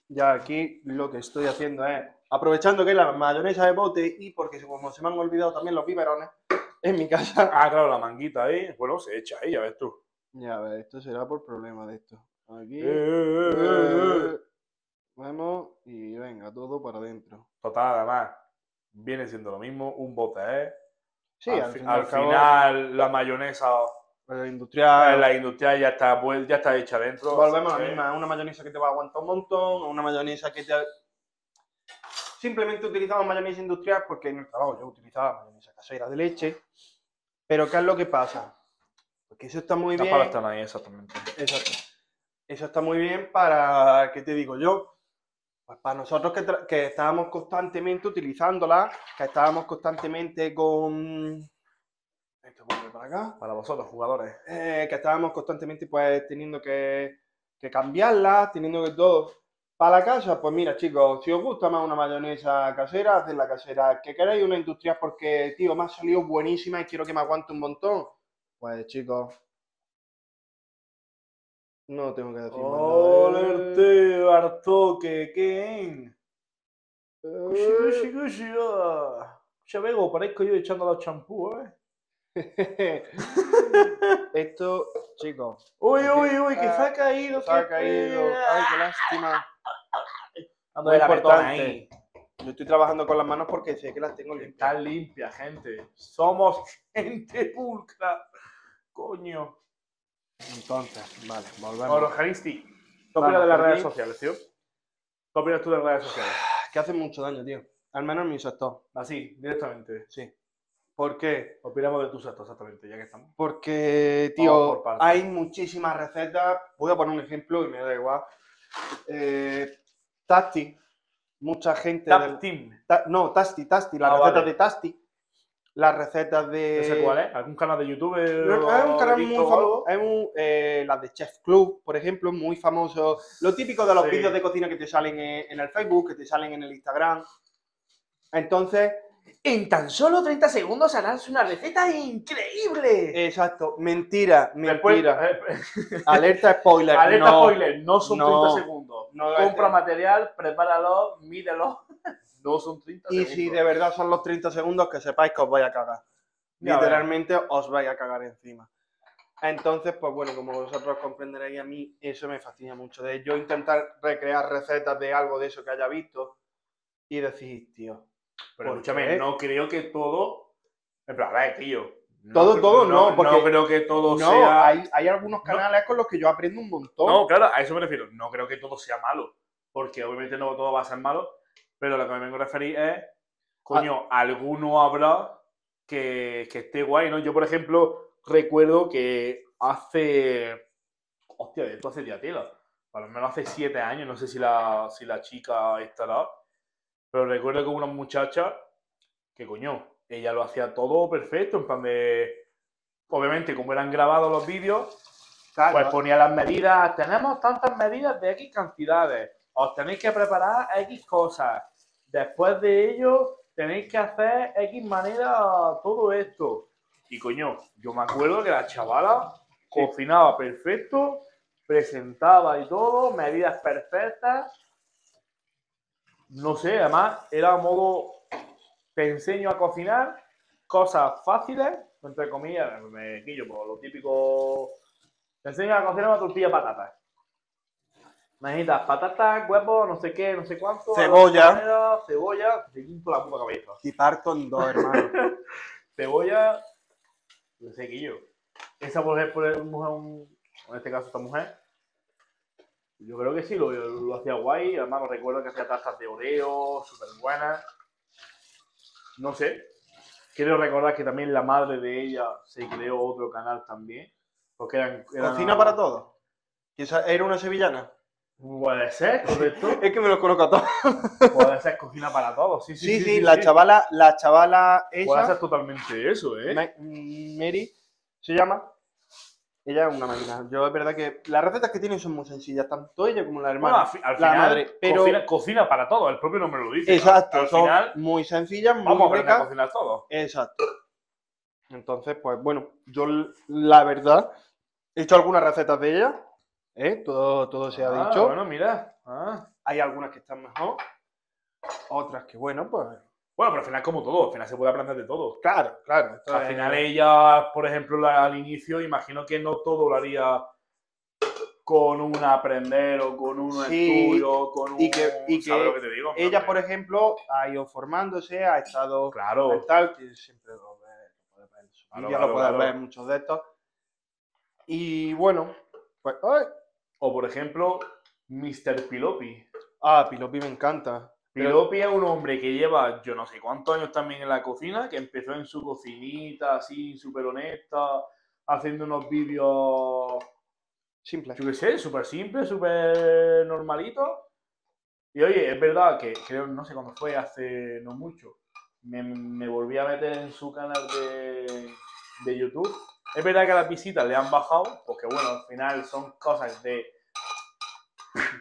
B: Ya aquí lo que estoy haciendo es, aprovechando que la mayonesa de bote y porque como se me han olvidado también los biberones en mi casa.
A: Ah, claro, la manguita ahí. Bueno, se echa ahí, ya ves tú.
B: <laughs> Ya, a ver, esto será por problema de esto. Aquí.
A: Eh, eh, eh, eh, eh.
B: Vamos y venga, todo para adentro.
A: Total, además, viene siendo lo mismo. Un bote, ¿eh?
B: Sí,
A: al,
B: al,
A: fi-
B: fin y al
A: al
B: cabo,
A: final, la mayonesa,
B: el
A: eh,
B: industrial.
A: la industrial ya está, vuel- ya está hecha dentro.
B: Volvemos a
A: así
B: la
A: que-
B: misma, una mayonesa que te va a aguantar un montón, una mayonesa que te... Simplemente utilizamos mayonesa industrial porque en el trabajo yo utilizaba mayonesa casera de leche. Pero ¿qué es lo que pasa? Porque eso está muy
A: Las
B: bien...
A: palas están ahí, exactamente.
B: Exacto. Eso está muy bien para, ¿qué te digo yo? Pues para nosotros que, tra- que estábamos constantemente utilizándola, que estábamos constantemente con... Esto vuelve para acá
A: Para vosotros, jugadores.
B: eh, que estábamos constantemente pues teniendo que, que cambiarla, teniendo que todo. Para la casa, pues mira chicos, si os gusta más una mayonesa casera, haced la casera. Que queréis una industrial porque, tío, me ha salido buenísima y quiero que me aguante un montón. Pues chicos, no tengo que decir más nada.
A: Ole, tío, Artoque, ¿quién? Cushi, cushi,
B: Eh,
A: cushi, ah. Ya veo, parezco yo echando los champús, ¿eh?
B: <laughs> Esto, chicos,
A: Uy,
B: Aquí
A: uy, uy, que se
B: está,
A: ha caído,
B: ah, se ha caído. Ay, qué lástima.
A: Ando
B: Muy
A: de la betona ahí.
B: importante. Yo estoy trabajando con las manos porque sé que las tengo limpias.
A: Está limpia, gente. Somos <laughs> gente pulcra. Coño.
B: Entonces, vale, volvemos.
A: Orojaristi, ¿qué
B: Vamos,
A: opinas de las
B: por
A: redes
B: aquí.
A: sociales, tío? ¿Qué opinas tú de las redes sociales?
B: que hace mucho daño, tío. Al menos en mi sector,
A: Así, directamente.
B: sí. ¿Por qué?
A: Opinamos de tus actos, exactamente, ya que estamos.
B: Porque,
A: Vamos
B: tío,
A: por partes.
B: hay muchísimas recetas. Voy a poner un ejemplo y me da igual. Eh, Tasti. Mucha gente. del-
A: Tap Team.
B: Ta- no, Tasti, Tasti. Las
A: Ah,
B: recetas
A: vale.
B: de Tasti. Las recetas de.
A: No sé cuál es. ¿Algún canal de YouTube?
B: Hay Eh, un
A: o
B: canal
A: de
B: muy
A: TikTok o algo?
B: famoso, hay un, eh, las de Chef Club, por ejemplo, muy famoso. Lo típico de los
A: Sí.
B: vídeos de cocina que te salen en, en el Facebook, que te salen en el Instagram. Entonces,
D: En tan solo 30 segundos harás una receta increíble.
B: exacto, mentira,
A: Eh, Después-
B: mentira.
A: <laughs> eh,
B: Alerta spoiler.
A: Alerta
B: no,
A: spoiler, no son
B: no.
A: 30 segundos.
B: no lo
A: Compra
B: es.
A: material, prepáralo, mídelo. <laughs> No son 30
B: Y
A: segundos.
B: si de verdad son los 30 segundos, que sepáis que os vais a cagar.
A: Ya
B: Literalmente os vais a cagar encima. Entonces, pues bueno, como vosotros comprenderéis, a mí eso me fastidia mucho. De yo intentar recrear recetas de algo de eso que haya visto y decir, tío,
A: Pero
B: ¿Por
A: escúchame,
B: qué?
A: no creo que todo. En plan, a ver, tío. no
B: Todo,
A: creo-
B: todo no, porque-
A: creo que todo
B: no,
A: sea.
B: hay, hay algunos canales con los que yo aprendo un montón.
A: No, claro, a eso me refiero. No creo que todo sea malo. Porque obviamente no todo va a ser malo. Pero lo que me vengo a referir es.
B: Ah.
A: Coño, alguno habrá que, que esté guay, ¿no? Yo, por ejemplo, recuerdo que hace. Hostia, de esto hace ya tela. A lo menos hace siete años, no sé si la, si la chica estará. Pero recuerdo que hubo una muchacha que, coño, ella lo hacía todo perfecto, en plan de. Obviamente, como eran grabados los vídeos,
B: Claro,
A: pues ponía las medidas, tenemos tantas medidas de X cantidades, os tenéis que preparar X cosas, después de ello tenéis que hacer X manera todo esto. Y coño, yo me acuerdo que la chavala cocinaba perfecto, presentaba y todo, medidas perfectas. No sé, además era modo, te enseño a cocinar cosas fáciles, entre comillas, me quillo por lo típico te enseño a cocinar una tortilla de patatas. Necesitas patatas, huevos, no sé qué, no sé cuánto.
B: Cebolla.
A: habanero, Cebolla. Te quinto la puta cabeza.
B: y parto en dos,
A: <laughs>
B: hermano.
A: Cebolla. No sé qué yo. Esa mujer, por ejemplo, mujer, un- en este caso esta mujer. Yo creo que sí, lo, lo hacía guay. Además, lo recuerdo que hacía tazas de oreo, súper buenas. No sé. Quiero recordar que también la madre de ella se creó otro canal también. Porque eran. eran-
B: Cocina para todos. Quizás era una sevillana.
A: Puede ser,
B: <laughs>
A: correcto.
B: Es que me lo coloco a todos.
A: Puede ser cocina para todos. Sí, sí,
B: Sí, sí, la chavala, la chavala
A: Puede
B: esa,
A: ser totalmente eso, ¿eh?
B: Ma- Mary, se llama. Ella es una máquina. Yo es verdad que las recetas que tienen son muy sencillas, tanto ella como la hermana.
A: Bueno, al, fi- al
B: la
A: final,
B: madre, pero-
A: cocina, cocina para todo, el propio nombre lo dice.
B: Exacto,
A: Al, al
B: son
A: final,
B: muy sencillas, muy
A: vamos a aprender a
B: ricas.
A: cocinar todo.
B: Exacto. Entonces, pues bueno, yo l- la verdad he hecho algunas recetas de ella. ¿eh? Todo, todo se ha
A: Ah,
B: dicho.
A: Bueno, mira. Ah.
B: Hay algunas que están mejor, otras que bueno, pues
A: Bueno, pero al final, como todo, al final se puede aprender de todo.
B: claro, claro. esto
A: Al
B: es-
A: final, ella, por ejemplo, la- al inicio, imagino que no todo lo haría con un aprender o con un
B: Sí,
A: estudio, con un.
B: y que- y
A: ¿sabes
B: que
A: lo te digo?
B: Ella, por ejemplo, ha ido formándose, ha estado
A: Claro.
B: tal, que siempre lo ves, lo puedes ver en su
A: Claro,
B: vídeo,
A: claro,
B: lo puedes
A: claro.
B: ver en muchos de estos. Y bueno, pues, ¡ay!
A: O, por ejemplo, Mr. Pilopi.
B: ah, Pilopi me encanta. Pero-
A: Pilopi es un hombre que lleva yo no sé cuántos años también en la cocina, que empezó en su cocinita, así, súper honesta, haciendo unos vídeos,
B: Simple.
A: yo qué sé, súper simples, súper normalitos. Y oye, es verdad que creo, no sé cuándo fue, hace no mucho, me, me volví a meter en su canal de, de YouTube. Es verdad que las visitas le han bajado, porque bueno, al final son cosas de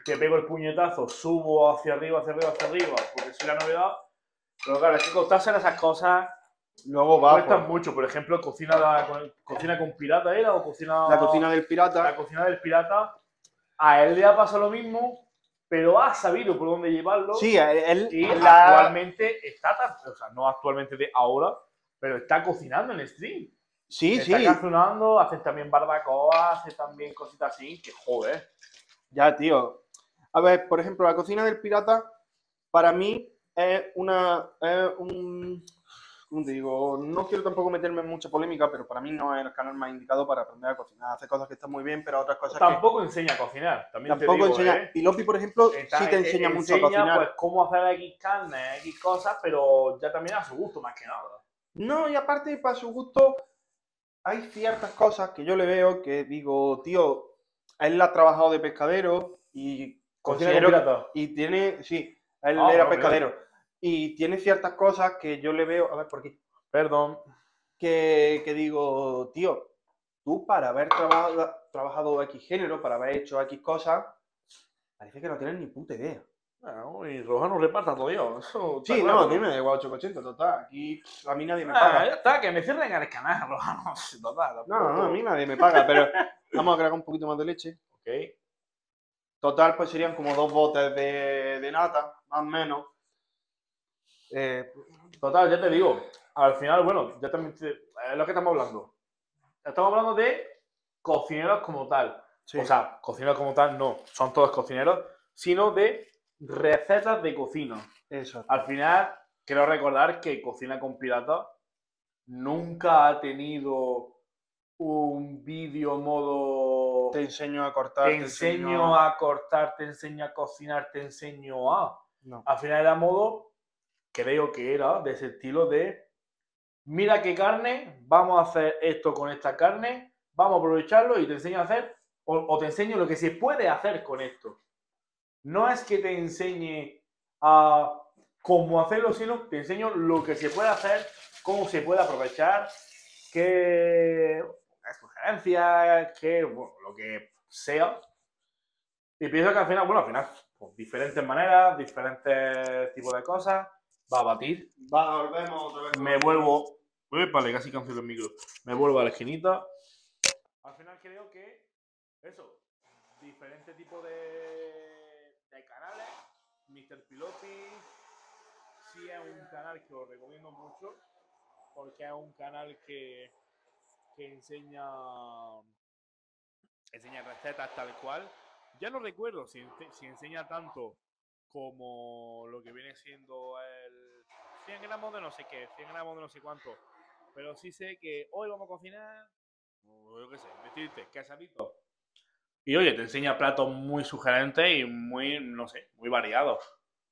A: que pego el puñetazo, subo hacia arriba, hacia arriba, hacia arriba, porque soy la novedad. Pero claro, es que costarse esas cosas
B: Luego va
A: cuestan
B: pues,
A: mucho. Por ejemplo, cocina, la- con, cocina con pirata era o cocina,
B: la cocina del pirata.
A: la cocina del pirata. A él le ha pasado lo mismo, pero ha sabido por dónde llevarlo.
B: Sí, Ah. él,
A: Y
B: él la-
A: actualmente está, tan- o sea, no actualmente de ahora, pero está cocinando en stream.
B: sí, sí,
A: está cocinando, hace también barbacoa, hace también cositas así, que joder.
B: ya, tío. A ver, por ejemplo, la cocina del pirata para mí es una, es un, ¿cómo te digo? No quiero tampoco meterme en mucha polémica, pero para mí no es el canal más indicado para aprender a cocinar. Hace cosas que están muy bien, pero otras cosas
A: Tampoco enseña a cocinar.
B: que
A: También te
B: tampoco
A: digo,
B: enseña.
A: ¿eh?
B: Pilopi, por ejemplo,
A: Está-
B: sí te enseña mucho a cocinar.
A: Pues, cómo hacer X carne, X cosas, pero ya también a su gusto, más que nada.
B: No, y aparte, para su gusto, hay ciertas cosas que yo le veo que digo, tío, él ha trabajado de pescadero y considero
A: pirata.
B: Y tiene, sí, él
A: Ah,
B: era
A: bueno,
B: pescadero. Y tiene ciertas cosas que yo le veo, a ver por aquí,
A: Perdón.
B: que, que digo, tío, tú para haber trabajado, trabajado X género, para haber hecho X cosas, parece que no tienes ni puta idea.
A: Bueno, y Rojano reparta todo yo. Eso está
B: Sí, no,
A: claro.
B: a mí me da igual 880, total. Aquí pff, a mí nadie me paga.
A: Ah, ya está, que me cierren el canal, Rojano. <laughs> Total.
B: No, no, a mí nadie me paga, pero vamos a agregar un poquito más de leche.
A: Ok.
B: Total, pues serían como dos botes de, de nata, más o menos. Eh,
A: Total, ya te digo. Al final, bueno, ya también te- es lo que estamos hablando. Estamos hablando de cocineros como tal.
B: sí.
A: O sea, cocineros como tal no, son todos cocineros, sino de recetas de cocina.
B: eso.
A: Al final, quiero recordar que Cocina con Pirata nunca ha tenido un vídeo modo
B: Te enseño a cortar.
A: te enseño a cortar, te enseño a cocinar, te enseño a.
B: No.
A: Al final era modo, creo que era de ese estilo de mira qué carne, vamos a hacer esto con esta carne, vamos a aprovecharlo y te enseño a hacer, o, o te enseño lo que se puede hacer con esto. No es que te enseñe a cómo hacerlo, sino te enseño lo que se puede hacer, cómo se puede aprovechar, qué sugerencias, qué, bueno, lo que sea. Y pienso que al final, bueno, al final, pues, diferentes maneras, diferentes tipos de cosas, va a batir
B: Va, volvemos otra vez.
A: me vuelvo. Uy, vale, casi cancelo el micro. Me vuelvo a la esquinita. Al final creo que eso, diferente tipo de, de canales. Mr. Piloti sí es un canal que os recomiendo mucho porque es un canal que, que enseña enseña recetas tal cual. Ya no recuerdo si, ense- si enseña tanto como lo que viene siendo el 100 gramos de no sé qué, 100 gramos de no sé cuánto. Pero sí sé que hoy vamos a cocinar, o yo qué sé, decirte, quesadito. Y oye, te enseña platos muy sugerentes y muy, no sé, muy variados.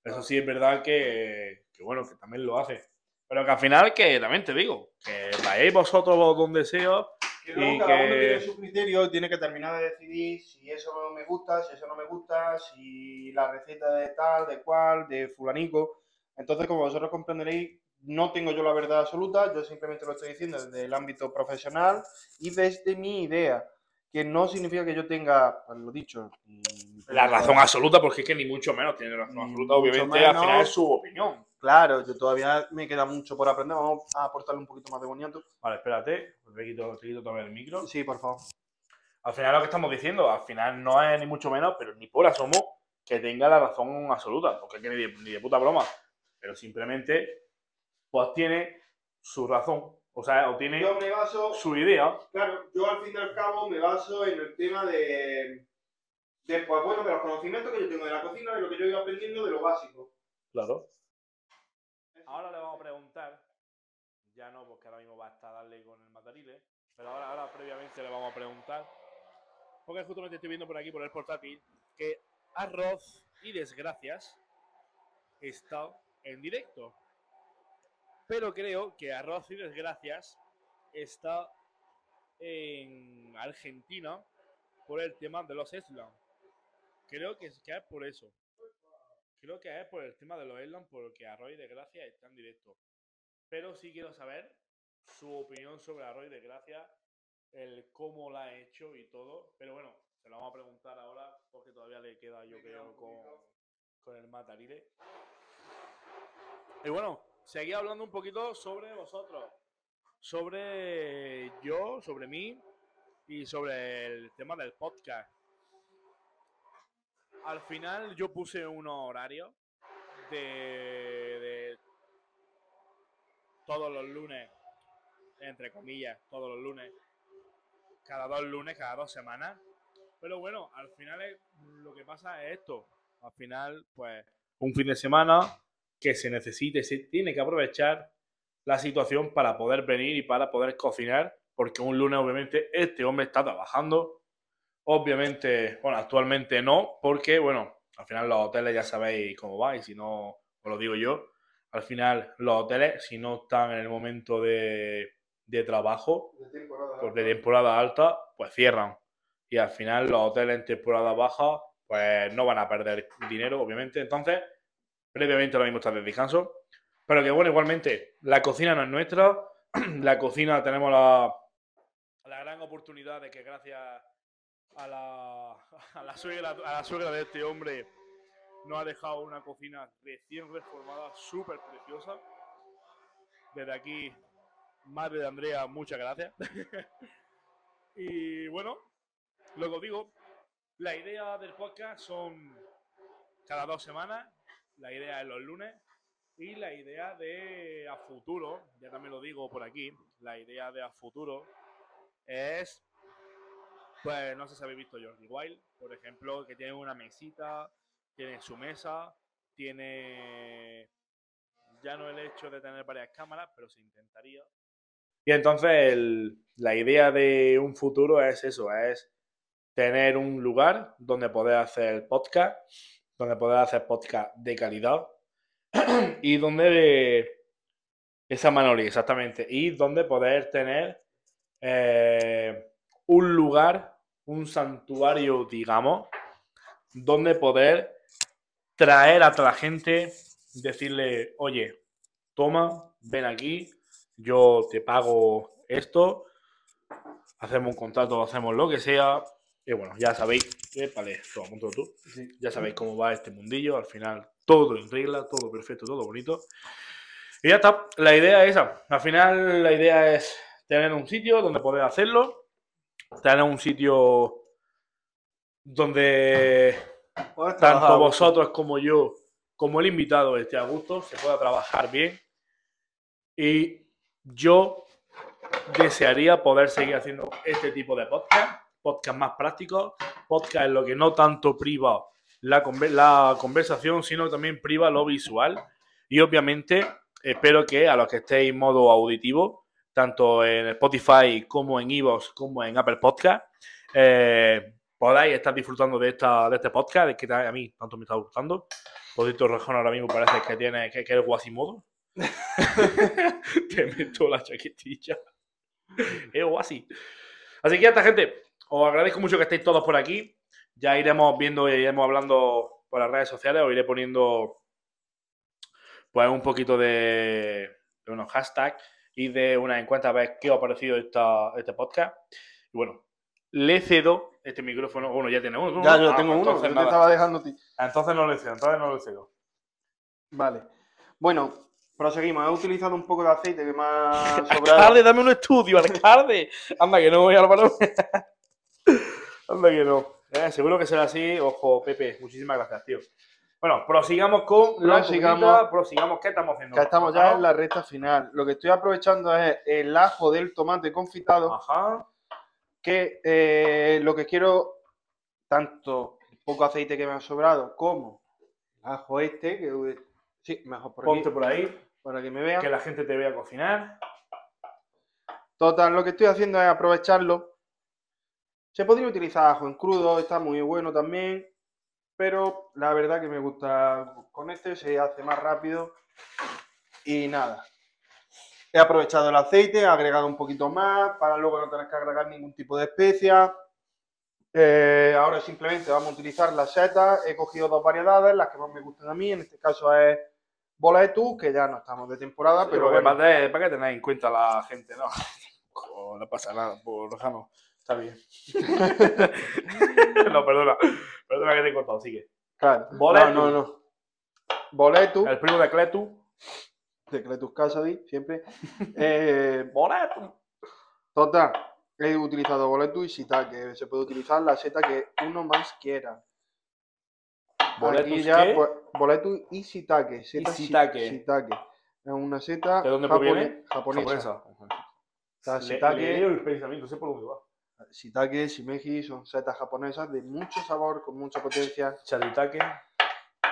A: Eso sí es verdad que, que bueno, que también lo hace. Pero que al final, que también te digo, que vayáis vosotros donde sea.
B: Y luego
A: Y
B: cada uno
A: que-
B: tiene su criterio, tiene que terminar de decidir si eso me gusta, si eso no me gusta, si la receta de tal, de cual, de fulanico. Entonces, como vosotros comprenderéis, no tengo yo la verdad absoluta, yo simplemente lo estoy diciendo desde el ámbito profesional y desde mi idea. que no significa que yo tenga, pues, lo dicho, mm,
A: La razón absoluta, porque es que ni mucho menos tiene razón
B: Ni
A: absoluta,
B: mucho
A: obviamente, al
B: menos.
A: final es su opinión.
B: Claro, yo todavía me queda mucho por aprender. Vamos a aportarle un poquito más de boniato.
A: Vale, espérate, te quito, te quito también el micro.
B: Sí, por favor.
A: Al final lo que estamos diciendo, al final no es ni mucho menos, pero ni por asomo que tenga la razón absoluta, porque es que ni de, ni de puta broma, pero simplemente pues tiene su razón, o sea, o tiene
B: me baso,
A: su idea.
B: claro, yo al fin y al cabo me baso en el tema de, de, pues, bueno, de los conocimientos que yo tengo de la cocina, de lo que yo he ido aprendiendo, de lo básico.
A: Claro. Ahora le vamos a preguntar, ya no, porque ahora mismo va a estar darle con el matarile, pero ahora, ahora previamente le vamos a preguntar,
C: Porque justamente estoy viendo por aquí, por el portátil, que Arroz y Desgracias está en directo. Pero creo que Arroz y Desgracias está en Argentina por el tema de los Eslan. Creo que es, que es por eso. Creo que es por el tema de los Eslan, porque Arroz y Desgracias está en directo. Pero sí quiero saber su opinión sobre Arroz y Desgracias el cómo la he hecho y todo. Pero bueno, se lo vamos a preguntar ahora porque todavía le queda, yo creo, con, con el Matarile. Y bueno, seguí hablando un poquito sobre vosotros. Sobre yo, sobre mí y sobre el tema del podcast. Al final yo puse unos horarios de, de todos los lunes, entre comillas, todos los lunes, cada dos lunes, cada dos semanas. Pero bueno, al final es- lo que pasa es esto. Al final, pues, un fin de semana que se necesite, se tiene que aprovechar la situación para poder venir y para poder cocinar, porque un lunes obviamente este hombre está trabajando. Obviamente, bueno, actualmente no, porque bueno, al final los hoteles ya sabéis cómo va y si no, os lo digo yo, al final los hoteles, si no están en el momento de, de trabajo,
B: De temporada.
A: pues, de temporada alta, pues cierran. Y al final los hoteles en temporada baja, pues no van a perder dinero, obviamente. Entonces, previamente ahora mismo está de descanso. Pero que bueno, igualmente, la cocina no es nuestra. <clears throat> la cocina tenemos la, la gran oportunidad de que gracias a la, <laughs> a la suegra, a la suegra de este hombre nos ha dejado una cocina recién reformada, súper preciosa. Desde aquí, madre de Andrea, muchas gracias. Y bueno, lo que os digo, la idea del podcast son cada dos semanas, la idea es los lunes y la idea de a futuro, ya también lo digo por aquí, la idea de a futuro es, pues no sé si habéis visto Jordi Wild, por ejemplo, que tiene una mesita, tiene su mesa, tiene ya no el hecho de tener varias cámaras, pero se intentaría. Y entonces el- la idea de un futuro es eso, es tener un lugar donde poder hacer podcast, donde poder hacer podcast de calidad <clears throat> y donde esa manoría, exactamente, y donde poder tener eh, un lugar, un santuario, digamos, donde poder traer a toda la gente, decirle, oye, toma, ven aquí, yo te pago esto, hacemos un contrato, hacemos lo que sea. Y bueno, ya sabéis, que, vale, todo, apúntalo tú. Ya sabéis cómo va este mundillo, al final todo en regla, todo perfecto, todo bonito. Y ya está, la idea es esa. Al final la idea es tener un sitio donde poder hacerlo, tener un sitio donde
B: Podrás
A: tanto
B: trabajar.
A: vosotros como yo, como el invitado esté a gusto, se pueda trabajar bien. Y yo desearía poder seguir haciendo este tipo de podcast, podcast más prácticos, podcast en lo que no tanto priva la, conver- la conversación, sino también priva lo visual. Y obviamente espero que a los que estéis en modo auditivo, tanto en Spotify como en Evox, como en Apple Podcast, eh, podáis estar disfrutando de, esta, de este podcast, que ta- a mí tanto me está gustando. Por cierto, Rejón ahora mismo parece que tiene que, que eres
B: <laughs>
A: Guasimodo. Te meto la chaquetilla. Es Guasi. Así que ya está, gente. Os agradezco mucho que estéis todos por aquí. Ya iremos viendo y iremos hablando por las redes sociales. Os iré poniendo pues un poquito de, de unos hashtags y de unas encuestas a ver qué os ha parecido esta, este podcast. Y bueno, le cedo este micrófono. Bueno, ya tiene uno. ¿no?
B: Ya, yo
A: Ah,
B: tengo uno,
A: Entonces,
B: yo te
A: nada.
B: estaba dejando a ti.
A: Entonces no le cedo, entonces no le cedo.
B: Vale. Bueno, proseguimos. He utilizado un poco de aceite que
A: <laughs>
B: me ha sobrado.
A: Alcalde, dame un estudio, alcalde. Anda que no, Álvaro. Anda que no. Eh, seguro que será así. Ojo, Pepe, muchísimas gracias, tío. Bueno, prosigamos con la
B: Prosigamos.
A: comidita, prosigamos. ¿Qué estamos haciendo?
B: Ya estamos ya en
A: Ajá.
B: la recta final. Lo que estoy aprovechando es el ajo del tomate
A: Ah.
B: confitado,
A: Ajá.
B: que eh, lo que quiero, tanto el poco aceite que me ha sobrado, como el ajo este, que sí, mejor por aquí,
A: Ponte por ahí,
B: para que me vean.
A: que la gente te vea cocinar.
B: Total, lo que estoy haciendo es aprovecharlo. Se podría utilizar ajo en crudo, está muy bueno también, pero la verdad que me gusta con este, se hace más rápido y nada. He aprovechado el aceite, he agregado un poquito más para luego no tener que agregar ningún tipo de especia. Eh, ahora simplemente vamos a utilizar las setas. He cogido dos variedades, las que más me gustan a mí. En este caso es bola de tú, que ya no estamos de temporada, Ah, pero
A: Pero
B: bueno.
A: además de, para que tengáis en cuenta la gente, ¿no? Oh, no pasa nada,
B: pues
A: por Rojano. Está bien. <laughs> no, perdona. Perdona que te he cortado, sigue.
B: Claro.
A: Boletus.
B: No, no, no. Boletus,
A: El primo de Cletu.
B: de Cletus Casady, siempre. <laughs> Eh,
A: Boleto.
B: total, he utilizado boletus y sita, que se puede utilizar la seta que uno más quiera.
A: ¿Boletus
B: Aquí ya,
A: qué?
B: pues, boletus y sitake. Seta,
A: Y shiitake.
B: shiitake. Es una seta
A: ¿De dónde
B: japone-
A: proviene?
B: japonesa.
A: Japonesa.
B: La
A: Le-
B: shiitake-
A: leo el pensamiento, sé por dónde va.
B: Shiitake, shimeji, son setas japonesas de mucho sabor, con mucha potencia.
A: Chadritake.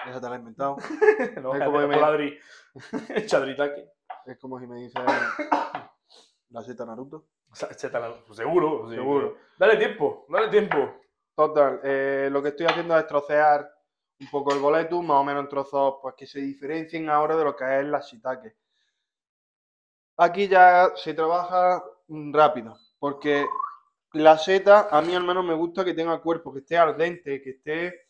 B: Esa te la he inventado.
A: <laughs> No,
B: Es como
A: de <laughs>
B: me-
A: Ladri. Chadritake.
B: Es como si me dices la seta Naruto.
A: O sea, chetala- Seguro, pues, sí.
B: Seguro.
A: Dale tiempo, dale tiempo.
B: Total, eh, lo que estoy haciendo es trocear un poco el boletus, más o menos en trozos pues, que se diferencien ahora de lo que es la shiitake. Aquí ya se trabaja mm, rápido, porque la seta a mí al menos me gusta que tenga cuerpo, que esté ardente, que esté,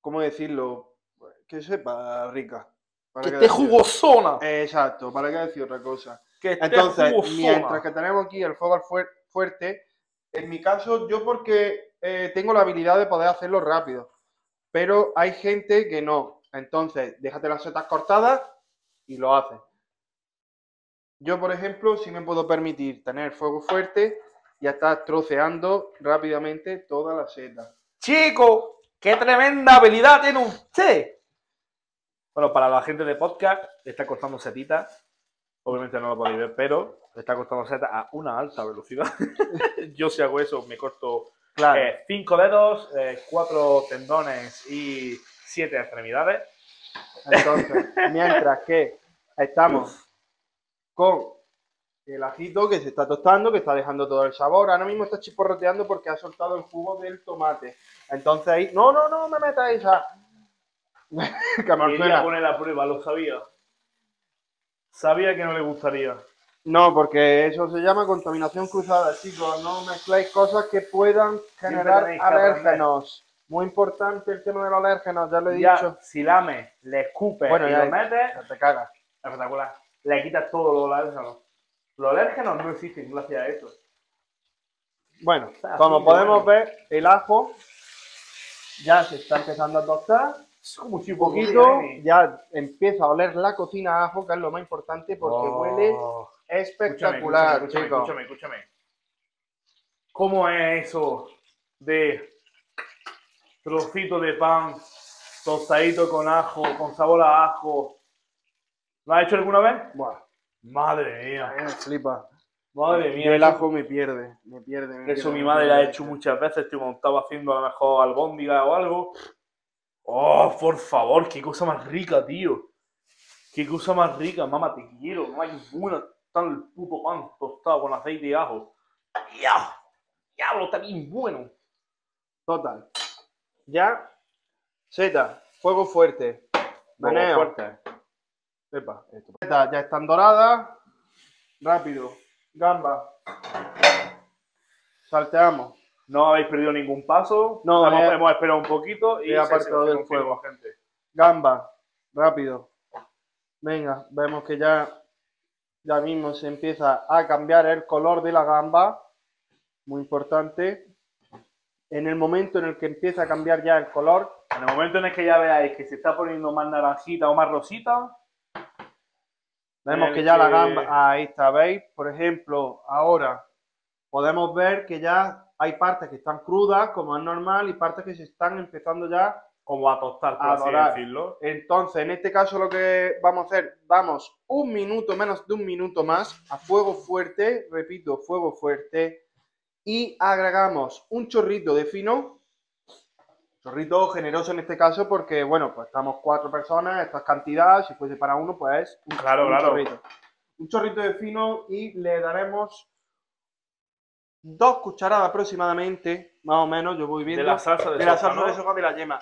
B: ¿cómo decirlo? Pues, Que sepa rica. ¿Para
A: Que
B: qué
A: esté
B: decir?
A: jugosona.
B: Exacto, ¿para qué decir otra cosa?
A: Eh, Que esté
B: Entonces,
A: jugosona.
B: mientras que tenemos aquí el fuego al fuer- fuerte, en mi caso, yo porque eh, tengo la habilidad de poder hacerlo rápido, pero hay gente que no. Entonces, déjate las setas cortadas y lo haces. Yo, por ejemplo, sí me puedo permitir tener fuego fuerte y estar troceando rápidamente toda la seta.
D: Chico, qué tremenda habilidad tiene usted.
A: Bueno, para la gente de podcast, le está costando setita. Obviamente no lo podéis ver, pero le está costando seta a una alta velocidad. <laughs> Yo si hago eso, me corto
B: Claro.
A: eh, cinco dedos, eh, cuatro tendones y siete extremidades.
B: Entonces, mientras que estamos con el ajito que se está tostando, que está dejando todo el sabor, ahora mismo está chisporroteando porque ha soltado el jugo del tomate. Entonces ahí, no, no, no me metáis a. <laughs> que mal
A: Quería
B: suena.
A: poner a prueba, lo sabía. Sabía que no le gustaría.
B: No, porque eso se llama contaminación cruzada, chicos. No mezcláis cosas que puedan generar
A: tenéis que
B: alérgenos. Muy importante el tema de los alérgenos, ya lo he
A: Ya,
B: dicho.
A: si lames, le escupes
B: Bueno,
A: y lo
B: ya he-
A: metes,
B: Ya te cagas.
A: espectacular. Le quitas todos los alérgenos. Los alérgenos no existen gracias a eso.
B: Bueno,
A: Está
B: como
A: así de
B: podemos
A: bueno.
B: ver, el ajo ya se está empezando a tostar.
A: Es como si
B: Un poquito, ya empieza a oler la cocina a ajo, que es lo más importante porque
A: Oh.
B: huele espectacular,
A: escúchame,
B: chicos.
A: Escúchame, escúchame. ¿Cómo es eso de trocito de pan tostadito con ajo, con sabor a ajo? ¿Lo has hecho alguna vez?
B: Buah,
A: Madre mía.
B: me flipa.
A: Madre
B: Yo
A: mía.
B: el ajo me pierde, me pierde. me
A: Eso
B: pierde,
A: mi
B: me
A: madre la
B: pierde.
A: ha hecho muchas veces, tío, cuando estaba haciendo a lo mejor albóndiga o algo. Oh, por favor, qué cosa más rica, tío. Qué cosa más rica, mamá, te quiero. Mamá, qué buena está el puto pan tostado con aceite y ajo. ¡Ya! ¡Diablo, está bien bueno!
B: Total. Ya, Z, fuego fuerte. Meneo.
A: fuerte.
B: Epa, esto. Setas ya están doradas. Rápido. Gamba. Salteamos.
A: No habéis perdido ningún paso.
B: No,
A: hemos,
B: eh,
A: hemos esperado un poquito y
B: he apartado del
A: fuego, gente.
B: Gamba, rápido. Venga, vemos que ya, ya mismo se empieza a cambiar el color de la gamba. Muy importante. en el momento en el que empieza a cambiar ya el color,
A: En el momento en el que ya veáis que se está poniendo más naranjita o más rosita,
B: Vemos
A: El
B: que ya la
A: que-
B: gamba, ahí está, ¿veis? Por ejemplo, ahora podemos ver que ya hay partes que están crudas, como es normal, y partes que se están empezando ya.
A: como a tostar, por
B: A
A: así
B: dorar.
A: decirlo.
B: Entonces, en este caso lo que vamos a hacer, damos un minuto, menos de un minuto más, a fuego fuerte, repito, fuego fuerte, y agregamos un chorrito de fino, chorrito generoso en este caso, porque, bueno, pues estamos cuatro personas, esta es cantidad, si fuese para uno, pues es un
A: Claro,
B: un
A: claro.
B: chorrito. Un chorrito de fino y le daremos dos cucharadas aproximadamente, más o menos, yo voy viendo.
A: De la salsa de,
B: De la
A: soja,
B: salsa
A: ¿no?
B: de soja de la yema.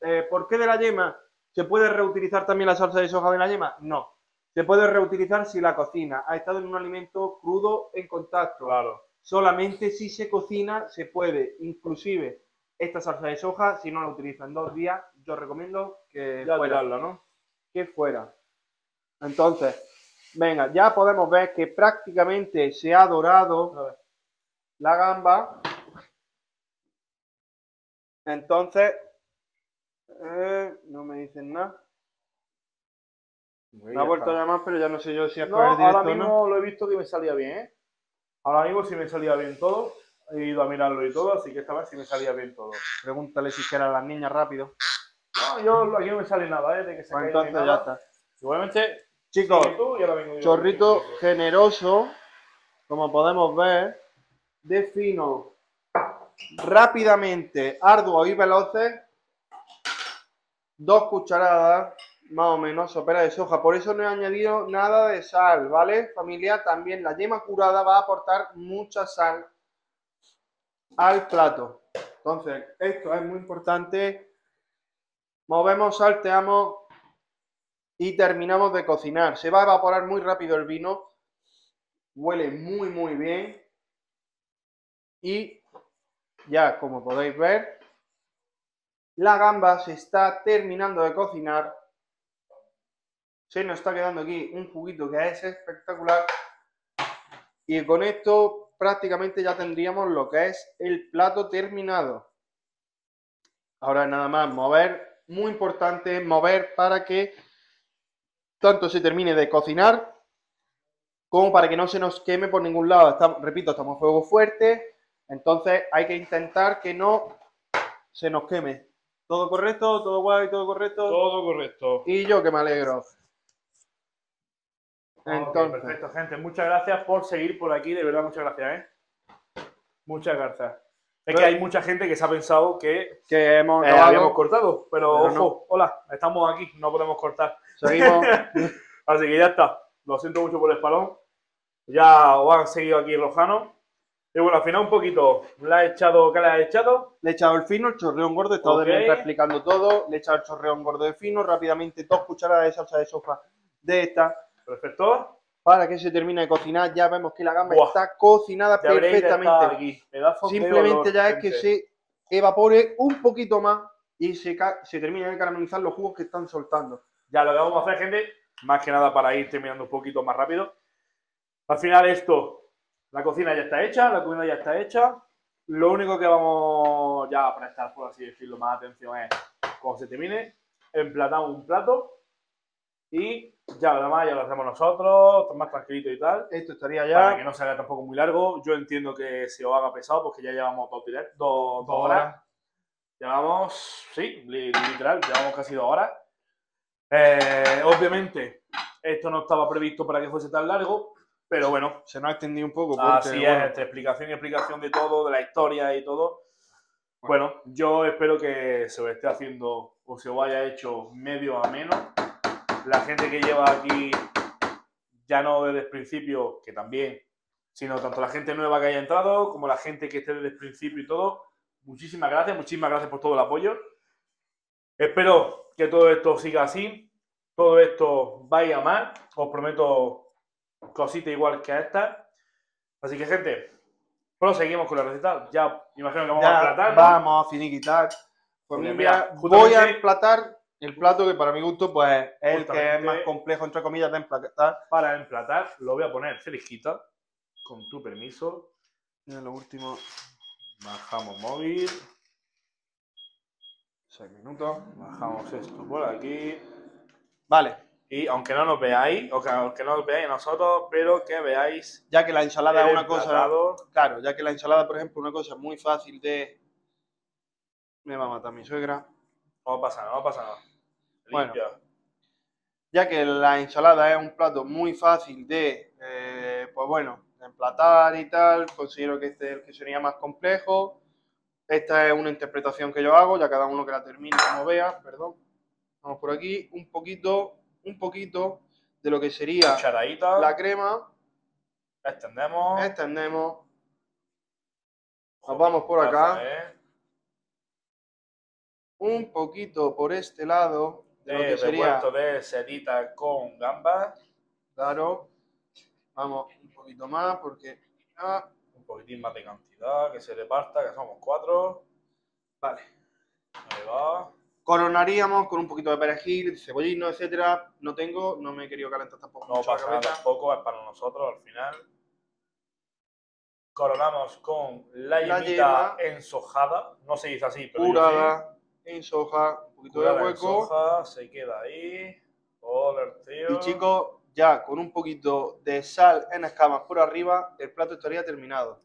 B: Eh, ¿Por qué de la yema? ¿Se puede reutilizar también la salsa de soja de la yema? No. Se puede reutilizar si la cocina ha estado en un alimento crudo en contacto.
A: Claro.
B: Solamente si se cocina se puede. Inclusive esta salsa de soja, si no la utilizan dos días, yo recomiendo que
A: Ya
B: fuera
A: tirarla, ¿no?
B: que fuera. Entonces, venga, ya podemos ver que prácticamente se ha
A: A
B: dorado
A: ver.
B: la gamba. Entonces, eh, no me dicen nada. Me ha vuelto a llamar, pero ya no sé yo si es
A: No,
B: por el directo
A: ahora
B: o no.
A: mismo lo he visto que me salía bien, ¿eh? Ahora mismo sí me salía bien todo. He ido a mirarlo y todo, así que esta vez sí me salía bien todo.
B: Pregúntale si quiere a las niñas rápido.
A: No, yo aquí no me sale nada, ¿eh? De que se
B: Pues
A: caiga ni
B: entonces ya
A: nada.
B: está.
A: Igualmente,
B: Chicos,
A: sigue tú y ahora vengo yo.
B: chorrito generoso, como podemos ver, de fino, rápidamente, arduo y veloces, dos cucharadas, más o menos, sopera de soja. Por eso no he añadido nada de sal, ¿vale? Familia, también la yema curada va a aportar mucha sal al plato. Entonces, esto es muy importante. Movemos, salteamos, y terminamos de cocinar. Se va a evaporar muy rápido el vino. Huele muy, muy bien. Y ya, como podéis ver, la gamba se está terminando de cocinar. Se nos está quedando aquí un juguito que es espectacular. Y con esto prácticamente ya tendríamos lo que es el plato terminado. Ahora nada más mover, muy importante mover para que tanto se termine de cocinar como para que no se nos queme por ningún lado. Estamos- repito, estamos a fuego fuerte, entonces hay que intentar que no se nos queme. ¿Todo correcto? ¿Todo guay? ¿Todo correcto?
A: Todo correcto.
B: Y yo que me alegro.
A: Ah, Ok,
B: Entonces,
A: perfecto, gente. Muchas gracias por seguir por aquí. De verdad, muchas gracias, ¿eh? Muchas gracias. Es que
B: Pero-
A: hay mucha gente que se ha pensado que
B: que hemos
A: eh,
B: acabado,
A: habíamos cortado, pero,
B: Pero
A: ojo, hola, estamos aquí, no podemos cortar.
B: <laughs> seguimos.
A: Así que ya está. Lo siento mucho por el espalón. Ya os han seguido aquí Rojano. Y bueno, al final un poquito. ¿La has echado? ¿Qué le has echado?
B: Le he echado el fino, el chorreón gordo, he estado
A: Ok.
B: de mientras explicando todo. Le he echado el chorreón gordo de fino, rápidamente dos cucharadas de salsa de soja de esta.
A: Perfecto.
B: Para que se termine de cocinar, ya vemos que la gamba
A: Buah.
B: está cocinada
A: Te habréis de estar
B: perfectamente.
A: Aquí. Pedazos de
B: Simplemente
A: olor,
B: ya es que
A: gente.
B: se evapore un poquito más y se, ca- se terminen de caramelizar los jugos que están soltando.
A: Ya lo que vamos a hacer, gente, más que nada para ir terminando un poquito más rápido. Al final esto, la cocina ya está hecha, la comida ya está hecha. Lo único que vamos ya a prestar, por así decirlo, más atención es cuando se termine, emplatamos un plato y ya lo demás ya lo hacemos nosotros, más tranquilito y tal.
B: Esto estaría
A: Para
B: ya
A: que no se haga tampoco muy largo, yo entiendo que se os haga pesado porque ya llevamos dos, direct- dos- dos horas. Llevamos, sí, li- literal, llevamos casi dos horas. Eh, obviamente, esto no estaba previsto para que fuese tan largo, pero bueno,
B: Se nos ha extendido un poco. porque,
A: así es,
B: bueno,
A: entre explicación y explicación de todo, de la historia y todo. Bueno, yo espero que se os esté haciendo o se os haya hecho medio a menos. La gente que lleva aquí, ya no desde el principio, que también, sino tanto la gente nueva que haya entrado como la gente que esté desde el principio y todo. Muchísimas gracias, muchísimas gracias por todo el apoyo. Espero que todo esto siga así, todo esto vaya mal. Os prometo cositas igual que a esta. Así que, gente, proseguimos con la receta. Ya imagino que vamos
B: ya
A: a aplatar. ¿no?
B: vamos a finiquitar. Familia,
A: mira,
B: voy a
A: justamente-
B: emplatar el plato que para mi gusto pues es el que es
A: Justamente-
B: más complejo, entre comillas, de emplatar.
A: Para emplatar, lo voy a poner cerejita, con tu permiso.
B: Mira, lo último.
A: Bajamos móvil.
B: 6 minutos.
A: Bajamos esto por aquí.
B: Vale,
A: Y aunque no nos veáis, o que- aunque no nos veáis nosotros, pero que veáis
B: ya que la ensalada es una
A: el
B: cosa.
A: tratado.
B: Claro, ya que la ensalada, por ejemplo, una cosa muy fácil de. Me va a matar mi suegra.
A: No pasa nada, no pasa nada.
B: Bueno.
A: Limpio.
B: Ya que la ensalada es un plato muy fácil de, eh, pues bueno, de emplatar y tal, considero que este es el que sería más complejo. Esta es una interpretación que yo hago, ya cada uno que la termine como vea, perdón. Vamos por aquí, un poquito, un poquito de lo que sería
A: Cucharadita,
B: la crema.
A: la extendemos.
B: Extendemos, nos vamos por acá.
A: Taza, ¿eh?
B: un poquito por este lado de lo
A: De
B: que sería,
A: Eh, revuelto de sedita con gambas.
B: claro, vamos un poquito más porque, ah,
A: Un poquitín más de cantidad, que se reparta, que somos cuatro.
B: vale,
A: Ahí va.
B: coronaríamos con un poquito de perejil, cebollino, etcétera, no tengo, no me he querido calentar tampoco
A: No
B: mucho la
A: pasa nada
B: cabeza,
A: tampoco, es para nosotros al final. Coronamos con la
B: La
A: yemita
B: yema.
A: ensojada. No se dice así, pero yo sí.
B: curada en soja, un poquito
A: Curada
B: de
A: en
B: hueco,
A: soja, se queda ahí. Joder, tío.
B: y chicos, ya con un poquito de sal en escamas por arriba, el plato estaría terminado.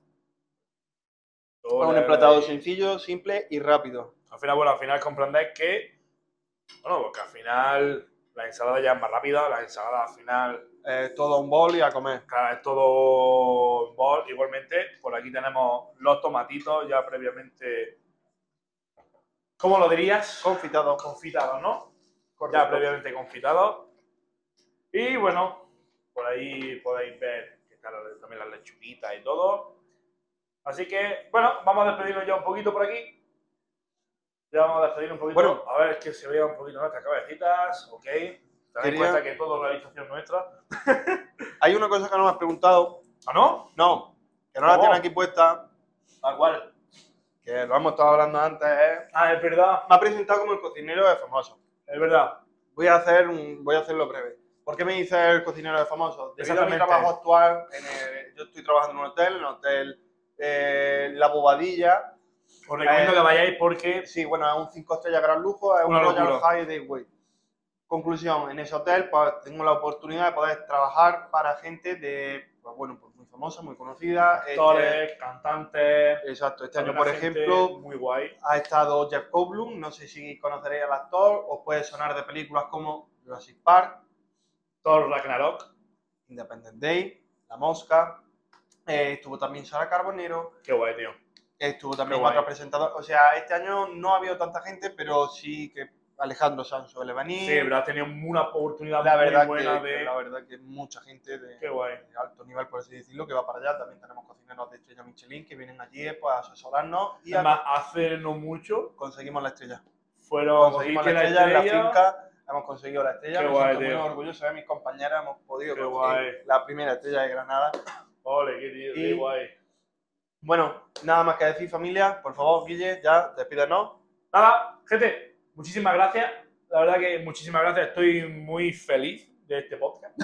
B: Es
A: Joder,
B: un emplatado
A: ahí.
B: sencillo, simple y rápido.
A: Al final, bueno, al final comprendéis que. Bueno, porque al final la ensalada ya es más rápida. La ensalada al final
B: Eh, todo un bol y a comer.
A: Claro, es todo en bol. Igualmente, por aquí tenemos los tomatitos ya previamente. ¿Cómo lo dirías?
B: Confitados,
A: Confitados, ¿no? Ya
B: correcto.
A: previamente confitados. Y bueno, por ahí podéis ver que están las- también las lechuguitas y todo. Así que, bueno, vamos a despedirnos ya un poquito por aquí. Ya vamos a despedirnos un poquito.
B: Bueno.
A: a ver que se vea un poquito nuestras cabecitas, ok. Ten en
B: Quería-
A: cuenta que todo es realización nuestra.
B: Hay una cosa que no me has preguntado,
A: ¿Ah, no?
B: No, que no la
A: ¿Cómo?
B: tiene aquí puesta,
A: Tal cual.
B: que lo hemos estado hablando antes, es-
A: Ah, es verdad.
B: me ha presentado como el cocinero de famoso.
A: Es verdad.
B: Voy a hacer un, voy a hacerlo breve. ¿Por qué me dice el cocinero de famoso? Debido a mi
A: Exactamente.
B: trabajo actual, en el- yo estoy trabajando en un hotel, en el hotel eh, La Bobadilla.
A: Os recomiendo
B: Eh,
A: que vayáis porque
B: Sí, bueno, es un 5 estrellas gran lujo, es
A: Una
B: un Royal
A: locura.
B: Holiday Way. Conclusión, en ese hotel pues, tengo la oportunidad de poder trabajar para gente de, pues, bueno, pues, muy famosa, muy conocida. Este-
A: actores, cantantes.
B: exacto, este año,
A: también
B: por
A: la gente
B: ejemplo,
A: Muy guay.
B: ha estado Jeff Goldblum, no sé si conoceréis al actor, os puede sonar de películas como Jurassic Park,
A: Thor Ragnarok.
B: Independent Day, La Mosca, eh, estuvo también Sara Carbonero,
A: Qué guay, tío.
B: estuvo también
A: Qué guay.
B: otra presentadora, o sea, este año no ha habido tanta gente, pero sí que Alejandro Sanz suele venir,
A: Sí, pero has tenido una oportunidad
B: la
A: muy
B: verdad
A: buena
B: que,
A: de.
B: la verdad que mucha gente de,
A: Qué guay.
B: de alto nivel, por así decirlo, que va para allá, también tenemos cocineros de Estrella Michelin que vienen allí pues, a asesorarnos y a-
A: Además, hace no mucho
B: conseguimos la estrella.
A: fueron.
B: conseguimos la
A: cogiste
B: estrella en la finca, hemos conseguido la estrella,
A: Qué
B: me
A: guay,
B: siento muy
A: tío.
B: orgulloso de mis compañeras, hemos podido
A: Qué
B: conseguir
A: guay.
B: la primera estrella de Granada.
A: Ole, qué tío, qué
B: Y-
A: guay.
B: Bueno, nada más que decir familia, por favor Guille, ya despídenos.
A: Nada, gente, muchísimas gracias. La verdad que muchísimas gracias. Estoy muy feliz de este
B: <laughs>
A: podcast.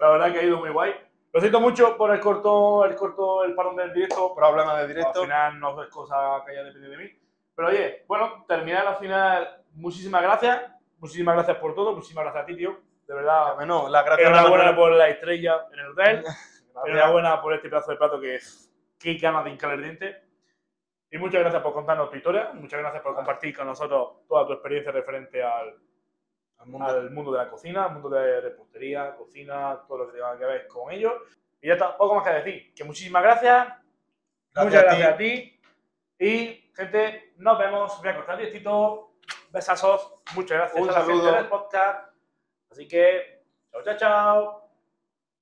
A: la verdad que ha ido muy guay. Lo siento mucho por el corto, el corto, el parón del directo,
B: Problemas de
A: Al
B: directo.
A: final no es cosa que haya dependido de mí. Pero oye, bueno, terminar al final. Muchísimas gracias. Muchísimas gracias por todo. Muchísimas gracias a ti, tío. De verdad.
B: Bueno, las gracias a
A: Enhorabuena
B: Manuel.
A: por la estrella en el hotel.
B: Gracias.
A: Enhorabuena por este pedazo de plato que es. Qué ganas de hincar el diente. Y muchas gracias por contarnos tu historia. Muchas gracias por compartir con nosotros toda tu experiencia referente al,
B: Al mundo.
A: al mundo de la cocina, al mundo de repostería, cocina, todo lo que tenga que ver con ello. Y ya está, poco más que decir. Que muchísimas gracias. Muchas
B: a ti.
A: gracias a ti. Y, gente, nos vemos. Voy a cortar el directito. Besazos. Muchas gracias
B: Un
A: a la gente
B: saludo.
A: del podcast. Así que, chao, chao, chao.